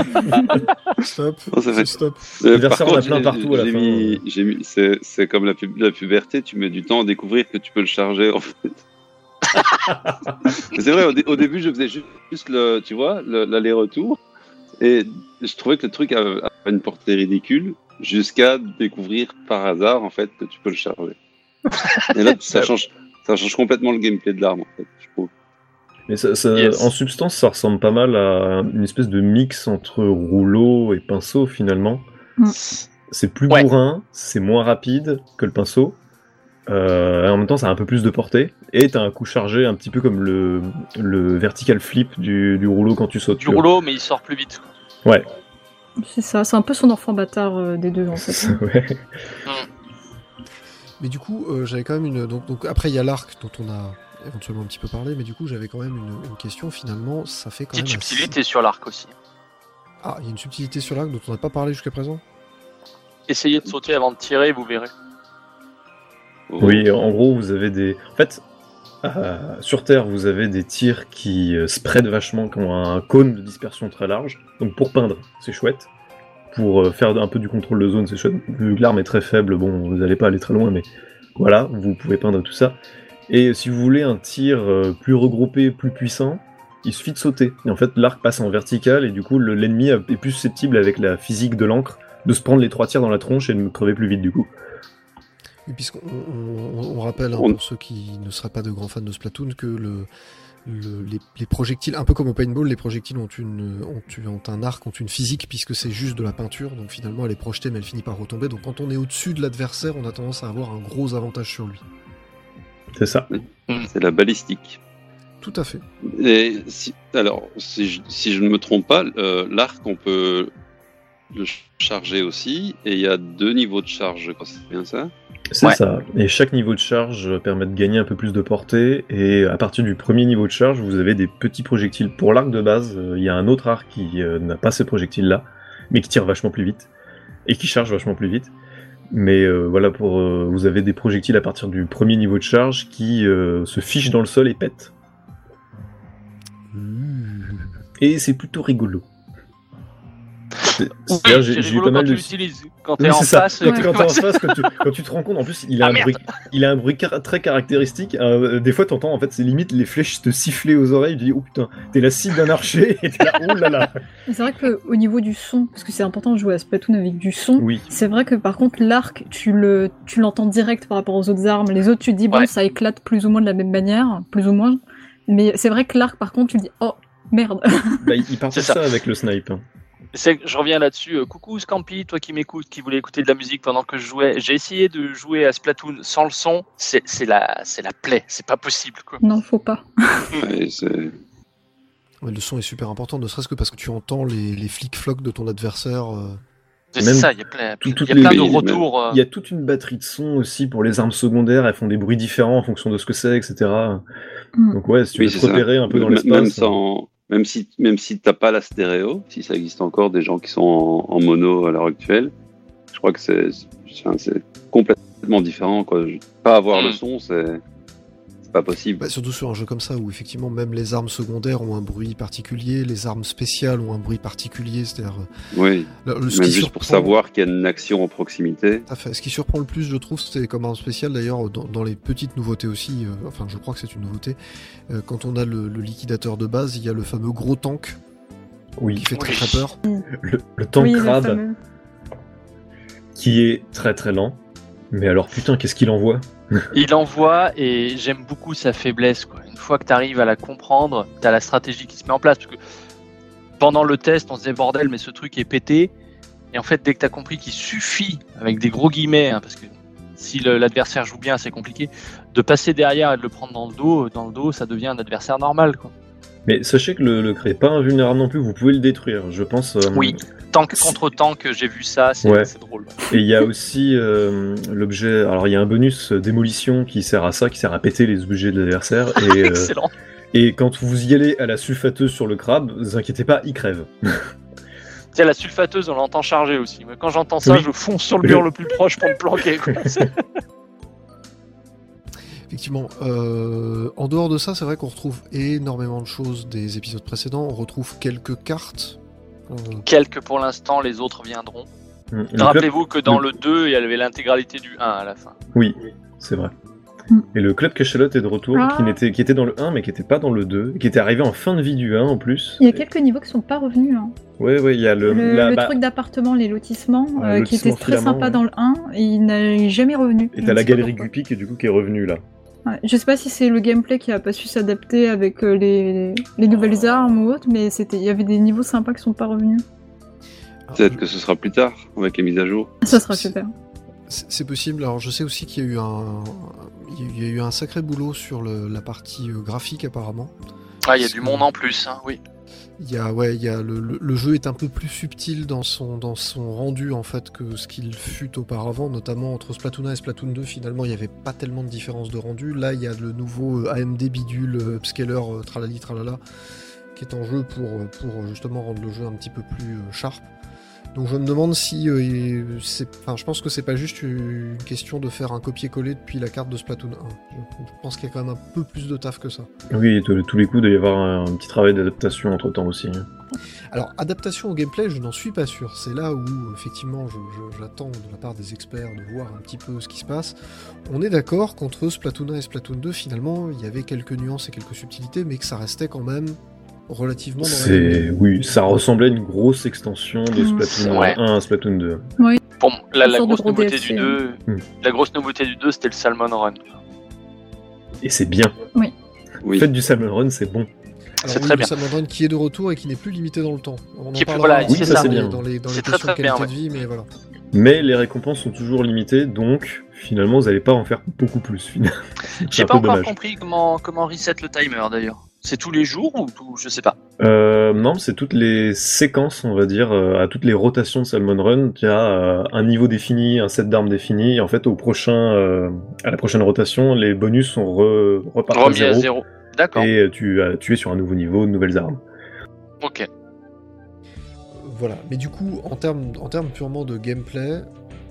A: stop,
D: Non, ça fait-
A: stop.
D: Euh,
F: Les
D: par
F: adversaires, on
D: contre,
F: a plein
D: j'ai-
F: partout à la
D: j'ai
F: fin,
D: mis-
F: ouais.
D: j'ai mis- c'est, c'est comme la, pub- la puberté, tu mets du temps à découvrir que tu peux le charger
F: <laughs>
D: en fait. Mais c'est vrai, au, dé- au début, je faisais ju- juste le, tu vois, le- l'aller-retour et je trouvais que le truc avait, avait une portée ridicule jusqu'à découvrir par hasard en fait que tu peux le charger. Et là,
F: <laughs>
D: ça change, ça change complètement le gameplay de l'arme en fait, je trouve.
F: Mais ça, ça-
E: Yes.
F: en substance, ça ressemble pas mal à une espèce de mix entre rouleau et pinceau finalement.
G: Mm.
F: C'est plus
E: Ouais.
F: bourrin, c'est moins rapide que le pinceau. Euh, et en même temps, ça a un peu plus de portée. Et t'as un coup chargé un petit peu comme le, le vertical flip du, du rouleau quand tu sautes.
E: Du
F: tu vois.
E: rouleau, mais il sort plus vite. quoi.
G: C'est ça, c'est un peu son enfant bâtard euh, des deux en fait.
F: <laughs> Ouais.
A: Mais du coup, euh, j'avais quand même une. Donc, donc après, il y a l'arc dont on a éventuellement un petit peu parlé, mais du coup, j'avais quand même une, une question. Finalement, ça fait quand
E: Petite
A: même. un-
E: subtilité sur l'arc aussi.
A: Ah, il y a une subtilité sur l'arc dont on n'a pas parlé jusqu'à présent.
E: Essayez de sauter avant de tirer, vous verrez.
F: Oui, en gros, vous avez des. En fait, euh, sur Terre, vous avez des tirs qui euh, spread vachement, qui ont un cône de dispersion très large. Donc pour peindre, c'est chouette. Pour euh, faire un peu du contrôle de zone, c'est chouette. Vu que l'arme est très faible, bon, vous n'allez pas aller très loin, mais voilà, vous pouvez peindre tout ça. Et si vous voulez un tir euh, plus regroupé, plus puissant, il suffit de sauter. Et en fait, l'arc passe en vertical, et du coup, le- l'ennemi est plus susceptible, avec la physique de l'encre, de se prendre les trois tirs dans la tronche et de me crever plus vite, du coup.
A: Et puisqu'on on- on- on rappelle, hein,
D: On-
A: pour ceux qui ne seraient pas de grands fans de Splatoon, que le, le- les, les projectiles, un peu comme au paintball, les projectiles ont, une, ont, une- ont un arc, ont une physique, puisque c'est juste de la peinture. Donc finalement, elle est projetée, mais elle finit par retomber. Donc quand on est au-dessus de l'adversaire, on a tendance à avoir un gros avantage sur lui.
F: C'est ça.
D: C'est la balistique.
A: Tout à fait.
D: Et si, alors, si je, si je ne me trompe pas, euh, l'arc, on peut le ch- charger aussi, et il y a deux niveaux de charge, je crois, c'est bien ça
F: C'est
E: Ouais.
F: ça. Et chaque niveau de charge euh, permet de gagner un peu plus de portée. Et euh, à partir du premier niveau de charge, vous avez des petits projectiles. Pour l'arc de base, euh, il y a un autre arc qui euh, n'a pas ces projectiles-là, mais qui tire vachement plus vite et qui charge vachement plus vite. Mais euh, voilà, pour euh, vous avez des projectiles à partir du premier niveau de charge qui euh, se fichent dans le sol et pètent.
D: Mmh.
F: Et c'est plutôt rigolo. C'est- c'est-à-dire, j'ai-
E: c'est
F: j'ai eu
E: rigolo
F: pas mal
E: quand
F: de
E: tu l'utilises. Quand t'es
F: oui,
E: en
F: c'est ça.
E: face,
F: Quand,
E: tu <laughs>
F: quand t'es en
E: vois,
F: face, quand tu, quand tu te rends compte, en plus, il a,
E: Ah,
F: un,
E: merde.
F: bruit, il a un bruit car- très caractéristique. Euh, des fois, t'entends, en fait, c'est limite les flèches te siffler aux oreilles. Tu dis, oh putain, t'es la cible d'un archer. <laughs> Et t'es là, oh là là.
G: Mais C'est vrai que au niveau du son, parce que c'est important de jouer à Splatoon avec du son,
F: Oui.
G: c'est vrai que par contre l'arc, tu le, tu l'entends direct par rapport aux autres armes. Les autres, tu te dis bon,
E: Ouais.
G: ça éclate plus ou moins de la même manière, plus ou moins. Mais c'est vrai que l'arc, par contre, tu te dis oh merde. <laughs>
F: Bah, il part
E: C'est
F: ça.
E: ça.
F: avec le snipe.
E: C'est- Je reviens là-dessus. Euh, Coucou Scampi, toi qui m'écoutes, qui voulais écouter de la musique pendant que je jouais. J'ai essayé de jouer à Splatoon sans le son. C'est c'est la, c'est la plaie. C'est pas possible. Quoi.
G: non, faut pas.
D: Ouais, c'est-
A: Ouais, le son est super important, ne serait-ce que parce que tu entends les, les flics-flocs de ton adversaire. euh,
E: C'est
F: Même
E: ça. Il y a plein,
F: tout-
E: il y a
F: toutes les-
E: plein de
D: les-
E: retours. euh,
F: Il y a toute une batterie de sons aussi pour les armes secondaires. Elles font des bruits différents en fonction de ce que c'est, etc.
G: Mm.
F: Donc, ouais, si tu
D: Oui,
F: veux te
D: c'est ça.
F: repérer un peu dans
D: même, même
F: l'espace. hein.
D: sans- même si, même si t'as pas la stéréo, si ça existe encore des gens qui sont en, en mono à l'heure actuelle, je crois que c'est c'est- enfin, c'est complètement différent. Quoi. Je- Pas avoir le
E: Mm.
D: son, c'est c'est pas possible.
A: Bah, surtout sur un jeu comme ça où effectivement même les armes secondaires ont un bruit particulier, les armes spéciales ont un bruit particulier, c'est-à-dire euh,
D: Oui,
A: le- le- ce
D: même
A: qui
D: juste pour
A: surprend-
D: savoir qu'il y a une action en proximité.
A: Tout à fait. Ce qui surprend le plus, je trouve, c'est comme arme spéciale d'ailleurs dans, dans les petites nouveautés aussi. euh, enfin, je crois que c'est une nouveauté. euh, quand on a le, le liquidateur de base, il y a le fameux gros tank
F: Oui,
A: qui fait très
E: Oui.
A: très peur.
F: le, le tank
G: Oui, le
F: crade
G: fameux.
F: qui est très très lent. Mais alors, putain, qu'est-ce qu'il envoie
E: Il envoie et j'aime beaucoup sa faiblesse. Quoi. Une fois que tu arrives à la comprendre, tu as la stratégie qui se met en place. Parce que pendant le test, on se disait bordel, mais ce truc est pété. Et en fait, dès que t'as compris qu'il suffit, avec des gros guillemets, hein, parce que si le- l'adversaire joue bien, c'est compliqué, de passer derrière et de le prendre dans le dos, euh, dans le dos, ça devient un adversaire normal. Quoi.
F: Mais sachez que le, le crée pas invulnérable non plus, vous pouvez le détruire, je pense. euh,
E: Oui. Tank contre tank, euh, j'ai vu ça, c'est
F: Ouais.
E: c'est drôle.
F: Et il y a aussi euh, l'objet. Alors il y a un bonus euh, démolition qui sert à ça, qui sert à péter les objets de l'adversaire. Et, euh,
E: Excellent.
F: et quand vous y allez à la sulfateuse sur le crabe, vous inquiétez pas, il crève.
E: Tiens, la sulfateuse, on l'entend charger aussi. Moi, quand j'entends ça,
F: Oui.
E: je fonce sur le mur le plus proche pour me planquer.
F: <laughs>
E: quoi. C'est-
A: Effectivement, euh, en dehors de ça, c'est vrai qu'on retrouve énormément de choses des épisodes précédents. On retrouve quelques cartes. Euh,
E: Quelques pour l'instant, les autres viendront.
F: Mm. Le club-
E: Rappelez-vous que dans le 2, il y avait l'intégralité du 1 à la fin.
F: Oui, c'est vrai.
G: Mm.
F: Et le club Cachalotte est de retour,
G: Ah.
F: qui, n'était- qui était dans le 1 mais qui n'était pas dans le 2, qui était arrivé en fin de vie du 1 en plus.
G: Il y a quelques niveaux qui sont pas revenus. hein.
F: Ouais, ouais, il y a le.
G: Le,
F: la-
G: le
F: bah,
G: truc d'appartement, les lotissements,
F: Ouais,
G: euh, qui
F: lotissement
G: était très
F: filament,
G: sympa
F: ouais.
G: dans le 1, et il n'est jamais revenu.
F: Et t'as
G: Je ne
F: la
G: sais pas
F: galerie
G: pourquoi.
F: Guppy qui du coup qui est revenue là.
G: Ouais, Je sais pas si c'est le gameplay qui a pas su s'adapter avec euh, les, les
F: Oh.
G: nouvelles armes ou autre, mais c'était il y avait des niveaux sympas qui sont pas revenus.
A: alors,
D: Peut-être que ce sera plus tard, avec les mises à jour.
G: Ça sera super.
A: C'est c'est possible. Alors, je sais aussi qu'il y a eu un, il y a eu un sacré boulot sur le- la partie euh, graphique apparemment.
E: Ah, il y a du monde en plus, hein, oui.
A: Il y a, ouais, il y a le, le- le jeu est un peu plus subtil dans son, dans son rendu en fait que ce qu'il fut auparavant, notamment entre Splatoon 1 et Splatoon 2. Finalement, il n'y avait pas tellement de différence de rendu. Là, il y a le nouveau euh, AMD bidule euh, upscaler euh, tralali tralala qui est en jeu pour, euh, pour euh, justement rendre le jeu un petit peu plus euh, sharp. Donc je me demande si euh, il- c'est, enfin, je pense que c'est pas juste une question de faire un copier-coller depuis la carte de Splatoon 1. Je- je pense qu'il y a quand même un peu plus de taf que ça.
F: Oui, et tous tous les coups, il doit y avoir un, un petit travail d'adaptation entre temps aussi. hein.
A: Alors, adaptation au gameplay, je n'en suis pas sûr. C'est là où, euh, effectivement, je- je- j'attends de la part des experts de voir un petit peu ce qui se passe. On est d'accord qu'entre Splatoon 1 et Splatoon 2, finalement, il y avait quelques nuances et quelques subtilités, mais que ça restait quand même relativement dans la
F: C'est
A: lignée.
F: oui, ça ressemblait à une grosse extension de
E: Mmh,
G: Mm.
F: Splatoon
E: Ouais.
F: 1 à Splatoon 2.
E: Pour m- la,
G: Une
E: la
G: sorte de
E: grosse
G: gros
E: nouveauté
G: DLC,
E: du 2,
F: hein.
E: la grosse nouveauté du 2, c'était le Salmon Run.
F: Et c'est bien.
D: Oui.
F: Faites du salmon run, c'est bon.
A: Alors
E: c'est
A: oui,
E: très
A: le
E: bien.
A: Salmon Run qui est de retour et qui n'est plus limité dans le temps. On en
E: Qui est plus-
A: parlera
E: voilà,
A: aussi
F: oui, ça,
A: dans
F: c'est
A: les-
F: bien.
A: dans les, dans les
E: C'est très,
A: questions de
E: très bien,
A: qualité de vie, mais voilà.
F: Mais les récompenses sont toujours limitées, donc finalement vous n'allez pas en faire beaucoup plus. <laughs> finalement. C'est
E: J'ai
F: un
E: pas
F: peu
E: encore
F: dommage.
E: compris comment, comment reset le timer d'ailleurs. C'est tous les jours ou tout, je sais pas.
F: Euh, non, c'est toutes les séquences, on va dire, euh, à toutes les rotations de Salmon Run, il y a euh, un niveau défini, un set d'armes défini, et en fait au prochain, euh, à la prochaine rotation, les bonus sont re- repartis
E: Remis
F: à
E: à
F: zéro,
E: zéro. D'accord,
F: et euh, tu, as- tu es sur un nouveau niveau, de nouvelles armes.
E: ok.
A: Voilà, mais du coup, en termes en termes purement de gameplay,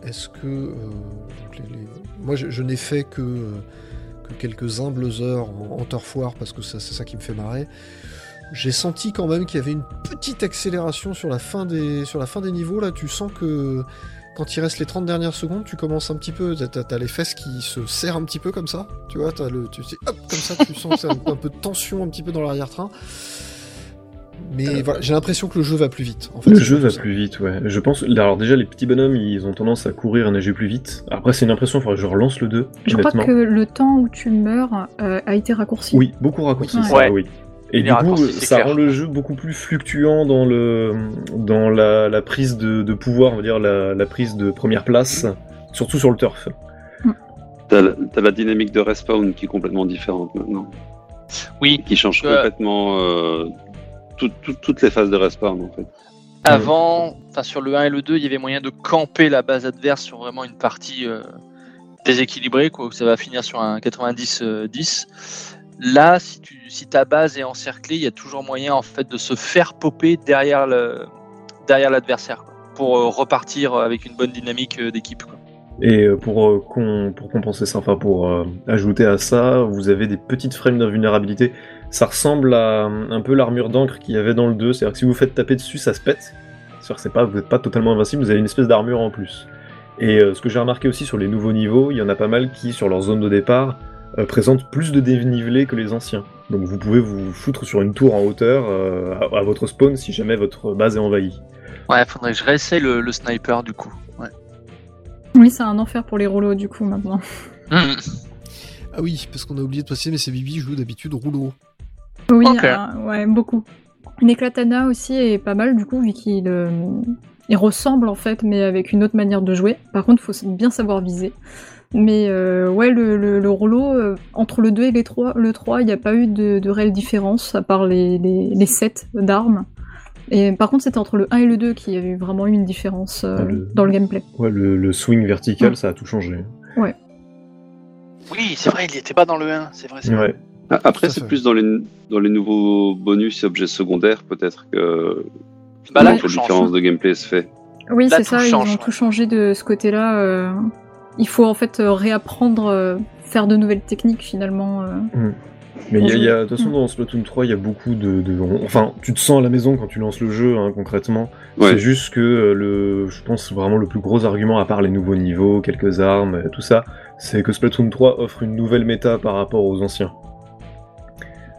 A: est-ce que. euh, donc les- les- Moi, je, je n'ai fait que, euh, que quelques humbles heures en, en turfoire parce que ça- c'est ça qui me fait marrer. J'ai senti quand même qu'il y avait une petite accélération sur la fin des, sur la fin des niveaux. Là, tu sens que quand il reste les 30 dernières secondes, tu commences un petit peu. T'as- T'as t'as les fesses qui se serrent un petit peu comme ça. Tu vois, t'as le, tu, tu- hop, comme ça, tu sens que c'est un, un peu de tension un petit peu dans l'arrière-train. Mais voilà, j'ai l'impression que le jeu va plus vite. En fait,
F: Euh, Le
A: C'est
F: jeu
A: pour
F: va
A: ça.
F: plus vite, ouais. Je pense. Alors déjà, les petits bonhommes, ils ont tendance à courir et nager plus vite. Après, c'est une impression. Faudrait que je relance le 2,
G: Je crois
F: honnêtement.
G: que le temps où tu meurs euh, a été raccourci.
F: Oui, beaucoup raccourci.
G: Ouais.
F: ça,
E: Ouais.
F: oui. Et
E: Il
F: du
E: est
F: coup,
E: raccourci, c'est
F: ça
E: clair.
F: rend le jeu beaucoup plus fluctuant dans le dans la, la prise de, de pouvoir, on va dire la, la prise de première place, surtout sur le turf.
D: T'as la- t'as la dynamique de respawn qui est complètement différente maintenant,
E: Oui,
D: qui change
E: Ouais.
D: complètement euh, tout- tout- toutes les phases de respawn en fait.
E: avant, enfin sur le 1 et le 2, il y avait moyen de camper la base adverse sur vraiment une partie euh, déséquilibrée, quoi, où ça va finir sur un 90-10. Là, si, tu, si ta base est encerclée, il y a toujours moyen en fait de se faire popper derrière le derrière l'adversaire quoi, pour euh, repartir avec une bonne dynamique euh, d'équipe. quoi.
F: Et euh, pour, euh, com- pour compenser ça, enfin pour euh, ajouter à ça, vous avez des petites frames d'invulnérabilité. Ça ressemble à euh, un peu l'armure d'encre qu'il y avait dans le 2, c'est-à-dire que si vous vous faites taper dessus, ça se pète. C'est-à-dire que c'est pas, vous n'êtes pas totalement invincible, vous avez une espèce d'armure en plus. Et euh, ce que j'ai remarqué aussi sur les nouveaux niveaux, il y en a pas mal qui, sur leur zone de départ, euh, présentent plus de dénivelé que les anciens. Donc vous pouvez vous foutre sur une tour en hauteur euh, à- à votre spawn si jamais votre base est envahie.
E: Ouais, faudrait que je réessaye le, le sniper du coup. Ouais.
G: Oui, c'est un enfer pour les rouleaux du coup maintenant.
E: Mmh.
A: Ah oui, parce qu'on a oublié de préciser, mais c'est Bibi joue d'habitude rouleau.
G: Oui,
E: Ok.
G: euh, ouais, beaucoup. Neklatana aussi est pas mal du coup vu qu'il euh, il ressemble en fait mais avec une autre manière de jouer. Par contre faut bien savoir viser. Mais euh, ouais le, le, le rouleau euh, entre le 2 et les 3, le 3 il n'y a pas eu de, de réelle différence à part les, les, les sets d'armes. Et par contre c'était entre le 1 et le 2 qu'il y avait vraiment eu une différence euh,
F: Ah, le-
G: dans le gameplay.
F: Ouais, le, le swing vertical, ça a tout changé.
E: Oui, c'est vrai, il n'y était pas dans le 1, c'est vrai. c'est vrai.
F: Ouais.
D: Ah, Après,
A: Tout à
D: c'est
A: fait.
D: plus dans les, dans les nouveaux bonus et objets secondaires, peut-être que
E: Bah là,
D: que
E: tout
D: la
E: change.
D: différence de gameplay se fait.
G: Oui,
E: Là,
G: c'est
E: tout
G: ça,
E: change,
G: ils ont
E: ouais.
G: tout changé de ce côté-là. euh, Il faut en fait euh, réapprendre, euh, faire de nouvelles techniques finalement. euh.
F: Mm. Mais il y a- il y a- de toute façon,
G: Mm.
F: dans Splatoon 3, il y a beaucoup de, de- on- Enfin, tu te sens à la maison quand tu lances le jeu, hein, concrètement.
D: Ouais.
F: C'est juste que euh, le, je pense vraiment le plus gros argument, à part les nouveaux niveaux, quelques armes, euh, tout ça, c'est que Splatoon 3 offre une nouvelle méta par rapport aux anciens.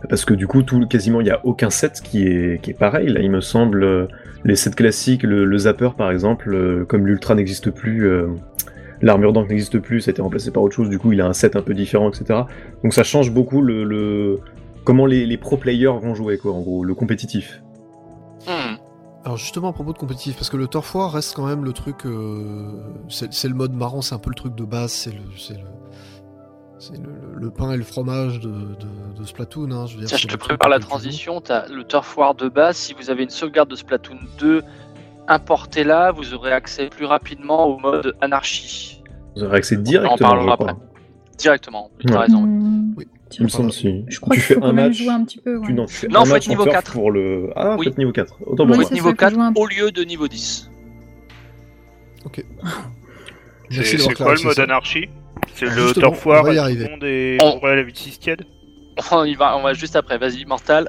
F: Parce que du coup, tout, quasiment, il n'y a aucun set qui est, qui est pareil. Là, il me semble, euh, les sets classiques, le, le zapper par exemple, euh, comme l'ultra n'existe plus, euh, l'armure d'encre n'existe plus, ça a été remplacé par autre chose, du coup, il a un set un peu différent, etc. Donc ça change beaucoup le, le- comment les, les pro players vont jouer, quoi, en gros, le compétitif.
E: Hmm.
A: Alors justement à propos de compétitif, parce que le Turf War reste quand même le truc, euh, c'est c'est le mode marrant, c'est un peu le truc de base, c'est le, c'est le, c'est le- le pain et le fromage de, de, de Splatoon. Hein, je veux dire,
E: Tiens, je
A: c'est
E: te
A: le truc
E: prépare la
A: que tu joues.
E: transition. T'as le turf war de base. Si vous avez une sauvegarde de Splatoon 2, importez-la. Vous aurez accès plus rapidement au mode anarchie.
F: Vous aurez accès
E: On en
F: directement,
E: parlera
F: je crois.
E: après. Directement.
F: Ouais.
E: T'as raison.
G: Hmm,
A: Oui.
F: Il me
A: Voilà.
F: semble si.
G: Je crois
F: tu
G: qu'il faut
F: fais
G: quand
F: un
G: même
F: match.
G: jouer un petit peu. ouais.
F: Tu, non, tu fais
E: Non,
F: un
E: faut
F: match
E: être
F: en
E: niveau
F: turf
E: 4.
F: pour le. Ah,
E: Oui.
F: faut être niveau 4. Autant pour
G: Ouais,
E: Faut
F: moi.
E: être
G: c'est
E: niveau
G: ça, faut
E: 4
G: jouer un-
E: au lieu de niveau 10.
C: C'est
A: Merci
C: c'est
A: d'avoir
C: quoi le
A: clarifié
C: mode
A: ça.
C: anarchie C'est
A: Ah,
C: le
A: justement,
C: Turf War,
A: on va y
C: tout
A: arriver.
C: le monde est
B: Oh.
E: On-
C: bourré à la 8 Kid
E: <laughs> On y va, on va juste après. Vas-y, mental.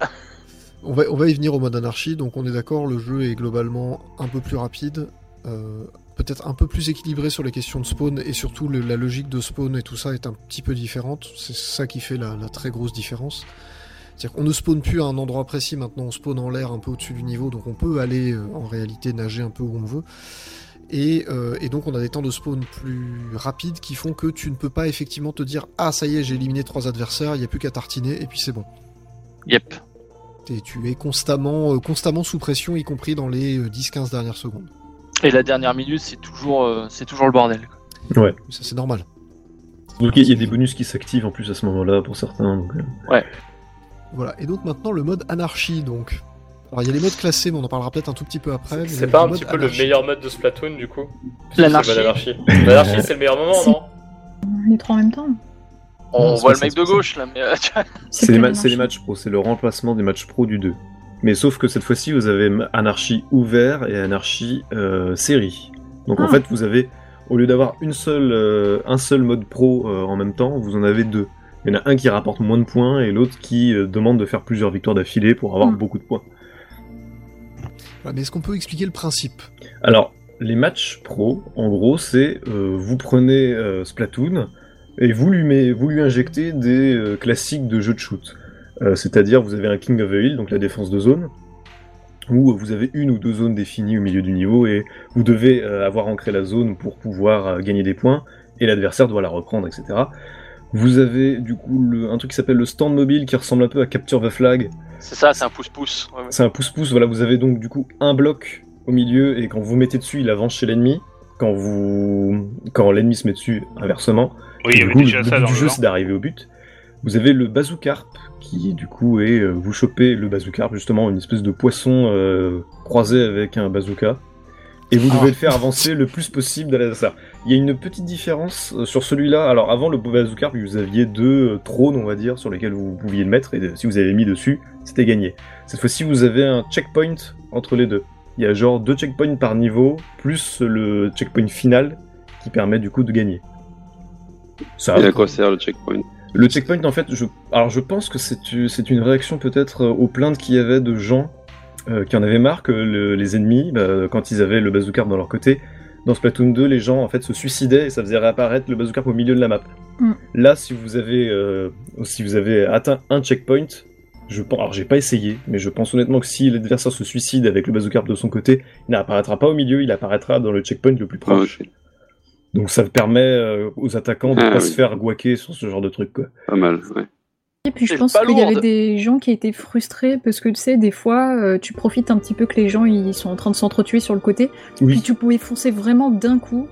A: On va, on va y venir au mode anarchie, donc on est d'accord, le jeu est globalement un peu plus rapide, euh, peut-être un peu plus équilibré sur les questions de spawn, et surtout le- la logique de spawn et tout ça est un petit peu différente, c'est ça qui fait la, la très grosse différence. C'est-à-dire qu'on ne spawn plus à un endroit précis, maintenant on spawn en l'air un peu au-dessus du niveau, donc on peut aller euh, en réalité nager un peu où on veut. Et, euh, et donc on a des temps de spawn plus rapides qui font que tu ne peux pas effectivement te dire Ah ça y est j'ai éliminé trois adversaires, il n'y a plus qu'à tartiner et puis c'est bon.
E: Yep.
A: Et tu es constamment, euh, constamment sous pression, y compris dans les euh, 10-15 dernières secondes.
E: Et la dernière minute, c'est toujours, euh, c'est toujours le bordel.
A: Ça, c'est normal.
F: Donc il y a des bonus qui s'activent en plus à ce moment-là pour certains. donc, euh,
A: Voilà. Et donc maintenant, le mode anarchie, donc. Alors, il y a les modes classés, mais on en parlera peut-être un tout petit peu après. mais
B: C'est
A: le
B: pas un
A: mode
B: petit peu le
A: anarchie-
B: meilleur mode de Splatoon du coup
E: L'anarchie.
B: C'est le mode anarchie. L'anarchie, c'est le meilleur moment,
G: Si.
B: non
G: Les trois en même temps.
E: On
F: Non, c'est
E: voit
F: pas
E: le mec
F: ça,
E: de
F: c'est pas
E: gauche là, mais euh, <laughs> tu vois,
F: C'est les,
G: quelle
F: ma- c'est les
G: anarchie
F: matchs pro, c'est le remplacement des matchs pro du 2. Mais sauf que cette fois-ci, vous avez m- anarchie ouvert et anarchie euh, série. Donc en
G: Ah.
F: fait, vous avez, au lieu d'avoir une seule, euh, un seul mode pro euh, en même temps, vous en avez deux. Il y en a un qui rapporte moins de points et l'autre qui euh, demande de faire plusieurs victoires d'affilée pour avoir
G: Mm.
F: beaucoup de points.
A: Voilà, mais est-ce qu'on peut expliquer le principe
F: Alors, les matchs pro, en gros, c'est euh, vous prenez euh, Splatoon et vous lui, met- vous lui injectez des euh, classiques de jeux de shoot. Euh, C'est-à-dire, vous avez un King of the Hill, donc la défense de zone, où vous avez une ou deux zones définies au milieu du niveau et vous devez euh, avoir ancré la zone pour pouvoir euh, gagner des points et l'adversaire doit la reprendre, etc. Vous avez du coup le- un truc qui s'appelle le stand mobile qui ressemble un peu à Capture the Flag,
E: c'est ça, c'est un pouce-pouce. Ouais, ouais.
F: c'est un pouce-pouce, voilà, vous avez donc du coup un bloc au milieu et quand vous mettez dessus, il avance chez l'ennemi. Quand vous, quand l'ennemi se met dessus, inversement.
C: Oui, il y
F: Et du
C: avait
F: coup, le,
C: déjà
F: le
C: ça
F: but
C: dans
F: du
C: le
F: jeu,
C: jeu.
F: c'est d'arriver au but. Vous avez le bazookarp qui du coup est, euh, vous chopez le bazookarp justement, une espèce de poisson euh, croisé avec un bazooka. Et vous devez
A: Ah.
F: le faire avancer le plus possible de l'adversaire. Il y a une petite différence euh, sur celui-là. Alors avant le bazookarp, vous aviez deux euh, trônes, on va dire, sur lesquels vous pouviez le mettre. Et euh, si vous avez mis dessus, c'était gagné. Cette fois-ci, vous avez un checkpoint entre les deux. Il y a genre deux checkpoints par niveau, plus le checkpoint final qui permet du coup de gagner. Ça,
D: Et à quoi sert le checkpoint
F: le checkpoint, en fait, je, alors je pense que c'est u- c'est une réaction peut-être euh, aux plaintes qu'il y avait de gens euh, qui en avaient marre que le- les ennemis, bah, quand ils avaient le bazooka dans leur côté, dans Splatoon 2, les gens en fait se suicidaient et ça faisait réapparaître le bazooka au milieu de la map.
G: Mm.
F: Là, si vous avez, euh, si vous avez atteint un checkpoint, je pense, alors j'ai pas essayé, mais je pense honnêtement que si l'adversaire se suicide avec le bazooka de son côté, il n'apparaîtra pas au milieu, il apparaîtra dans le checkpoint le plus proche.
D: Ah, ok.
F: Donc ça permet euh, aux attaquants de
D: Ah,
F: pas
D: oui.
F: se faire guaquer sur ce genre de truc. Quoi.
D: Pas mal, ouais.
G: Et puis je
E: Elle est
G: pense
E: pas
G: qu'il y avait
E: lourde.
G: des gens qui étaient frustrés parce que tu sais, des fois, euh, tu profites un petit peu que les gens ils sont en train de s'entretuer sur le côté.
F: Oui.
G: Puis tu pouvais foncer vraiment d'un coup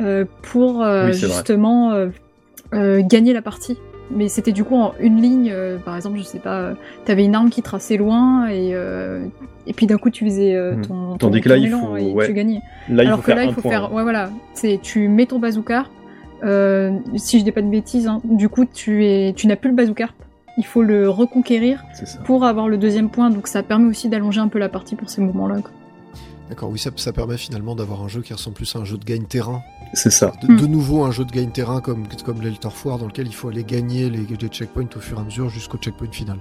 G: euh, pour euh,
F: Oui, c'est vrai.
G: justement euh, euh, gagner la partie. Mais c'était du coup en une ligne, euh, par exemple, je sais pas, euh, t'avais une arme qui traçait loin et, euh, et puis d'un coup tu faisais euh,
F: Hmm.
G: ton, ton,
F: Tandis que
G: ton
F: là, il
G: élan
F: faut-
G: et
F: ouais.
G: tu gagnais.
F: Là, il
G: Alors
F: faut
G: que
F: faire
G: là,
F: un
G: il faut
F: point.
G: faire. Ouais, voilà. C'est tu mets ton bazooka. euh, si je dis pas de bêtises, hein, du coup, tu es, tu n'as plus le bazooka. Il faut le reconquérir
F: C'est ça.
G: pour avoir le deuxième point. Donc ça permet aussi d'allonger un peu la partie pour ces moments-là. quoi.
A: D'accord, oui, ça, ça permet finalement d'avoir un jeu qui ressemble plus à un jeu de gagne-terrain.
F: C'est ça.
A: De,
G: Hmm.
A: de nouveau, un jeu de gagne-terrain comme, comme l'Elterfoire, dans lequel il faut aller gagner les, les checkpoints au fur et à mesure jusqu'au checkpoint final.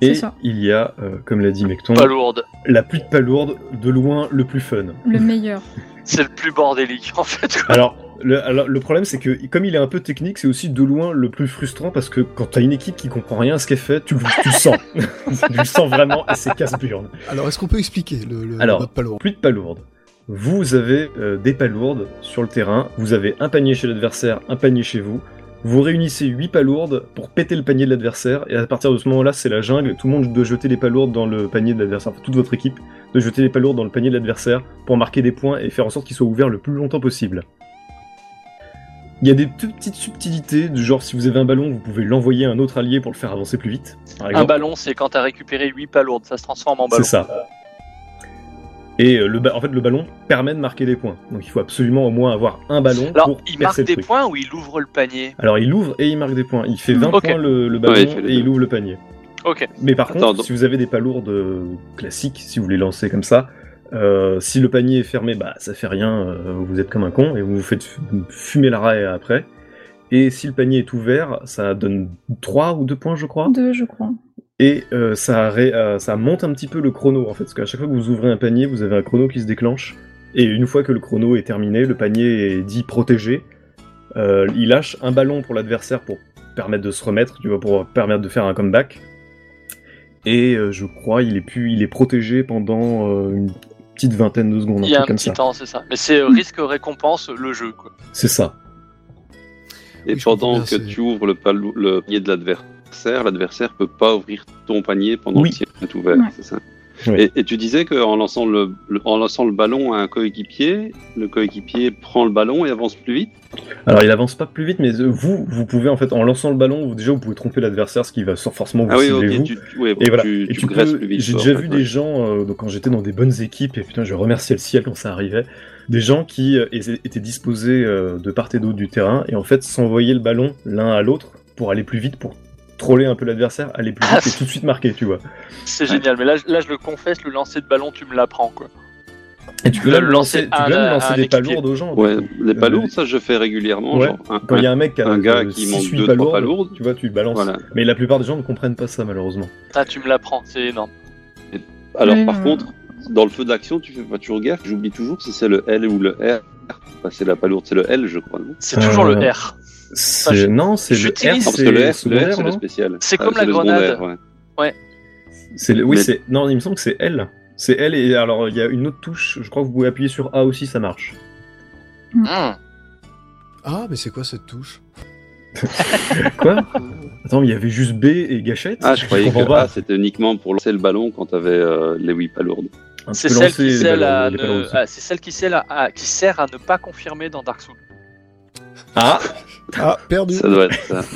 F: Et
G: C'est ça.
F: il y a, euh, comme l'a dit Mecton,
E: Pas lourde.
F: la pluie de palourde, de loin le plus fun. <laughs>
G: Le meilleur.
E: C'est le plus bordélique <laughs> en fait. quoi.
F: Alors, le, alors, le problème, c'est que comme il est un peu technique, c'est aussi de loin le plus frustrant parce que quand t'as une équipe qui comprend rien à ce qu'elle fait, tu, le- tu le sens. <laughs> tu le sens vraiment et c'est casse-burne.
A: Alors, est-ce qu'on peut expliquer le, le
F: Alors,
A: mode Palourd
F: Pluie de palourdes. Vous avez euh, des palourdes sur le terrain, vous avez un panier chez l'adversaire, un panier chez vous. Vous réunissez 8 palourdes pour péter le panier de l'adversaire, et à partir de ce moment-là, c'est la jungle. Tout le monde doit jeter les palourdes dans le panier de l'adversaire, enfin, toute votre équipe doit jeter les palourdes dans le panier de l'adversaire pour marquer des points et faire en sorte qu'ils soient ouverts le plus longtemps possible. Il y a des toutes petites subtilités, du genre si vous avez un ballon, vous pouvez l'envoyer à un autre allié pour le faire avancer plus vite. par
E: Un
F: exemple.
E: ballon, c'est quand t'as récupéré 8 palourdes, ça se transforme en ballon.
F: C'est ça. Et euh, le ba- en fait, le ballon permet de marquer des points. Donc il faut absolument au moins avoir un ballon
E: Alors,
F: pour
E: il marque
F: percer le
E: des
F: truc.
E: points ou il ouvre le panier
F: Alors il ouvre et il marque des points. Il fait 20
E: Ok.
F: points le, le ballon
D: Ouais, il fait les
F: et il
D: deux.
F: ouvre le panier.
E: Ok.
F: Mais par
D: Attends,
F: contre,
D: donc-
F: si vous avez des palourdes euh, classiques, si vous les lancez comme ça, euh, si le panier est fermé, bah ça fait rien, euh, vous êtes comme un con et vous vous faites fu- fumer la raie après. Et si le panier est ouvert, ça donne 3 ou 2 points, je crois.
G: Deux, je crois.
F: Et euh, ça, ré- euh, ça monte un petit peu le chrono en fait, parce qu'à chaque fois que vous ouvrez un panier, vous avez un chrono qui se déclenche. Et une fois que le chrono est terminé, le panier est dit protégé. Euh, il lâche un ballon pour l'adversaire pour permettre de se remettre, tu vois, pour permettre de faire un comeback. Et euh, je crois il est pu, il est protégé pendant euh, une petite vingtaine de secondes, un
E: Il y a un
F: truc comme
E: petit
F: ça.
E: temps, c'est ça. Mais c'est euh, risque-récompense, le jeu quoi.
F: C'est ça.
D: Et
A: Oui, je comprends
D: pendant
A: bien,
D: que
A: c'est-
D: tu ouvres le, palou- le panier de l'adversaire, l'adversaire peut pas ouvrir ton panier pendant
F: Oui.
D: que qu'il est ouvert,
G: Ouais.
D: c'est ça
F: Oui.
D: et, et tu disais qu'en lançant le, le- en lançant le ballon à un coéquipier, le coéquipier prend le ballon et avance plus vite.
F: Alors il avance pas plus vite, mais euh, vous, vous pouvez en fait en lançant le ballon, vous, déjà vous pouvez tromper l'adversaire, ce qui va forcément vous
D: Ah oui,
F: cibler
D: ok,
F: vous.
D: tu, tu- ouais,
F: Et voilà.
D: tu,
F: Et
D: tu
F: tu
D: graisses
F: peux-
D: plus vite.
F: J'ai
D: quoi,
F: déjà
D: en fait,
F: vu
D: ouais.
F: des gens, euh, donc quand j'étais dans des bonnes équipes, et putain, je remerciais le ciel quand ça arrivait, des gens qui euh, étaient étaient disposés euh, de part et d'autre du terrain et en fait s'envoyaient le ballon l'un à l'autre pour aller plus vite, pour troller un peu l'adversaire, aller plus
D: <laughs>
F: vite et tout de suite marquer, tu vois.
E: C'est génial, mais là, je- là je le confesse, le lancer de ballon, tu me l'apprends quoi.
F: Et tu peux
E: Tu
F: même
E: dois le
F: lancer,
E: lancer
F: tu
E: à
F: peux même
E: la-
F: lancer
E: à un
F: des
E: équipier.
F: palourdes aux gens.
D: Ouais,
F: donc,
D: les
F: euh,
D: palourdes, ça je fais régulièrement.
F: Ouais,
D: Genre, hein, un,
F: Quand il y a un mec qui a euh,
D: un gars qui monte deux, trois
F: palourdes,
D: palourdes,
F: tu vois, tu balances.
D: voilà.
F: Mais la plupart des gens ne comprennent pas ça malheureusement.
E: Ah, tu me l'apprends, c'est énorme.
D: Alors
G: Ouais,
D: par
G: euh.
D: contre, dans le feu d'action, tu fais pas toujours gaffe. J'oublie toujours si c'est le L ou le R. Enfin, c'est la palourde, c'est le L, je crois. Non
E: C'est toujours
F: Euh,
E: le R.
F: C'est-
E: je-
F: Non, c'est le R,
E: j'utilise-
D: non, parce que le
F: c'est
D: R, le R,
F: secondaire,
D: c'est le
F: non
D: spécial.
E: C'est
D: Ah,
E: comme la
D: le
E: grenade.
D: secondaire, ouais.
F: C'est le- Oui,
D: Mais-
F: c'est. Non, il me semble que c'est L. C'est L et alors il y a une autre touche. Je crois que vous pouvez appuyer sur A aussi, ça marche.
E: Hmm.
A: Ah, mais c'est quoi cette touche
F: <laughs> Quoi Attends, mais il y avait juste B et gâchette.
D: Ah, je croyais
F: comprends
D: que
F: pas.
D: ah, c'était uniquement pour lancer le ballon quand t'avais euh, les huit palourdes.
F: Ah, tu
E: C'est
F: peux
E: celle,
F: lancer
E: qui
F: les
E: sert
F: ballons,
E: à
F: les ballons
E: ne...
F: aussi.
E: ah, c'est celle qui sert à... à- qui sert à ne pas confirmer dans Dark Souls.
F: Ah,
A: Ah, perdu
D: Ça doit être ça.
F: <laughs>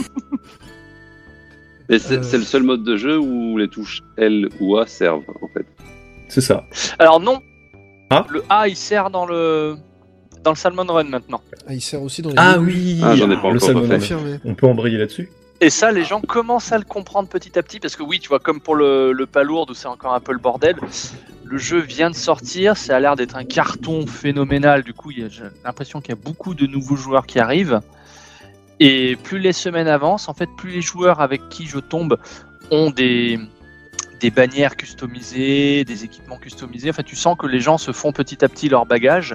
D: Et c'est
A: Euh.
D: c'est le seul mode de jeu où les touches L ou A servent, en fait.
F: c'est ça.
E: Alors non
F: Ah.
E: Le A il sert dans le dans le Salmon Run maintenant.
A: Ah, il sert aussi dans les.
F: Ah
A: menus.
F: oui.
D: Ah, j'en ai pas
F: le
D: encore
F: salmon,
D: refait.
F: non,
A: Confirmé.
F: mais On peut embrayer là-dessus.
E: Et ça les gens commencent à le comprendre petit à petit parce que oui tu vois comme pour le, le palourde où c'est encore un peu le bordel, le jeu vient de sortir, ça a l'air d'être un carton phénoménal du coup il y a- j'ai l'impression qu'il y a beaucoup de nouveaux joueurs qui arrivent et plus les semaines avancent en fait plus les joueurs avec qui je tombe ont des des bannières customisées, des équipements customisés. Enfin, tu sens que les gens se font petit à petit leur bagage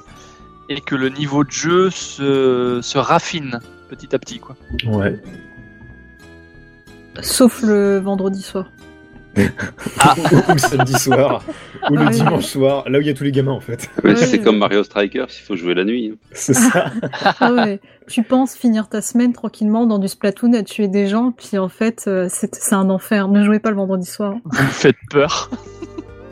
E: et que le niveau de jeu se, se raffine petit à petit. Quoi.
F: Ouais. <laughs>
G: Sauf le vendredi soir.
D: Ah.
F: ou le samedi soir, ou le
G: Ah oui.
F: dimanche soir, là où il y a tous les gamins en fait. <laughs>
D: Mais
G: Ouais.
D: c'est comme Mario Strikers, il faut jouer la nuit. hein.
F: C'est ça.
G: Ah ouais. Tu penses finir ta semaine tranquillement dans du Splatoon à tuer des gens, puis en fait, euh, c'est c'est un enfer. Ne jouez pas le vendredi soir. hein.
E: Vous me faites peur.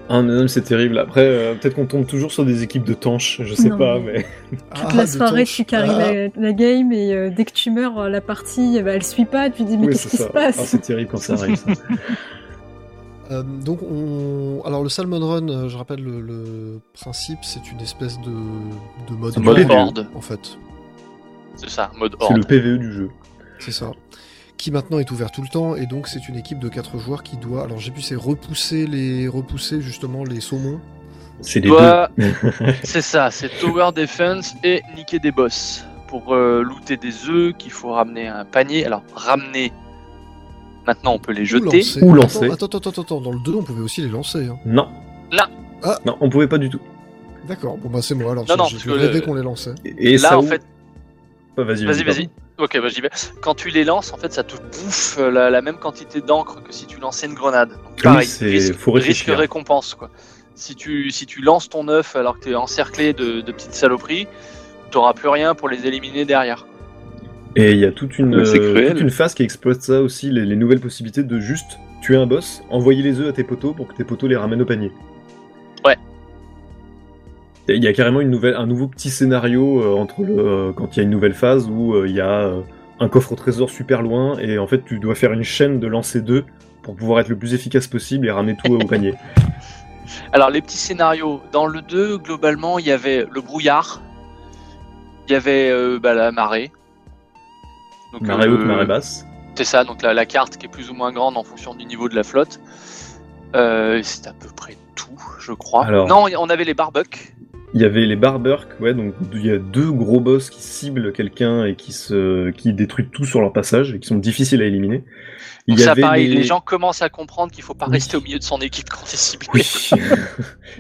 F: Ah mais non, mais c'est terrible. Après, euh, peut-être qu'on tombe toujours sur des équipes de tanches, je sais
G: Non,
F: pas,
G: mais-
F: mais Ah,
A: Ah,
G: Toute la soirée, tu carries la, la game et euh, dès que tu meurs, euh, la partie, eh ben, elle suit pas. Tu dis, mais
F: oui,
G: qu'est-ce
F: c'est
G: qui
F: ça.
G: se
F: Ah,
G: passe
F: c'est terrible quand ça arrive. ça.
A: Euh, donc, on... alors le Salmon Run, euh, je rappelle le, le principe, c'est une espèce de, de mode
F: C'est un mode
A: horde,
E: horde.
A: en fait,
E: C'est ça, mode
F: C'est le
E: horde.
F: PVE du jeu.
A: c'est ça, qui maintenant est ouvert tout le temps, et donc c'est une équipe de 4 joueurs qui doit, alors j'ai pu c'est repousser les, repousser justement les saumons.
F: C'est les
E: Toi-
F: deux.
E: C'est ça, c'est Tower Defense et niquer des boss. Pour euh, looter des œufs qu'il faut ramener à un panier. Alors, ramener. Maintenant, on peut les
A: ou
E: jeter.
A: lancer.
F: Ou lancer.
A: Attends, attends, attends, attends, dans le 2, on pouvait aussi les lancer. hein.
F: non.
E: Là.
A: Ah.
F: Non, on pouvait pas du tout.
A: D'accord, bon bah c'est moi alors,
E: Non, non,
A: j'ai
E: parce
A: j'ai
E: que
A: rêvé
E: le-
A: qu'on les lançait.
F: Et, et
E: Là,
F: ça
E: en
F: ouvre-
E: fait,
F: Ah, vas-y,
E: vas-y,
F: pardon.
E: vas-y. Ok, bah, j'y vais. Quand tu les lances, en fait, ça te bouffe euh, la, la même quantité d'encre que si tu lançais une grenade. Donc,
F: Oui,
E: pareil,
F: c'est-
E: risque,
F: faut réfléchir.
E: risque récompense quoi. Si tu si tu lances ton œuf alors que t'es encerclé de, de petites saloperies, t'auras plus rien pour les éliminer derrière.
F: Et il y a toute une,
D: Mais c'est
F: euh,
D: cruel.
F: toute une phase qui exploite ça aussi, les, les nouvelles possibilités de juste tuer un boss, envoyer les œufs à tes poteaux pour que tes poteaux les ramènent au panier.
E: Ouais.
F: Et Il y a carrément une nouvelle, un nouveau petit scénario euh, entre le, euh, quand il y a une nouvelle phase où euh, il y a euh, un coffre au trésor super loin et en fait tu dois faire une chaîne de lancer d'œufs pour pouvoir être le plus efficace possible et ramener
E: <laughs>
F: tout au panier.
E: Alors les petits scénarios dans le 2 globalement il y avait le brouillard, il y avait euh, bah, la marée. Donc,
F: Marée
E: euh,
F: haute, marée basse.
E: C'est ça, donc la, la carte qui est plus ou moins grande en fonction du niveau de la flotte. Euh, c'est à peu près tout, je crois.
F: Alors-
E: Non, on avait les barbucks.
F: Il y avait les Barberk, ouais, donc il y a deux gros boss qui ciblent quelqu'un et qui se, qui détruisent tout sur leur passage et qui sont difficiles à éliminer.
E: Donc
F: Il y
E: ça,
F: avait
E: pareil,
F: les-
E: les gens commencent à comprendre qu'il faut pas
F: Oui.
E: rester au milieu de son équipe quand c'est ciblé. <laughs>
F: Oui. <laughs>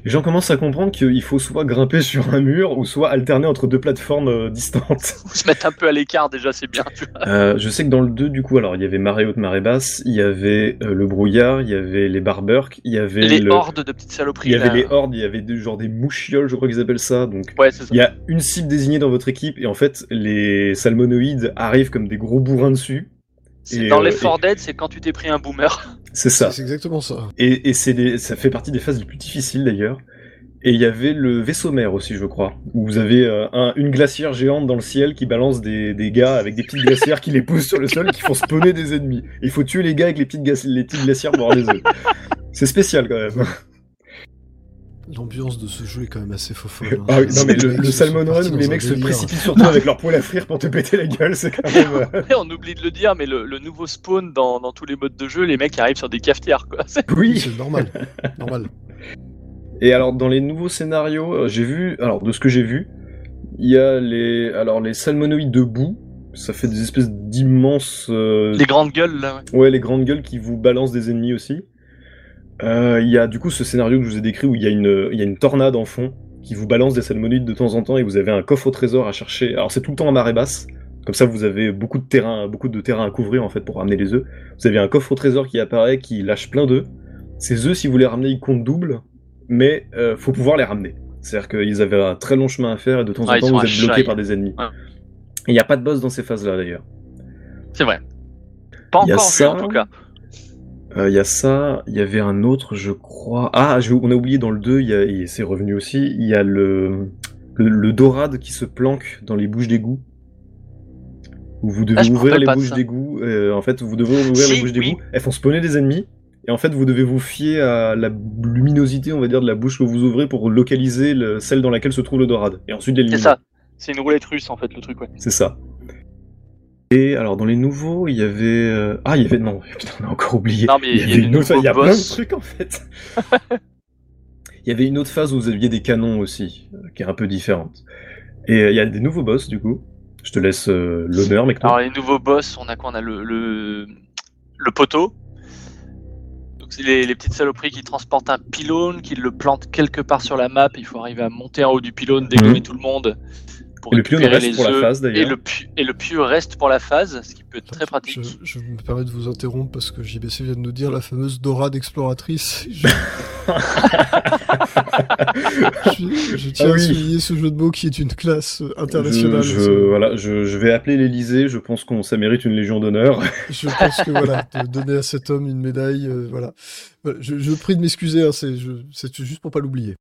F: les gens commencent à comprendre qu'il faut soit grimper sur un mur ou soit alterner entre deux plateformes
E: <laughs>
F: euh, distantes.
E: Faut se mettre un peu à l'écart déjà, c'est bien. tu vois.
F: Euh, je sais que dans le 2, du coup, alors il y avait marée haute, marée basse, il y avait euh, le brouillard, il y avait les Barberk, il y avait
E: les
F: le-
E: hordes de petites saloperies.
F: il y avait
E: là.
F: les hordes, il y avait des, genre des mouchioles, je crois qu'ils appellent ça, donc
E: Ouais, c'est ça.
F: Il y a une cible désignée dans votre équipe et en fait les salmonoïdes arrivent comme des gros bourrins dessus.
E: C'est
F: et,
E: dans
F: euh,
E: les Fort
F: et-
E: Dead, c'est quand tu t'es pris un boomer.
F: C'est ça.
A: C'est exactement ça.
F: Et, et c'est des- ça fait partie des phases les plus difficiles d'ailleurs. Et il y avait le vaisseau mère aussi, je crois, où vous avez euh, un- une glacière géante dans le ciel qui balance des, des gars avec des petites glacières qui les posent sur le sol et qui font spawner des ennemis. Et il faut tuer les gars avec les petites, glaci- les petites glacières pour avoir les œufs. C'est spécial quand même.
A: L'ambiance de ce jeu est quand même assez fofolle. hein.
F: Ah oui, non mais
A: Les
F: le,
A: mecs
F: le
A: sont
F: salmon
A: partis
F: run où
A: dans
F: les
A: un
F: mecs se
A: délire.
F: précipitent sur toi avec leur poêle à frire pour te péter la gueule, c'est quand même. euh,
E: on oublie de le dire, mais le, le nouveau spawn dans, dans tous les modes de jeu, les mecs arrivent sur des cafetières. Quoi. <laughs> C'est-
A: Oui,
F: Oui.
A: c'est normal. normal.
F: Et alors dans les nouveaux scénarios, euh, j'ai vu, alors de ce que j'ai vu, il y a les, alors les salmonoïdes debout, ça fait des espèces d'immenses, euh,
E: Les grandes gueules, là. ouais.
F: ouais, les grandes gueules qui vous balancent des ennemis aussi. Euh, Il y a du coup ce scénario que je vous ai décrit où il y a une, il y a une tornade en fond qui vous balance des salmonoïdes de temps en temps et vous avez un coffre au trésor à chercher. Alors c'est tout le temps à marée basse. Comme ça, vous avez beaucoup de terrain, beaucoup de terrain à couvrir en fait pour ramener les œufs. Vous avez un coffre au trésor qui apparaît, qui lâche plein d'œufs. Ces œufs, si vous les ramenez, ils comptent double, mais euh, faut pouvoir les ramener. C'est-à-dire qu'ils avaient un très long chemin à faire et de temps
E: Ah,
F: en
E: ils
F: temps,
E: sont
F: vous
E: à
F: êtes bloqué
E: chiaille.
F: par des ennemis.
E: Ouais.
F: Et Il n'y a pas de boss dans ces phases-là d'ailleurs.
E: C'est vrai. Pas
F: Il y a
E: encore vu,
F: ça.
E: en tout cas.
F: Euh, Il y a ça, il y avait un autre, je crois. Ah, j'ai- on a oublié dans le 2, il y a- et c'est revenu aussi, il y a le, le, le dorade qui se planque dans les bouches d'égout. Où vous devez
E: Ah, je me
F: ouvrir
E: rappelle
F: les
E: pas de
F: bouches
E: ça.
F: d'égout. euh, en fait, vous devez ouvrir
E: Si,
F: les bouches d'égout.
E: oui.
F: Elles font spawner des ennemis. Et en fait, vous devez vous fier à la luminosité, on va dire, de la bouche que vous ouvrez pour localiser le- celle dans laquelle se trouve le dorade. Et ensuite l'éliminer.
E: C'est ça. C'est une roulette russe, en fait, le truc. Ouais.
F: C'est ça. Et alors dans les nouveaux, il y avait euh, ah il y avait non putain on a encore oublié.
E: Non, mais
F: il y, avait
E: des
F: une autre, il y a
E: nouveaux
F: plein de
E: boss.
F: trucs en fait. il y avait une autre phase où vous aviez des canons aussi, euh, qui est un peu différente. Et euh, il y a des nouveaux boss du coup. Je te laisse euh, l'honneur, mec.
E: Alors les nouveaux boss, on a quoi On a le, le, le poteau. Donc c'est les, les petites saloperies qui transportent un pylône, qui le plantent quelque part sur la map. Il faut arriver à monter en haut du pylône, dégommer
F: Mhm.
E: tout le monde, pour
F: Et le pion
E: récupérer
F: reste
E: les
F: pour la
E: œufs,
F: phase,
E: et
F: d'ailleurs.
E: le, pieu, et le pieu reste pour la phase, ce qui peut être très pratique.
A: Je, je me permets de vous interrompre parce que JBC vient de nous dire la fameuse Dora
E: <laughs>
A: d'exploratrice. Je... je, je tiens
F: Ah oui.
A: à souligner ce jeu de mots qui est une classe euh, internationale.
F: Je, je- voilà, je, je vais appeler l'Elysée, je pense qu'on ça mérite une Légion d'honneur.
A: Je pense que voilà, de donner à cet homme une médaille, euh, voilà. Voilà, Je, je prie de m'excuser, hein, c'est je- c'est juste pour pas l'oublier.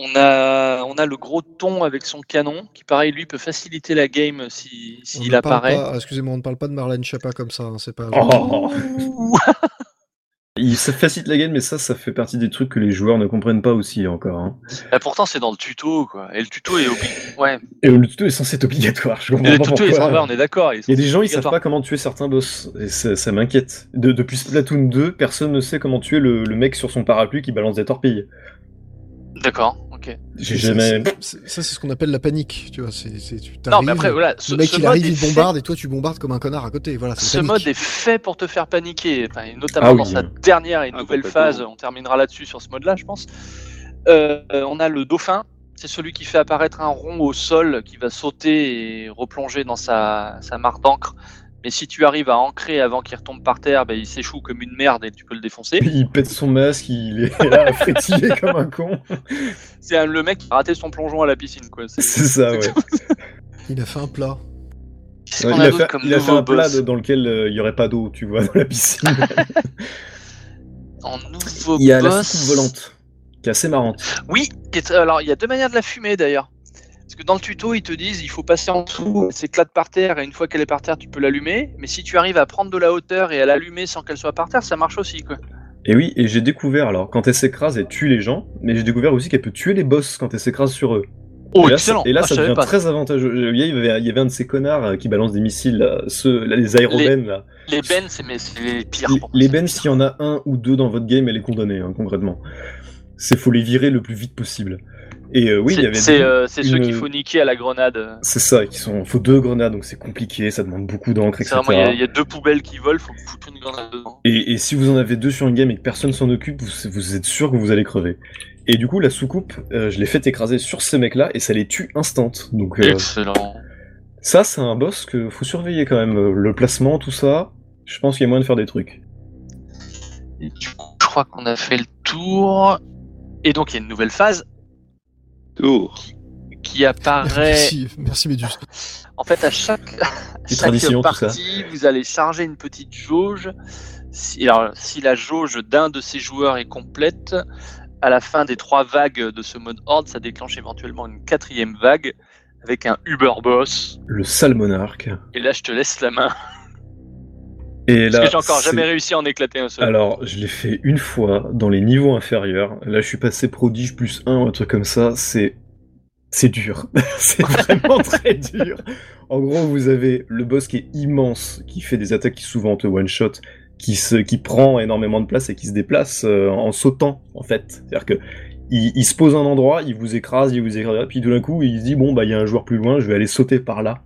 E: On a, on a le gros ton avec son canon, qui pareil, lui, peut faciliter la game si-
A: On
E: s'il
A: ne parle
E: apparaît.
A: pas- ah, Excusez-moi, on ne parle pas de Marlène Chapa comme ça, hein, c'est pas.
F: Oh.
E: Ouh.
F: <laughs> Il, ça facilite la game, mais ça, ça fait partie des trucs que les joueurs ne comprennent pas aussi encore. hein.
E: <laughs> Bah, pourtant, c'est dans le tuto, quoi. Et le tuto est obli- Ouais.
F: Et le tuto est censé être obligatoire, je comprends
E: Et le
F: pas
E: tuto est
F: pourquoi.
E: sympa, on est d'accord. il est
F: Il y a des gens, ils savent
E: obligatoire.
F: pas comment tuer certains boss, et ça, ça m'inquiète. De- depuis Splatoon 2, personne ne sait comment tuer le, le mec sur son parapluie qui balance des torpilles.
E: D'accord, ok.
F: J'ai
A: Ça,
F: jamais...
A: c'est- c'est- Ça, c'est ce qu'on appelle la panique, tu vois. c'est c'est- tu
E: Non, mais
A: t'arrives,
E: après, voilà. Ce,
A: le mec,
E: ce
A: il
E: mode
A: arrive,
E: est
A: il
E: fait-
A: bombarde, et toi, tu bombardes comme un connard à côté. Voilà,
E: Ce
A: c'est la
E: mode
A: panique.
E: est fait pour te faire paniquer, enfin, notamment
F: Ah oui.
E: dans sa dernière et
D: Ah,
E: nouvelle
D: complètement.
E: phase. On terminera là-dessus sur ce mode-là, je pense. Euh, euh, on a le dauphin, c'est celui qui fait apparaître un rond au sol qui va sauter et replonger dans sa, sa mare d'encre. Mais si tu arrives à ancrer avant qu'il retombe par terre, ben, il s'échoue comme une merde et tu peux le défoncer.
F: Puis <laughs> il pète son masque, il est <laughs> là, frétillé comme un con.
E: C'est euh, le mec qui a raté son plongeon à la piscine. Quoi. C'est-
F: C'est ça, ouais.
A: Il a fait un plat. <laughs>
E: Qu'est-ce
F: Ouais,
E: qu'on
F: il,
E: a,
F: a
E: d'autre
F: fait,
E: comme
F: il a fait
E: nouveau
F: un plat
E: boss
F: de- dans lequel euh, il y aurait pas d'eau, tu vois, dans
E: <laughs>
F: la piscine.
E: En nouveau
F: il y a la
E: boss...
F: soucoupe volante, qui est assez marrante.
E: Oui, qui est- alors il y a deux manières de la fumer d'ailleurs. Parce que dans le tuto, ils te disent il faut passer en dessous, elle s'éclate par terre, et une fois qu'elle est par terre, tu peux l'allumer. Mais si tu arrives à prendre de la hauteur et à l'allumer sans qu'elle soit par terre, ça marche aussi. Quoi.
F: Et oui, et j'ai découvert, alors, quand elle s'écrase, elle tue les gens, mais j'ai découvert aussi qu'elle peut tuer les boss quand elle s'écrase sur eux.
E: Oh,
F: et là,
E: excellent
F: ça- Et là,
E: Ah, je
F: ça
E: savais
F: devient
E: pas.
F: très avantageux. Euh, Il y, avait, il y avait un de ces connards euh, qui balance des missiles, là, ceux, là, les aérobennes, là.
E: Les bennes, c'est mais c'est les pires.
F: Les-
E: pour moi,
F: Les
E: c'est
F: bennes,
E: pire.
F: s'il y en a un ou deux dans votre game, elle est condamnée, hein, concrètement. C'est faut les virer le plus vite possible. Et euh, oui, il y
E: C'est-
F: avait.
E: c'est
F: des-
E: euh, c'est ceux
F: une-
E: qu'il faut niquer à la grenade.
F: C'est ça, qui sont. Faut deux grenades, donc c'est compliqué, ça demande beaucoup d'encre,
E: C'est
F: etc.
E: vraiment, il y a- il y, a deux poubelles qui volent, faut foutre une grenade dedans.
F: Et, et si vous en avez deux sur une game et que personne s'en occupe, vous, vous êtes sûr que vous allez crever. Et du coup, la soucoupe, euh, je l'ai fait écraser sur ces mecs-là et ça les tue instant. Donc euh,
E: Excellent.
F: ça, c'est un boss que faut surveiller quand même. Euh, Le placement, tout ça. Je pense qu'il y a moyen de faire des trucs.
E: Et du coup, je crois qu'on a fait le tour. Et donc, il y a une nouvelle phase
D: Tour.
F: <laughs>
E: qui apparaît.
A: Merci, merci Méduse.
E: En fait, à chaque, <laughs> à
F: Les traditions,
E: chaque
F: tout
E: partie, vous allez charger une petite jauge. Si, alors, si la jauge d'un de ces joueurs est complète, à la fin des trois vagues de ce mode horde, ça déclenche éventuellement une quatrième vague avec un Uber Boss.
F: Le sale monarque.
E: Et là, je te laisse la main.
F: Et là,
E: parce que j'ai encore
F: c'est-
E: jamais réussi à en éclater un seul.
F: Alors, je l'ai fait une fois dans les niveaux inférieurs. Là, je suis passé prodige plus 1 un truc comme ça. C'est. C'est dur. <laughs>
E: <laughs>
F: c'est vraiment très dur. En gros, vous avez le boss qui est immense, qui fait des attaques qui souvent te one-shot, qui, se... qui prend énormément de place et qui se déplace euh, en sautant, en fait. C'est-à-dire que. Il, il se pose à un endroit, il vous écrase, il vous écrase, puis tout d'un coup, il se dit Bon, bah, il y a un joueur plus loin, je vais aller sauter par là.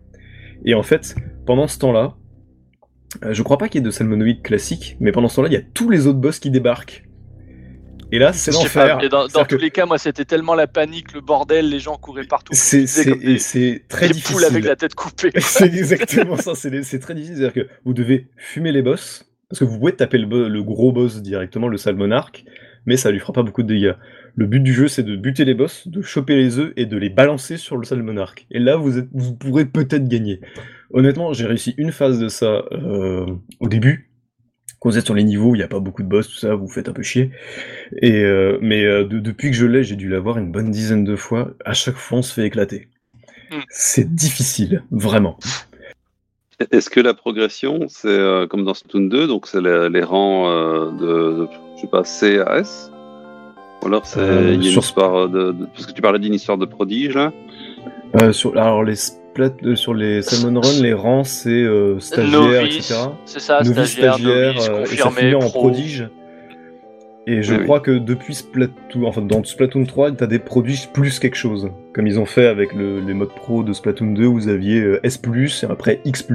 F: Et en fait, pendant ce temps-là, euh, je crois pas qu'il y ait de salmonoïdes classiques, mais pendant ce temps-là, il y a tous les autres boss qui débarquent. Et là, c'est
E: Je sais pas,
F: l'enfer.
E: mais dans, dans
F: C'est-à-dire
E: tous
F: que
E: les cas, moi, c'était tellement la panique, le bordel, les gens couraient partout.
F: c'est-
E: Ils étaient
F: c'est-
E: comme
F: et
E: des,
F: c'est très
E: des poules avec
F: difficile.
E: la tête coupée.
F: C'est exactement ça, c'est c'est très difficile. C'est-à-dire que vous devez fumer les boss, parce que vous pouvez taper le, bo- le gros boss directement, le salmonarque, mais ça lui fera pas beaucoup de dégâts. Le but du jeu, c'est de buter les boss, de choper les œufs et de les balancer sur le salmonarque. Et là, vous, êtes- vous pourrez peut-être gagner. Honnêtement, j'ai réussi une phase de ça euh, au début. Quand vous êtes sur les niveaux, il n'y a pas beaucoup de boss, tout ça, vous vous faites un peu chier. Et euh, mais euh, de- depuis que je l'ai, j'ai dû l'avoir une bonne dizaine de fois. À chaque fois, on se fait éclater.
E: Hmm.
F: C'est difficile, vraiment.
D: Est-ce que la progression, c'est euh, comme dans Splatoon 2, donc c'est les, les rangs euh, de, de- je sais pas, C à S Ou alors c'est
F: Euh,
D: il y a une
F: sur-
D: histoire de, de- Parce que tu parlais d'une histoire de prodige, là.
F: Euh, sur, alors les splat, euh, sur les Salmon Run, les rangs c'est euh, <laughs> stagiaire,
E: Novice,
F: etc.
E: c'est
D: Ah,
E: ça,
F: Novice,
E: stagiaire, novice,
F: euh, et ça
E: confirmé,
F: finit en
E: pro.
F: prodige. Et je
D: Oui, oui.
F: crois que depuis Splatoon, enfin dans Splatoon 3, t'as des prodiges plus quelque chose, comme ils ont fait avec le- les modes pro de Splatoon 2 où vous aviez euh, S+, et après X+.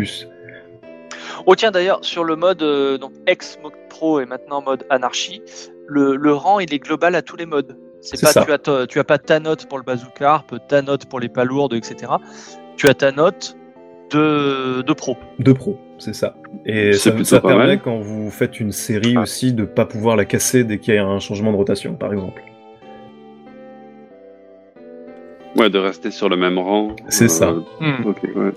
E: Oh tiens d'ailleurs sur le mode euh, donc ex mode pro et maintenant mode anarchie, le, le rang il est global à tous les modes. C'est
F: C'est
E: pas
F: ça.
E: tu as, ta- tu as pas ta note pour le bazooka harpe, ta note pour les palourdes, etc. Tu as ta note de, de pro.
F: Deux pros, c'est ça. Et
D: C'est
F: ça,
D: plutôt
F: ça
D: pas
F: permet
D: mal. Ah.
F: quand vous faites une série aussi de pas pouvoir la casser dès qu'il y a un changement de rotation, par exemple.
D: Ouais, de rester sur le même rang. Euh,
F: C'est ça.
D: Ok, ouais.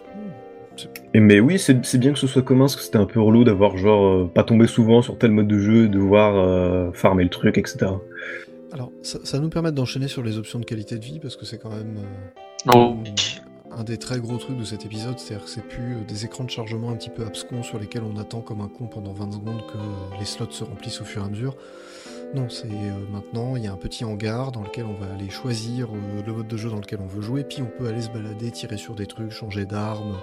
F: Et mais oui, c'est c'est bien que ce soit commun, parce que c'était un peu relou d'avoir genre euh, pas tombé souvent sur tel mode de jeu, devoir euh, farmer le truc, etc.
A: Alors, ça, ça nous permet d'enchaîner sur les options de qualité de vie, parce que c'est quand même euh,
E: Oh.
A: un des très gros trucs de cet épisode, c'est-à-dire que c'est plus euh, des écrans de chargement un petit peu abscons sur lesquels on attend comme un con pendant 20 secondes que euh, les slots se remplissent au fur et à mesure. Non, c'est euh, maintenant, il y a un petit hangar dans lequel on va aller choisir euh, le mode de jeu dans lequel on veut jouer, puis on peut aller se balader, tirer sur des trucs, changer d'armes,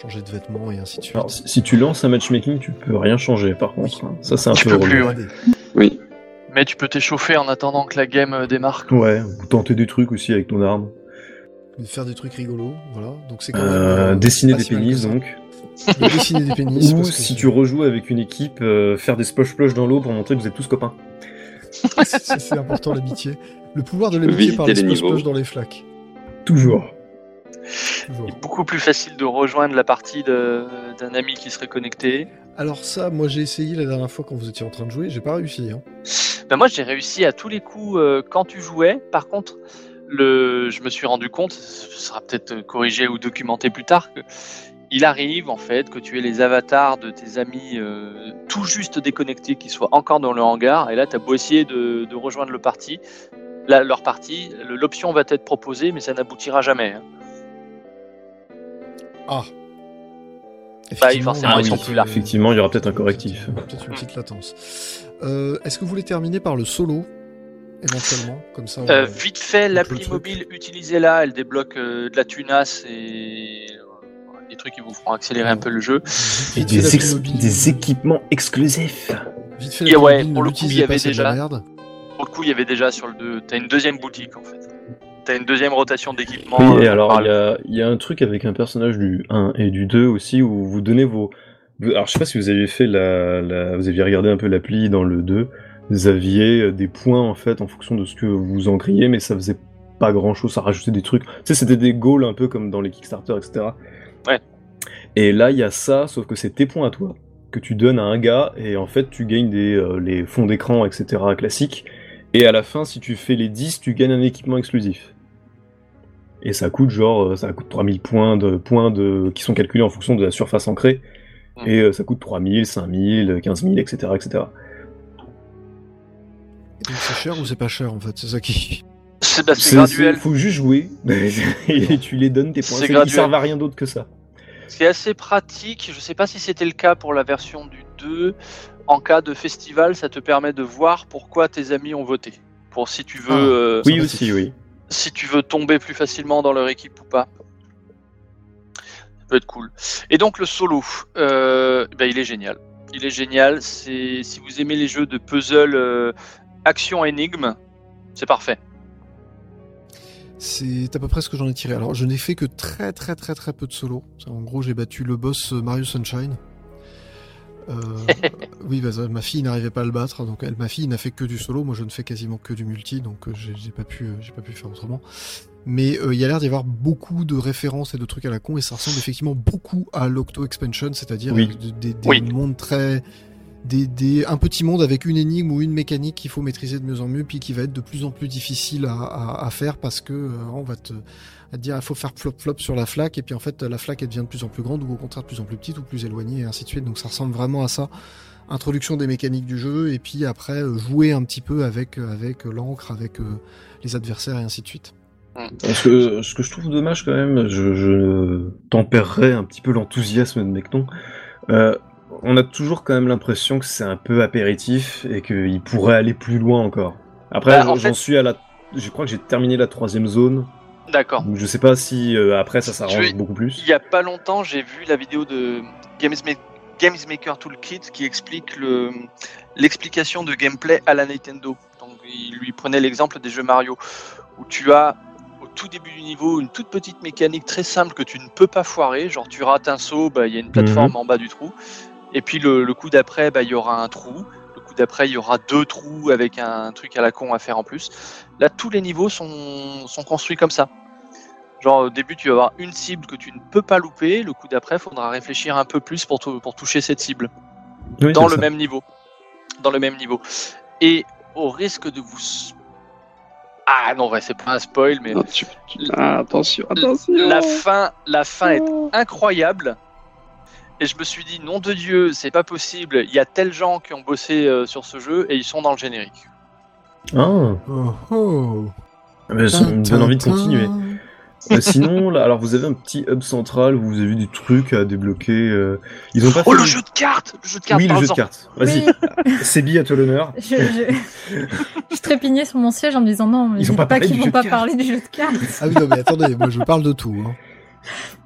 A: changer de vêtements et ainsi de suite.
F: Alors, si si tu lances un matchmaking, tu peux rien changer, par contre. hein. Ça, c'est un
E: Tu
F: peu
E: peux
F: relou.
E: plus,
A: Balader.
D: Oui.
E: Mais tu peux t'échauffer en attendant que la game euh, démarre.
F: Ouais, ou tenter des trucs aussi avec ton arme.
A: Mais faire des trucs rigolos, voilà. Donc c'est quand même,
F: Euh,
A: euh,
F: dessiner
A: pas
F: des
A: si mal que
F: pénis,
A: ça.
F: donc.
A: Et dessiner des pénis.
F: Ou
A: parce que
F: si tu rejoues avec une équipe, euh, faire des splosh-splosh dans l'eau pour montrer que vous êtes tous copains.
A: <laughs> c'est- c'est c'est important l'amitié. Le pouvoir de
D: Tu peux
A: l'amitié par les
D: visiter les
A: splash
D: niveaux.
A: dans les flaques.
F: Toujours.
A: Toujours.
E: Il est beaucoup plus facile de rejoindre la partie de- d'un ami qui serait connecté.
A: Alors ça, moi j'ai essayé la dernière fois quand vous étiez en train de jouer, j'ai pas réussi. hein.
E: Ben moi, j'ai réussi à tous les coups euh, quand tu jouais. Par contre, le, je me suis rendu compte, ce sera peut-être euh, corrigé ou documenté plus tard, que il arrive en fait que tu aies les avatars de tes amis euh, tout juste déconnectés qui soient encore dans le hangar. Et là, tu as beau essayer de, de rejoindre le parti. Là, leur partie, le- l'option va t'être proposée, mais ça n'aboutira jamais. hein.
A: Ah.
E: Bah, forcément,
F: ils sont
E: plus là.
F: Effectivement, il y aura peut-être un correctif.
A: Il y aura Peut-être une petite latence. Euh, Est-ce que vous voulez terminer par le solo Éventuellement, comme ça. on-
E: Euh, vite fait,
A: le
E: l'appli
A: truc.
E: mobile, utilisez-la. Elle débloque euh, de la tunasse et euh, des trucs qui vous feront accélérer un peu le jeu.
A: Vite fait, l'appli
F: ex-
A: mobile.
F: des équipements exclusifs.
A: Vite fait,
E: Yeah,
A: l'appli
E: ouais,
A: mobile,
E: pour
A: ne
E: le coup, il y
A: l'utilisez
E: avait
A: pas, c'est de la
E: déjà.
A: merde.
E: Pour le coup, il y avait déjà sur le 2. T'as une deuxième boutique en fait. T'as une deuxième rotation d'équipement.
F: Oui, et
E: euh,
F: alors
E: par
F: il y, a, il y a un truc avec un personnage du 1 et du 2 aussi où vous donnez vos. Alors je sais pas si vous aviez fait la, la- vous aviez regardé un peu l'appli dans le 2, vous aviez euh, des points en fait en fonction de ce que vous en criez, mais ça faisait pas grand chose, ça rajoutait des trucs. Tu sais, c'était des goals un peu comme dans les Kickstarter, etc.
E: Ouais.
F: Et là il y a ça, sauf que c'est tes points à toi que tu donnes à un gars et en fait tu gagnes des euh, les fonds d'écran, etc. classiques. Et à la fin, si tu fais les 10, tu gagnes un équipement exclusif. Et ça coûte genre, euh, ça coûte 3000 points de points de qui sont calculés en fonction de la surface ancrée.
E: Mhm.
F: Et euh, ça coûte 3000, 5000, 15000, etc., etc.
A: Donc c'est cher ou c'est pas cher en fait, c'est ça qui. <laughs>
E: C'est bah, c'est
F: C'est- c'est-
E: graduel.
F: Faut juste jouer <laughs> et tu les donnes tes points.
E: C'est
F: C'est- Ils
E: graduel.
F: servent à rien d'autre que ça.
E: C'est assez pratique. Je sais pas si c'était le cas pour la version du 2. En cas de festival, ça te permet de voir pourquoi tes amis ont voté. Pour si tu veux,
A: Ah.
E: euh,
F: Oui
A: va,
F: aussi,
A: c'est-
F: oui.
E: si tu veux tomber plus facilement dans leur équipe ou pas. Ça peut être cool. Et donc le solo, euh, ben, il est génial. Il est génial. C'est si vous aimez les jeux de puzzle, euh, action énigme, c'est parfait.
A: C'est à peu près ce que j'en ai tiré. Alors, je n'ai fait que très très très très peu de solo. En gros, j'ai battu le boss euh, Mario Sunshine. Euh, oui, bah, ma fille n'arrivait pas à le battre, donc elle, ma fille n'a fait que du solo. Moi, je ne fais quasiment que du multi, donc euh, j'ai j'ai pas pu, euh, j'ai pas pu faire autrement. Mais euh, il y a l'air d'y avoir beaucoup de références et de trucs à la con, et ça ressemble effectivement beaucoup à l'Octo Expansion, c'est-à-dire
F: Oui.
A: des, des- des
E: Oui.
A: mondes très, des, des- un petit monde avec une énigme ou une mécanique qu'il faut maîtriser de mieux en mieux, puis qui va être de plus en plus difficile à, à- à faire parce que euh, on va te, à te dire il faut faire flop flop sur la flaque, et puis en fait la flaque elle devient de plus en plus grande ou au contraire de plus en plus petite ou plus éloignée et ainsi de suite. Donc ça ressemble vraiment à ça. Introduction des mécaniques du jeu et puis après euh, jouer un petit peu avec euh, avec euh, l'encre, avec euh, les adversaires et ainsi de suite.
F: Ce que, ce que je trouve dommage quand même, je, je tempérerais un petit peu l'enthousiasme de Mecton. Euh, on a toujours quand même l'impression que c'est un peu apéritif et qu'il pourrait aller plus loin encore. Après,
E: Bah,
F: j'en
E: en fait-
F: suis à la. Je crois que j'ai terminé la troisième zone.
E: D'accord.
F: Donc je sais pas si euh, après ça s'arrange
E: Je vais-
F: beaucoup
E: Il
F: plus.
E: y a pas longtemps, j'ai vu la vidéo de Games, Ma- Games Maker Toolkit qui explique le l'explication de gameplay à la Nintendo. Donc il lui prenait l'exemple des jeux Mario où tu as au tout début du niveau une toute petite mécanique très simple que tu ne peux pas foirer, genre tu rates un saut, bah, il y a une plateforme en bas du trou, et puis le, le coup d'après, bah, il y aura un trou, le coup d'après, il y aura deux trous avec un truc à la con à faire en plus. Là, tous les niveaux sont, sont construits comme ça. Genre, au début, tu vas avoir une cible que tu ne peux pas louper. Le coup d'après, il faudra réfléchir un peu plus pour, tou- pour toucher cette cible.
F: Oui,
E: dans
F: c'est
E: le
F: ça.
E: même niveau. Dans le même niveau. Et au risque de vous. s- Ah non, ouais, c'est pas un spoil, mais
D: Non, tu- tu- ah, attention, attention.
E: la fin, la fin est incroyable. Et je me suis dit, nom de Dieu, c'est pas possible. Il y a tels gens qui ont bossé euh, sur ce jeu et ils sont dans le générique.
F: Ah,
A: Oh, oh.
F: mais ça me donne envie de
A: Tintin.
F: continuer. Euh, sinon, là, alors vous avez un petit hub central où vous avez des trucs à débloquer. euh, Ils ont pas
E: Oh,
F: fait-
E: le jeu de cartes Le jeu de cartes,
F: Oui, le jeu de
E: parlons-en.
F: cartes. Ah, Vas-y, <laughs> Sébi, à toi l'honneur.
G: Je, je- je trépignais sur mon siège en me disant non,
F: Ils ont
G: dites
F: pas
G: pas
F: parlé
G: qu'ils
F: du
G: vont
F: jeu de
G: pas
F: cartes.
G: parler du jeu de cartes.
A: Ah oui, non, mais attendez, moi je parle de tout. hein.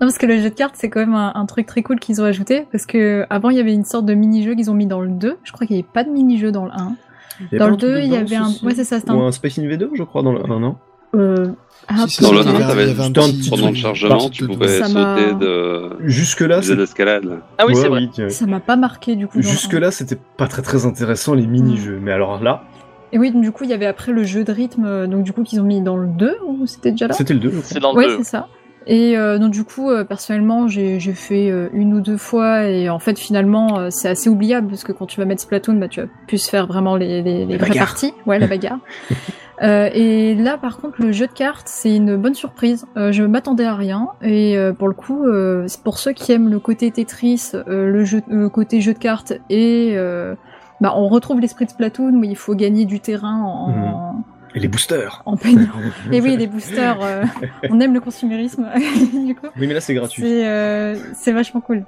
G: Non, parce que le jeu de cartes, c'est quand même un, un truc très cool qu'ils ont ajouté. Parce que avant, il y avait une sorte de mini-jeu qu'ils ont mis dans le 2. Je crois qu'il n'y avait pas de mini-jeu dans le
F: y
G: 1.
F: a
G: Dans
F: pas
G: le
F: un truc
G: 2, il y
F: de
G: avait
F: danse
G: un.
F: aussi
G: Ouais, c'est ça, c'était
F: Ou
G: un.
F: un Space Invader, je crois, dans le. Ah, non.
G: euh, ah,
A: Si, si,
D: Dans
A: si,
D: le
A: il y
D: un,
A: avait-
D: t'avais
A: il y avait
F: juste un petit
D: Pendant le
F: truc.
D: chargement,
A: parti
D: tu
A: de-
D: pouvais
G: Ça m'a-
D: sauter de,
F: Jusque-là,
D: de
F: c'était.
D: l'escalade.
E: Ah oui,
F: Ouais,
E: c'est vrai.
F: tiens.
G: Ça m'a pas marqué du coup. dans le un.
F: Jusque-là, c'était pas très très intéressant les mini-jeux. Mais alors là,
G: Et oui, donc, du coup, il y avait après le jeu de rythme, euh, donc du coup, qu'ils ont mis dans le 2, ou c'était déjà là
F: c'était le 2, je
E: C'est dans
F: crois.
E: le
G: Ouais,
E: jeu.
G: c'est ça. Et euh, donc du coup, euh, personnellement, j'ai j'ai fait euh, une ou deux fois, et en fait, finalement, euh, c'est assez oubliable, parce que quand tu vas mettre Splatoon, bah, tu vas plus faire vraiment les, les, les vraies
F: bagarres.
G: parties. Ouais, la bagarre. Euh, et là, par contre, le jeu de cartes, c'est une bonne surprise. Euh, je m'attendais à rien. Et euh, pour le coup, euh, c'est pour ceux qui aiment le côté Tetris, euh, le, jeu, le côté jeu de cartes, et euh, bah, on retrouve l'esprit de Splatoon où il faut gagner du terrain en,
F: Et les boosters.
G: en peignant. Et oui, les boosters, euh, on aime le consumérisme, <laughs> du coup.
F: Oui, mais là, c'est gratuit.
G: C'est euh, c'est vachement cool.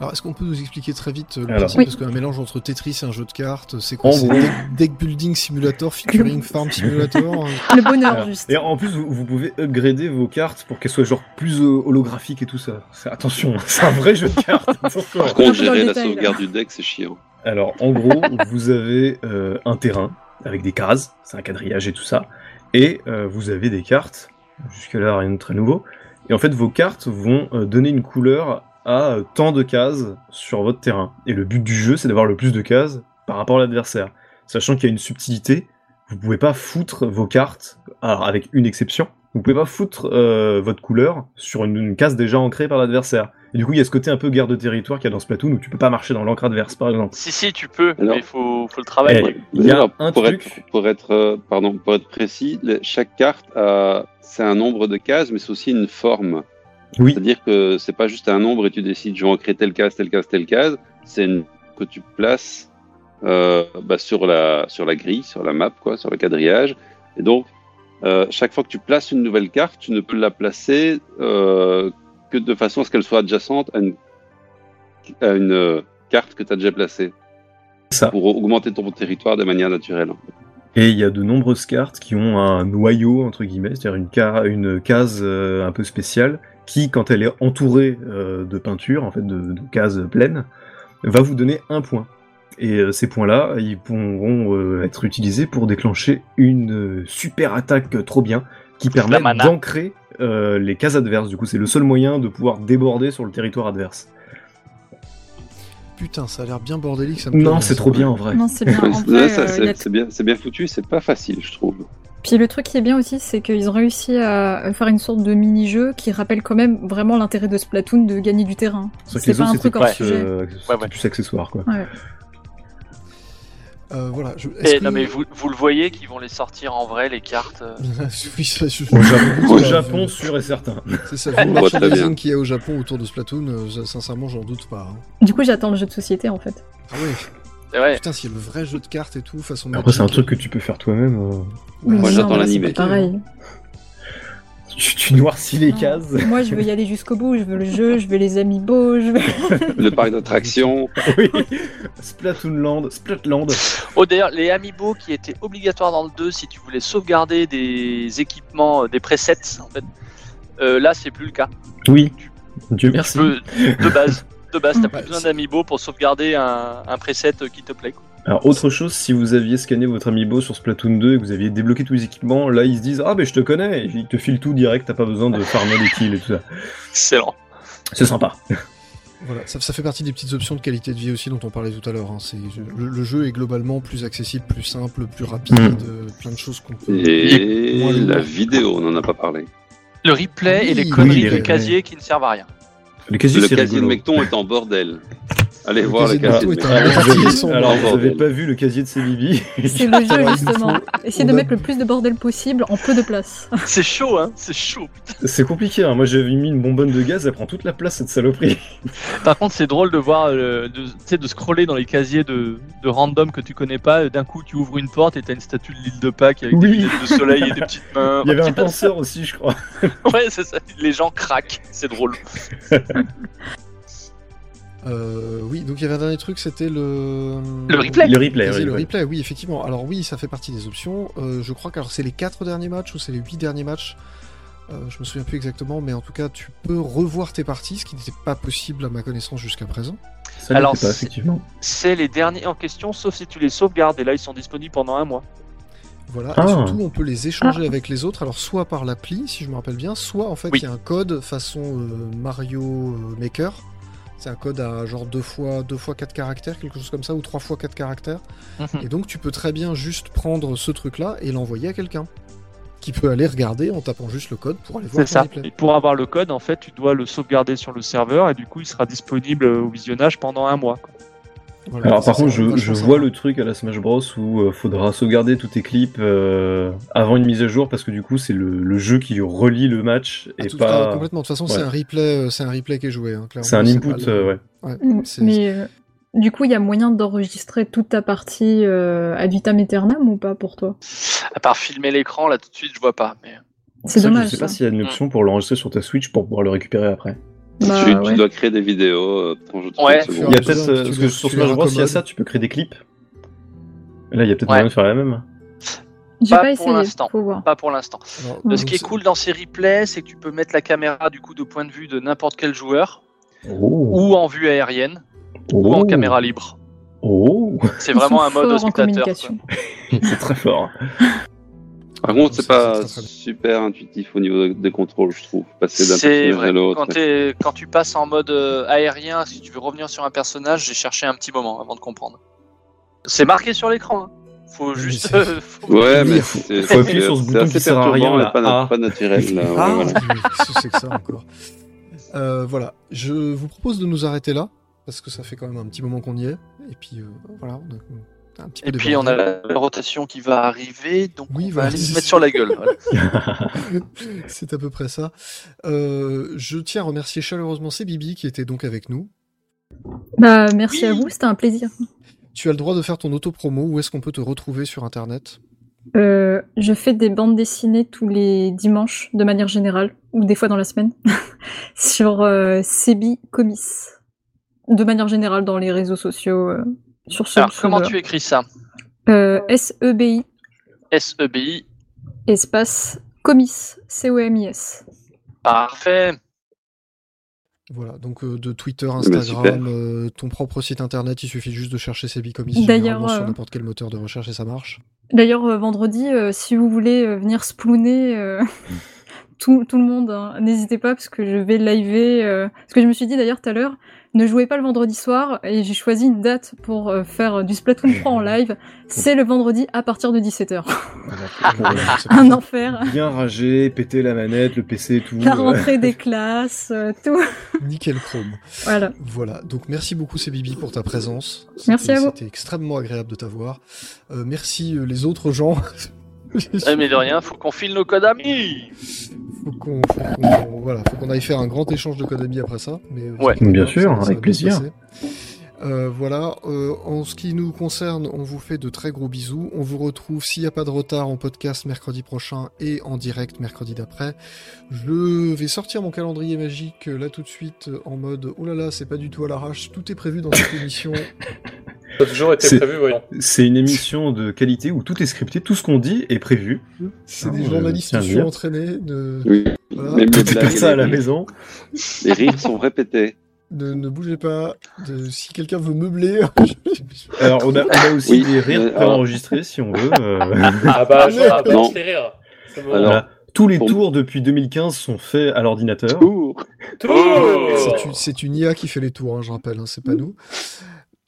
A: Alors, est-ce qu'on peut nous expliquer très vite euh, le
F: Alors.
A: principe
G: Oui.
A: Parce qu'un mélange entre Tetris et un jeu de cartes, euh, c'est quoi
F: En
A: C'est
F: gros.
A: deck, deck building simulator featuring farm simulator euh,
G: Le bonheur,
F: Alors,
G: Ah, juste.
F: Ah, Et en plus, vous, vous pouvez upgrader vos cartes pour qu'elles soient genre plus euh, holographiques et tout ça. C'est- Attention, <laughs> c'est un vrai jeu de cartes. attention.
D: Par
G: dans
D: contre,
G: le
D: gérer la
G: détail, là.
D: sauvegarde du deck, c'est chiant.
F: Alors, en gros, vous avez euh, un terrain avec des cases, c'est un quadrillage et tout ça, et euh, vous avez des cartes. Jusque-là, rien de très nouveau. Et en fait, vos cartes vont euh, donner une couleur à euh, tant de cases sur votre terrain. Et le but du jeu, c'est d'avoir le plus de cases par rapport à l'adversaire. Sachant qu'il y a une subtilité, vous pouvez pas foutre vos cartes, alors avec une exception, vous pouvez pas foutre euh, votre couleur sur une, une case déjà ancrée par l'adversaire. Et du coup, il y a ce côté un peu guerre de territoire qu'il y a dans Splatoon où tu peux pas marcher dans l'encre adverse, par exemple.
E: Si, si, tu peux,
D: Alors.
E: mais il faut, faut le travailler.
F: Eh, il y a
D: Alors,
F: un
D: pour
F: truc.
D: Être, pour, être, euh, pardon, pour être précis, les- chaque carte, a- c'est un nombre de cases, mais c'est aussi une forme.
F: Oui.
D: C'est-à-dire que c'est pas juste un nombre et tu décides, je vais en créer telle case, telle case, telle case. C'est une que tu places euh, bah, sur, la, sur la grille, sur la map, quoi, sur le quadrillage. Et donc, euh, chaque fois que tu places une nouvelle carte, tu ne peux la placer euh, que de façon à ce qu'elle soit adjacente à une, à une euh, carte que tu as déjà placée.
F: Ça.
D: Pour augmenter ton territoire de manière naturelle.
F: Et il y a de nombreuses cartes qui ont un noyau, entre guillemets, c'est-à-dire une, ca- une case euh, un peu spéciale, qui, quand elle est entourée euh, de peinture, en fait, de, de cases pleines, va vous donner un point. Et euh, ces points-là, ils pourront euh, être utilisés pour déclencher une euh, super attaque euh, trop bien, qui permet
E: mana.
F: d'ancrer euh, les cases adverses. Du coup, c'est le seul moyen de pouvoir déborder sur le territoire adverse.
A: Putain, ça a l'air bien bordélique, ça me plaît,
F: Non,
A: mais
F: c'est
A: ça-
F: trop bien en vrai.
G: Non, c'est bien. En vrai,
D: Ouais, <laughs> ça,
G: euh, il y a
D: c'est
G: tout-
D: c'est bien, c'est bien foutu, c'est pas facile, je trouve.
G: Puis le truc qui est bien aussi, c'est qu'ils ont réussi à faire une sorte de mini-jeu qui rappelle quand même vraiment l'intérêt de Splatoon de gagner du terrain.
F: Sauf que
G: C'est
F: les
G: pas
F: autres,
G: un
F: c'était
G: truc hors
F: plus,
G: sujet.
F: euh, c'était
E: Ouais, ouais.
F: plus accessoire, quoi.
A: Euh, voilà. Je,
D: Eh,
A: est-ce
E: Et
A: que-
E: Eh, non, mais vous, vous le voyez qu'ils vont les sortir en vrai, les cartes. euh.
A: <laughs> Oui, ça, je-
F: Au
A: <laughs>
F: Japon, au
A: je-
F: Japon, sûr et certain.
A: C'est ça, vu le
D: voit très
A: merchandising
D: bien.
A: qu'il y a au Japon autour de Splatoon, euh, je- sincèrement, j'en doute pas. hein.
G: Du coup, j'attends le jeu de société, en fait.
A: Ah ouais,
E: Et ouais,
A: putain, s'il y a le vrai jeu de cartes et tout, façon.
F: Après, c'est un
A: Magic,
F: truc que tu peux faire toi-même. euh.
G: Mais
D: Moi,
G: non,
D: j'attends
G: là, c'est
D: l'animé.
G: pas Pareil.
F: Tu, tu noircis <laughs> les
G: Non.
F: cases. <laughs>
G: Moi, je veux y aller jusqu'au bout. Je veux le jeu, je veux les amis beaux,
F: <laughs>
G: je veux...
D: Le parc d'attractions,
F: oui. Splatoonland, Splatland.
E: Oh d'ailleurs, les amiibo qui étaient obligatoires dans le 2 si tu voulais sauvegarder des équipements, euh, des presets en fait, euh, là c'est plus le cas.
F: Oui. Dieu merci.
E: Peu- de base, de base, t'as
F: <laughs>
A: Ouais,
E: plus besoin
A: c'est-
E: d'amiibo pour sauvegarder un, un preset euh, qui te plaît. quoi.
F: Alors, autre chose, si vous aviez scanné votre amiibo sur Splatoon 2 et que vous aviez débloqué tous les équipements, là, ils se disent Ah, mais je te connais. Et ils te filent tout direct, t'as pas besoin de farmer des kills et tout ça.
E: Excellent.
F: C'est sympa.
A: Voilà, ça, ça fait partie des petites options de qualité de vie aussi dont on parlait tout à l'heure. hein. C'est- Le, le jeu est globalement plus accessible, plus simple, plus rapide,
F: Mm.
A: euh, plein de choses qu'on peut.
D: Et
A: Moins lourd.
D: la vidéo, on n'en a pas parlé.
E: Le replay et les
A: Oui,
E: conneries
F: oui, les
E: de
F: replays.
E: casier qui ne servent à rien.
F: Le casier,
D: Le
F: c'est
D: casier de
F: rigolo.
D: Mecton est en bordel. Allez
A: Le
D: voir le
A: casier de
D: casier de
A: Mecton
D: Mecton.
A: est un-
F: Alors, vous avez-
A: Ils sont
F: alors,
D: dans
F: vous
D: le
F: avez
D: bordel.
F: pas vu le casier de Célibi
G: C'est le
A: Ouais,
G: jeu
A: il
G: justement. Essayer de
A: on a-
G: mettre le plus de bordel possible en peu de place.
E: <laughs> C'est chaud, hein C'est chaud.
F: <laughs> C'est compliqué, hein. moi j'avais mis une bonbonne de gaz, elle prend toute la place cette saloperie.
E: Par contre, c'est drôle de voir, euh, de, tu sais, de scroller dans les casiers de, de random que tu connais pas. et D'un coup, tu ouvres une porte et t'as une statue de l'île de Pâques avec
F: Oui.
E: des lunettes de soleil et des petites mains.
F: <laughs> Il y avait un penseur aussi, je crois.
E: <laughs> Ouais, c'est ça. Les gens craquent. C'est drôle.
A: Euh, oui, donc il y avait un dernier truc, c'était le.
E: Le replay.
F: Le replay,
A: Vas-y,
F: oui,
A: le
F: oui.
A: replay, oui, effectivement. Alors oui, ça fait partie des options. Euh, je crois que alors, c'est les quatre derniers matchs ou c'est les huit derniers matchs. Euh, je me souviens plus exactement, mais en tout cas, tu peux revoir tes parties, ce qui n'était pas possible à ma connaissance jusqu'à présent.
F: Ça
E: Alors,
F: l'était pas,
E: c'est-
F: effectivement.
E: C'est les derniers en question, sauf si tu les sauvegardes. Et là, ils sont disponibles pendant un mois.
A: Voilà.
F: Ah.
A: Et surtout, on peut les échanger avec les autres. Alors soit par l'appli, si je me rappelle bien, soit en fait, il
E: Oui.
A: y a un code façon euh, Mario euh, Maker. C'est un code à genre deux fois deux fois quatre caractères, quelque chose comme ça, ou trois fois quatre caractères.
E: Mm.
A: Et donc tu peux très bien juste prendre ce truc-là et l'envoyer à quelqu'un qui peut aller regarder en tapant juste le code pour aller voir
E: C'est
A: ton
E: ça.
A: replay.
E: Et pour avoir le code, en fait, tu dois le sauvegarder sur le serveur et du coup, il sera disponible euh, au visionnage pendant un mois. quoi.
A: Voilà,
F: Alors par
A: ça,
F: contre,
A: c'est
F: je,
A: vachement
F: je
A: sympa.
F: vois le truc à la Smash Bros où euh, faudra sauvegarder tous tes clips euh, avant une mise à jour parce que du coup c'est le, le jeu qui relie le match
A: Ah,
F: et
A: tout- ah,
F: pas.
A: complètement. De toute façon,
F: Ouais.
A: c'est un replay, euh, c'est un replay qui est joué. hein, clairement.
F: C'est un
A: pas
F: input,
A: le-
F: euh, ouais.
A: ouais, c'est-
G: Mais euh, du coup, il y a moyen d'enregistrer toute ta partie euh, ad vitam aeternam ou pas pour toi
E: À part filmer l'écran, là, tout de suite, je vois pas. Mais...
G: C'est
F: Ça,
G: dommage.
F: Je sais
G: ça.
F: pas s'il y a une option pour l'enregistrer sur ta Switch pour pouvoir le récupérer après.
G: Bah,
D: tu, tu
G: ouais.
D: dois créer des vidéos. euh, attends, je te
E: Ouais.
D: trouve une
A: Faut
F: Il
D: seconde.
F: y a
A: un peu
F: peut-être
A: ça,
F: euh,
A: tu
F: parce
A: le-
F: que sur
A: tu le
F: Smash Bros, il y a
A: raccommodes.
F: ça, tu peux créer des clips. Là, il y a peut-être
E: Ouais.
F: moyen de faire la même.
G: J'ai
E: Pas
G: pas,
E: pour
G: essayé.
E: l'instant.
G: Faut voir.
E: Pas pour
G: Ah,
E: l'instant.
A: Alors,
E: Euh, Ce
A: donc,
E: qui est
A: c'est-
E: cool dans ces replays, c'est que tu peux mettre la caméra du coup de point de vue de n'importe quel joueur
F: Oh.
E: ou en vue aérienne ou en caméra libre.
F: Oh, <laughs>
E: C'est
G: Ils
E: vraiment
G: sont
E: un mode
G: forts en
E: spectateur.
G: communication.
F: c'est très fort.
D: Par contre, c'est
A: Ça, ça, ça,
D: pas
A: ça, ça.
D: super intuitif au niveau de- des contrôles, je trouve. Passer d'un
E: C'est
D: personnage
E: vrai.
D: à l'autre.
E: Quand, t'es- quand tu passes en mode euh, aérien, si tu veux revenir sur un personnage, j'ai cherché un petit moment avant de comprendre. C'est marqué sur l'écran. hein. Faut
A: Mais
E: juste.
A: c'est-
E: euh, faut-
D: Ouais, mais
A: Lire.
D: c'est
F: Faut appuyer sur ce
D: c'est
F: bouton
D: assez
F: qui sert à
D: perturbant
F: rien,
D: et
F: là.
D: pas, na-
F: Ah.
D: pas naturel. Là, ouais,
A: Ah,
D: voilà.
A: qu'est-ce que <laughs> c'est que ça encore Euh, Voilà, je vous propose de nous arrêter là parce que ça fait quand même un petit moment qu'on y est. Et puis euh, voilà, on a- on a un petit peu
E: Et puis on a
A: débordé.
E: la rotation qui va arriver, donc
A: Oui,
E: on va
A: voilà,
E: aller
A: c'est
E: se
A: ça.
E: mettre sur la gueule.
A: <laughs>
E: voilà.
A: C'est à peu près ça. Euh, je tiens à remercier chaleureusement Bibi qui était donc avec nous.
G: Bah, merci
E: Oui.
G: à vous, c'était un plaisir.
A: Tu as le droit de faire ton auto-promo. Où est-ce qu'on peut te retrouver sur Internet
G: Euh, je fais des bandes dessinées tous les dimanches, de manière générale, ou des fois dans la semaine, <laughs> sur euh, Sebi Comics. De manière générale, dans les réseaux sociaux, euh, sur ce.
E: Alors comment tu écris ça E
G: euh, S-E-B-I,
E: S-E-B-I.
G: espace Comis, C-O-M-I-S.
E: Parfait.
A: Voilà, donc euh, de Twitter,
D: ben, super.
A: Instagram, euh, ton propre site internet, il suffit juste de chercher Sebi Comics
G: D'ailleurs,
A: généralement sur
G: euh,
A: n'importe quel moteur de recherche et ça marche.
G: D'ailleurs, euh, vendredi, euh, si vous voulez euh, venir splouner euh, <laughs> tout, tout le monde, hein, n'hésitez pas parce que je vais liver. euh, parce que je me suis dit d'ailleurs tout à l'heure, ne jouez pas le vendredi soir et j'ai choisi une date pour euh, faire du Splatoon 3 en live. C'est le vendredi à partir de 17h.
A: Voilà, c'est
G: <laughs> Un
A: parfait.
G: enfer.
F: Bien ragé, péter la manette, le PC et tout.
G: La
F: euh.
G: rentrée des classes, euh, tout.
A: Nickel chrome.
G: Voilà.
A: Voilà, donc merci beaucoup Bibi pour ta présence.
G: Merci
A: C'était-
G: à vous.
A: C'était extrêmement agréable de t'avoir. Euh, merci euh, les autres gens. <laughs>
E: Eh, mais de rien, faut qu'on file nos codes amis.
A: faut qu'on faut qu'on- voilà, faut qu'on aille faire un grand échange de Konami après ça. Mais euh,
E: Ouais.
A: c'est
F: Bien
A: pas grave,
F: sûr,
A: ça- ça va
F: avec
A: bien
F: plaisir.
A: se passer. Euh, voilà, euh, en ce qui nous concerne, on vous fait de très gros bisous. On vous retrouve s'il n'y a pas de retard en podcast mercredi prochain et en direct mercredi d'après. Je vais sortir mon calendrier magique euh, là tout de suite euh, en mode oh là là, c'est pas du tout à l'arrache, tout est prévu dans cette
F: <laughs>
A: émission.
B: Ça a toujours été
F: C'est-
B: prévu, voyons.
F: C'est une émission de qualité où tout est scripté, tout ce qu'on dit est prévu.
A: C'est
F: Ah,
A: des
F: euh,
A: journalistes
F: tiens,
A: qui
F: bien.
A: sont entraînés. Ne,
D: Oui.
A: voilà,
D: Même les
F: Tout est
D: blagues,
F: passé à la
D: les-
F: maison.
D: les rires sont répétés.
A: ne, ne bougez pas. de- si quelqu'un veut meubler, <laughs>
F: Alors, on a, on a aussi
D: Oui,
F: des rires
D: euh,
F: pas
D: alors-
F: enregistrés si on veut. <laughs> euh.
B: Ah bah, je
A: Non.
B: balance les rires. C'est bon.
D: Alors,
F: Tous les
D: Bon.
F: tours depuis 2015 sont faits à l'ordinateur.
D: Ouh.
B: Oh.
A: C'est une- C'est une IA qui fait les tours, hein, je rappelle, hein, c'est
D: Mm.
A: pas nous.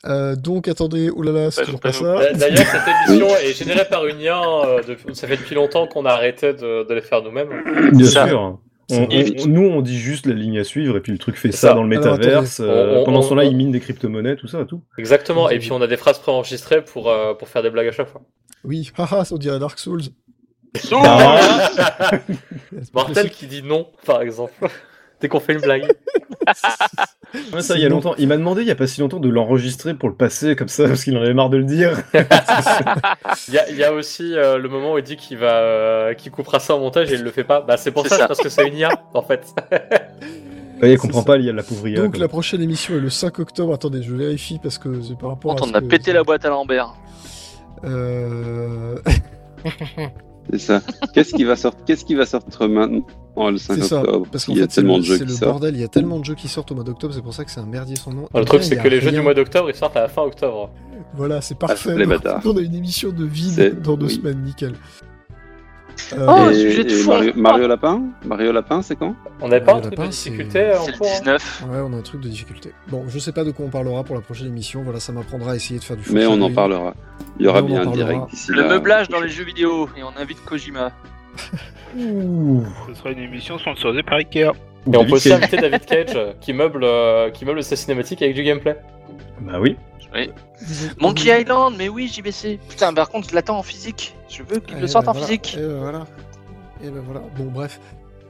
A: Euh, donc attendez, oh là là, c'est
C: Bah,
A: toujours
C: c'est
A: pas
C: pas
A: ça.
B: D'a- Euh, D'ailleurs, cette émission est générée par une IA. euh, de- Ça fait depuis longtemps qu'on a arrêté de, de les faire nous-mêmes.
F: Bien
E: Ça.
F: sûr. hein. On-
A: Ça.
F: on- nous, on dit juste la ligne à suivre, et puis le truc fait
B: C'est
F: ça,
B: ça.
F: dans le
A: Alors,
F: métaverse. euh,
B: On- on-
F: pendant ce temps-là,
B: on-
F: il mine des crypto-monnaies, tout ça, tout.
B: Exactement. Et puis on a des phrases préenregistrées pour, euh, pour faire des blagues à chaque fois.
A: Oui, haha, on dirait Dark Souls. Bah,
F: Ah.
A: C'est pas
B: Mortel <laughs>
A: possible.
B: qui dit non, par exemple. <laughs> Dès qu'on fait une blague.
F: Ouais, ça, il y a
A: Sinon-
F: longtemps. Il m'a demandé, il y a pas si longtemps, de l'enregistrer pour le passer, comme ça, parce qu'il en avait marre de le dire.
B: Il y a, il y a aussi euh, le moment où il dit qu'il va, euh, qu'il coupera ça en montage et il le fait pas. Bah, c'est pour
E: C'est
B: ça,
E: ça.
B: c'est parce que c'est une IA, en <laughs> fait.
F: Ouais, il comprend
A: ça.
F: pas, il y a de la pauvrière.
A: Donc la prochaine émission est le 5 octobre. Attendez, je vérifie parce que c'est par
B: Oh,
A: rapport à.
E: on
A: ce
E: a
A: que-
E: pété la boîte à l'envers.
A: Euh,
D: C'est ça. Qu'est-ce qui va sortir Qu'est-ce qui va sortir maintenant Oh, le
A: <laughs>
D: 5
A: c'est ça.
D: octobre.
A: Parce qu'en
D: Il y a
A: fait, c'est
D: tellement
A: le,
D: de jeux
A: c'est
D: qui
A: le
D: sortent.
A: bordel. Il y a tellement de jeux qui sortent au mois d'octobre. C'est pour ça que c'est un merdier son nom.
B: Le
A: Et
B: truc,
A: là,
B: c'est
A: il y a
B: que les jeux du
A: rien.
B: mois d'octobre, ils sortent à la fin octobre.
A: Voilà, c'est parfait. <laughs>
D: Ah, les
A: Donc,
D: bâtards.
A: on a une émission de vide
D: C'est-
A: dans deux
D: oui.
A: semaines, nickel. Euh,
G: Oh,
D: et
E: sujet de
D: et
E: fond.
D: Mario, Mario Lapin Mario Lapin, c'est quand
B: On n'avait pas
A: Ouais,
B: un truc
A: là-bas,
B: de
A: c'est-
B: difficulté en
E: C'est le
B: cours hein
E: 19.
A: Ouais, on a un truc de difficulté. Bon, je sais pas de quoi on parlera pour la prochaine émission. Voilà, ça m'apprendra à essayer de faire du
D: Mais on en
A: foreshadowing.
D: parlera. Il y aura
A: Mais on en
D: bien un
A: parlera.
D: direct d'ici
E: Le
D: là.
E: meublage dans les jeux vidéo. Et on invite Kojima.
F: Ouh.
C: Ce sera une émission sponsorisée par Ikea.
B: Et on peut
F: David
B: aussi
F: Cage.
B: inviter David Cage euh, qui meuble, euh, qui meuble ses cinématiques avec du gameplay.
F: Bah oui.
E: Monkey Island, mais oui, JBC. Putain, par contre, je l'attends en physique. Je veux qu'il
A: Eh
E: le sorte
A: ben
E: en
A: voilà,
E: physique.
A: eh ben voilà. Eh ben voilà. Bon, bref.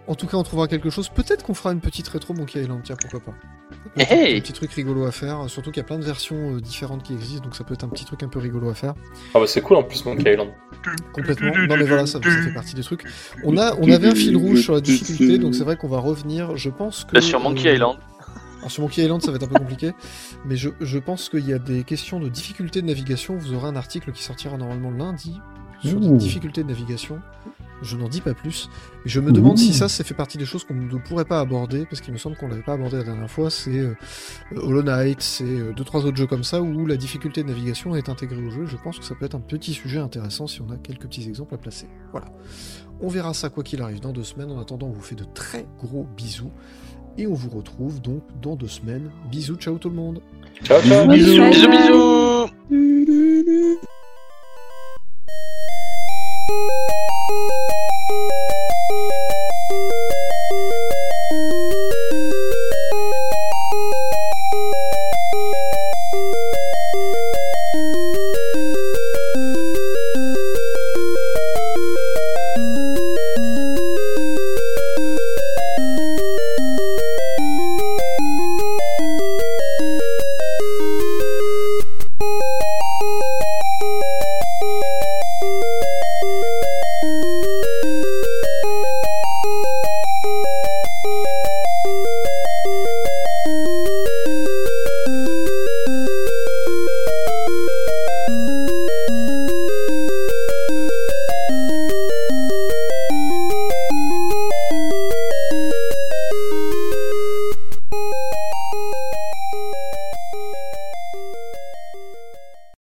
A: En tout cas, on trouvera quelque chose. Peut-être qu'on fera une petite rétro Monkey Island, tiens, pourquoi pas.
E: Eh,
A: Un
E: hey
A: petit truc rigolo à faire. Surtout qu'il y a plein de versions euh, différentes qui existent, donc ça peut être un petit truc un peu rigolo à faire.
B: Ah bah c'est cool en plus Monkey Island.
A: Complètement. Non, mais voilà, ça, ça fait partie des trucs. On, a, on avait un fil rouge sur la difficulté, donc c'est vrai qu'on va revenir. Je pense que.
E: Là, sur Monkey
A: euh,
E: Island.
A: Alors sur Monkey Island, ça va être un peu compliqué, mais je, je pense qu'il y a des questions de difficulté de navigation. Vous aurez un article qui sortira normalement lundi sur
F: Ouh.
A: les difficultés de navigation. Je n'en dis pas plus. Mais je me demande si
F: Ouh.
A: ça, ça fait partie des choses qu'on ne pourrait pas aborder, parce qu'il me semble qu'on l'avait pas abordé la dernière fois. C'est euh, Hollow Knight, c'est euh, deux trois autres jeux comme ça où la difficulté de navigation est intégrée au jeu. Je pense que ça peut être un petit sujet intéressant si on a quelques petits exemples à placer. Voilà. On verra ça quoi qu'il arrive dans deux semaines. En attendant, on vous fait de très gros bisous. Et on vous retrouve donc dans deux semaines. Bisous, ciao tout le monde.
B: Ciao ciao
G: Bisous.
E: Bisous, bisous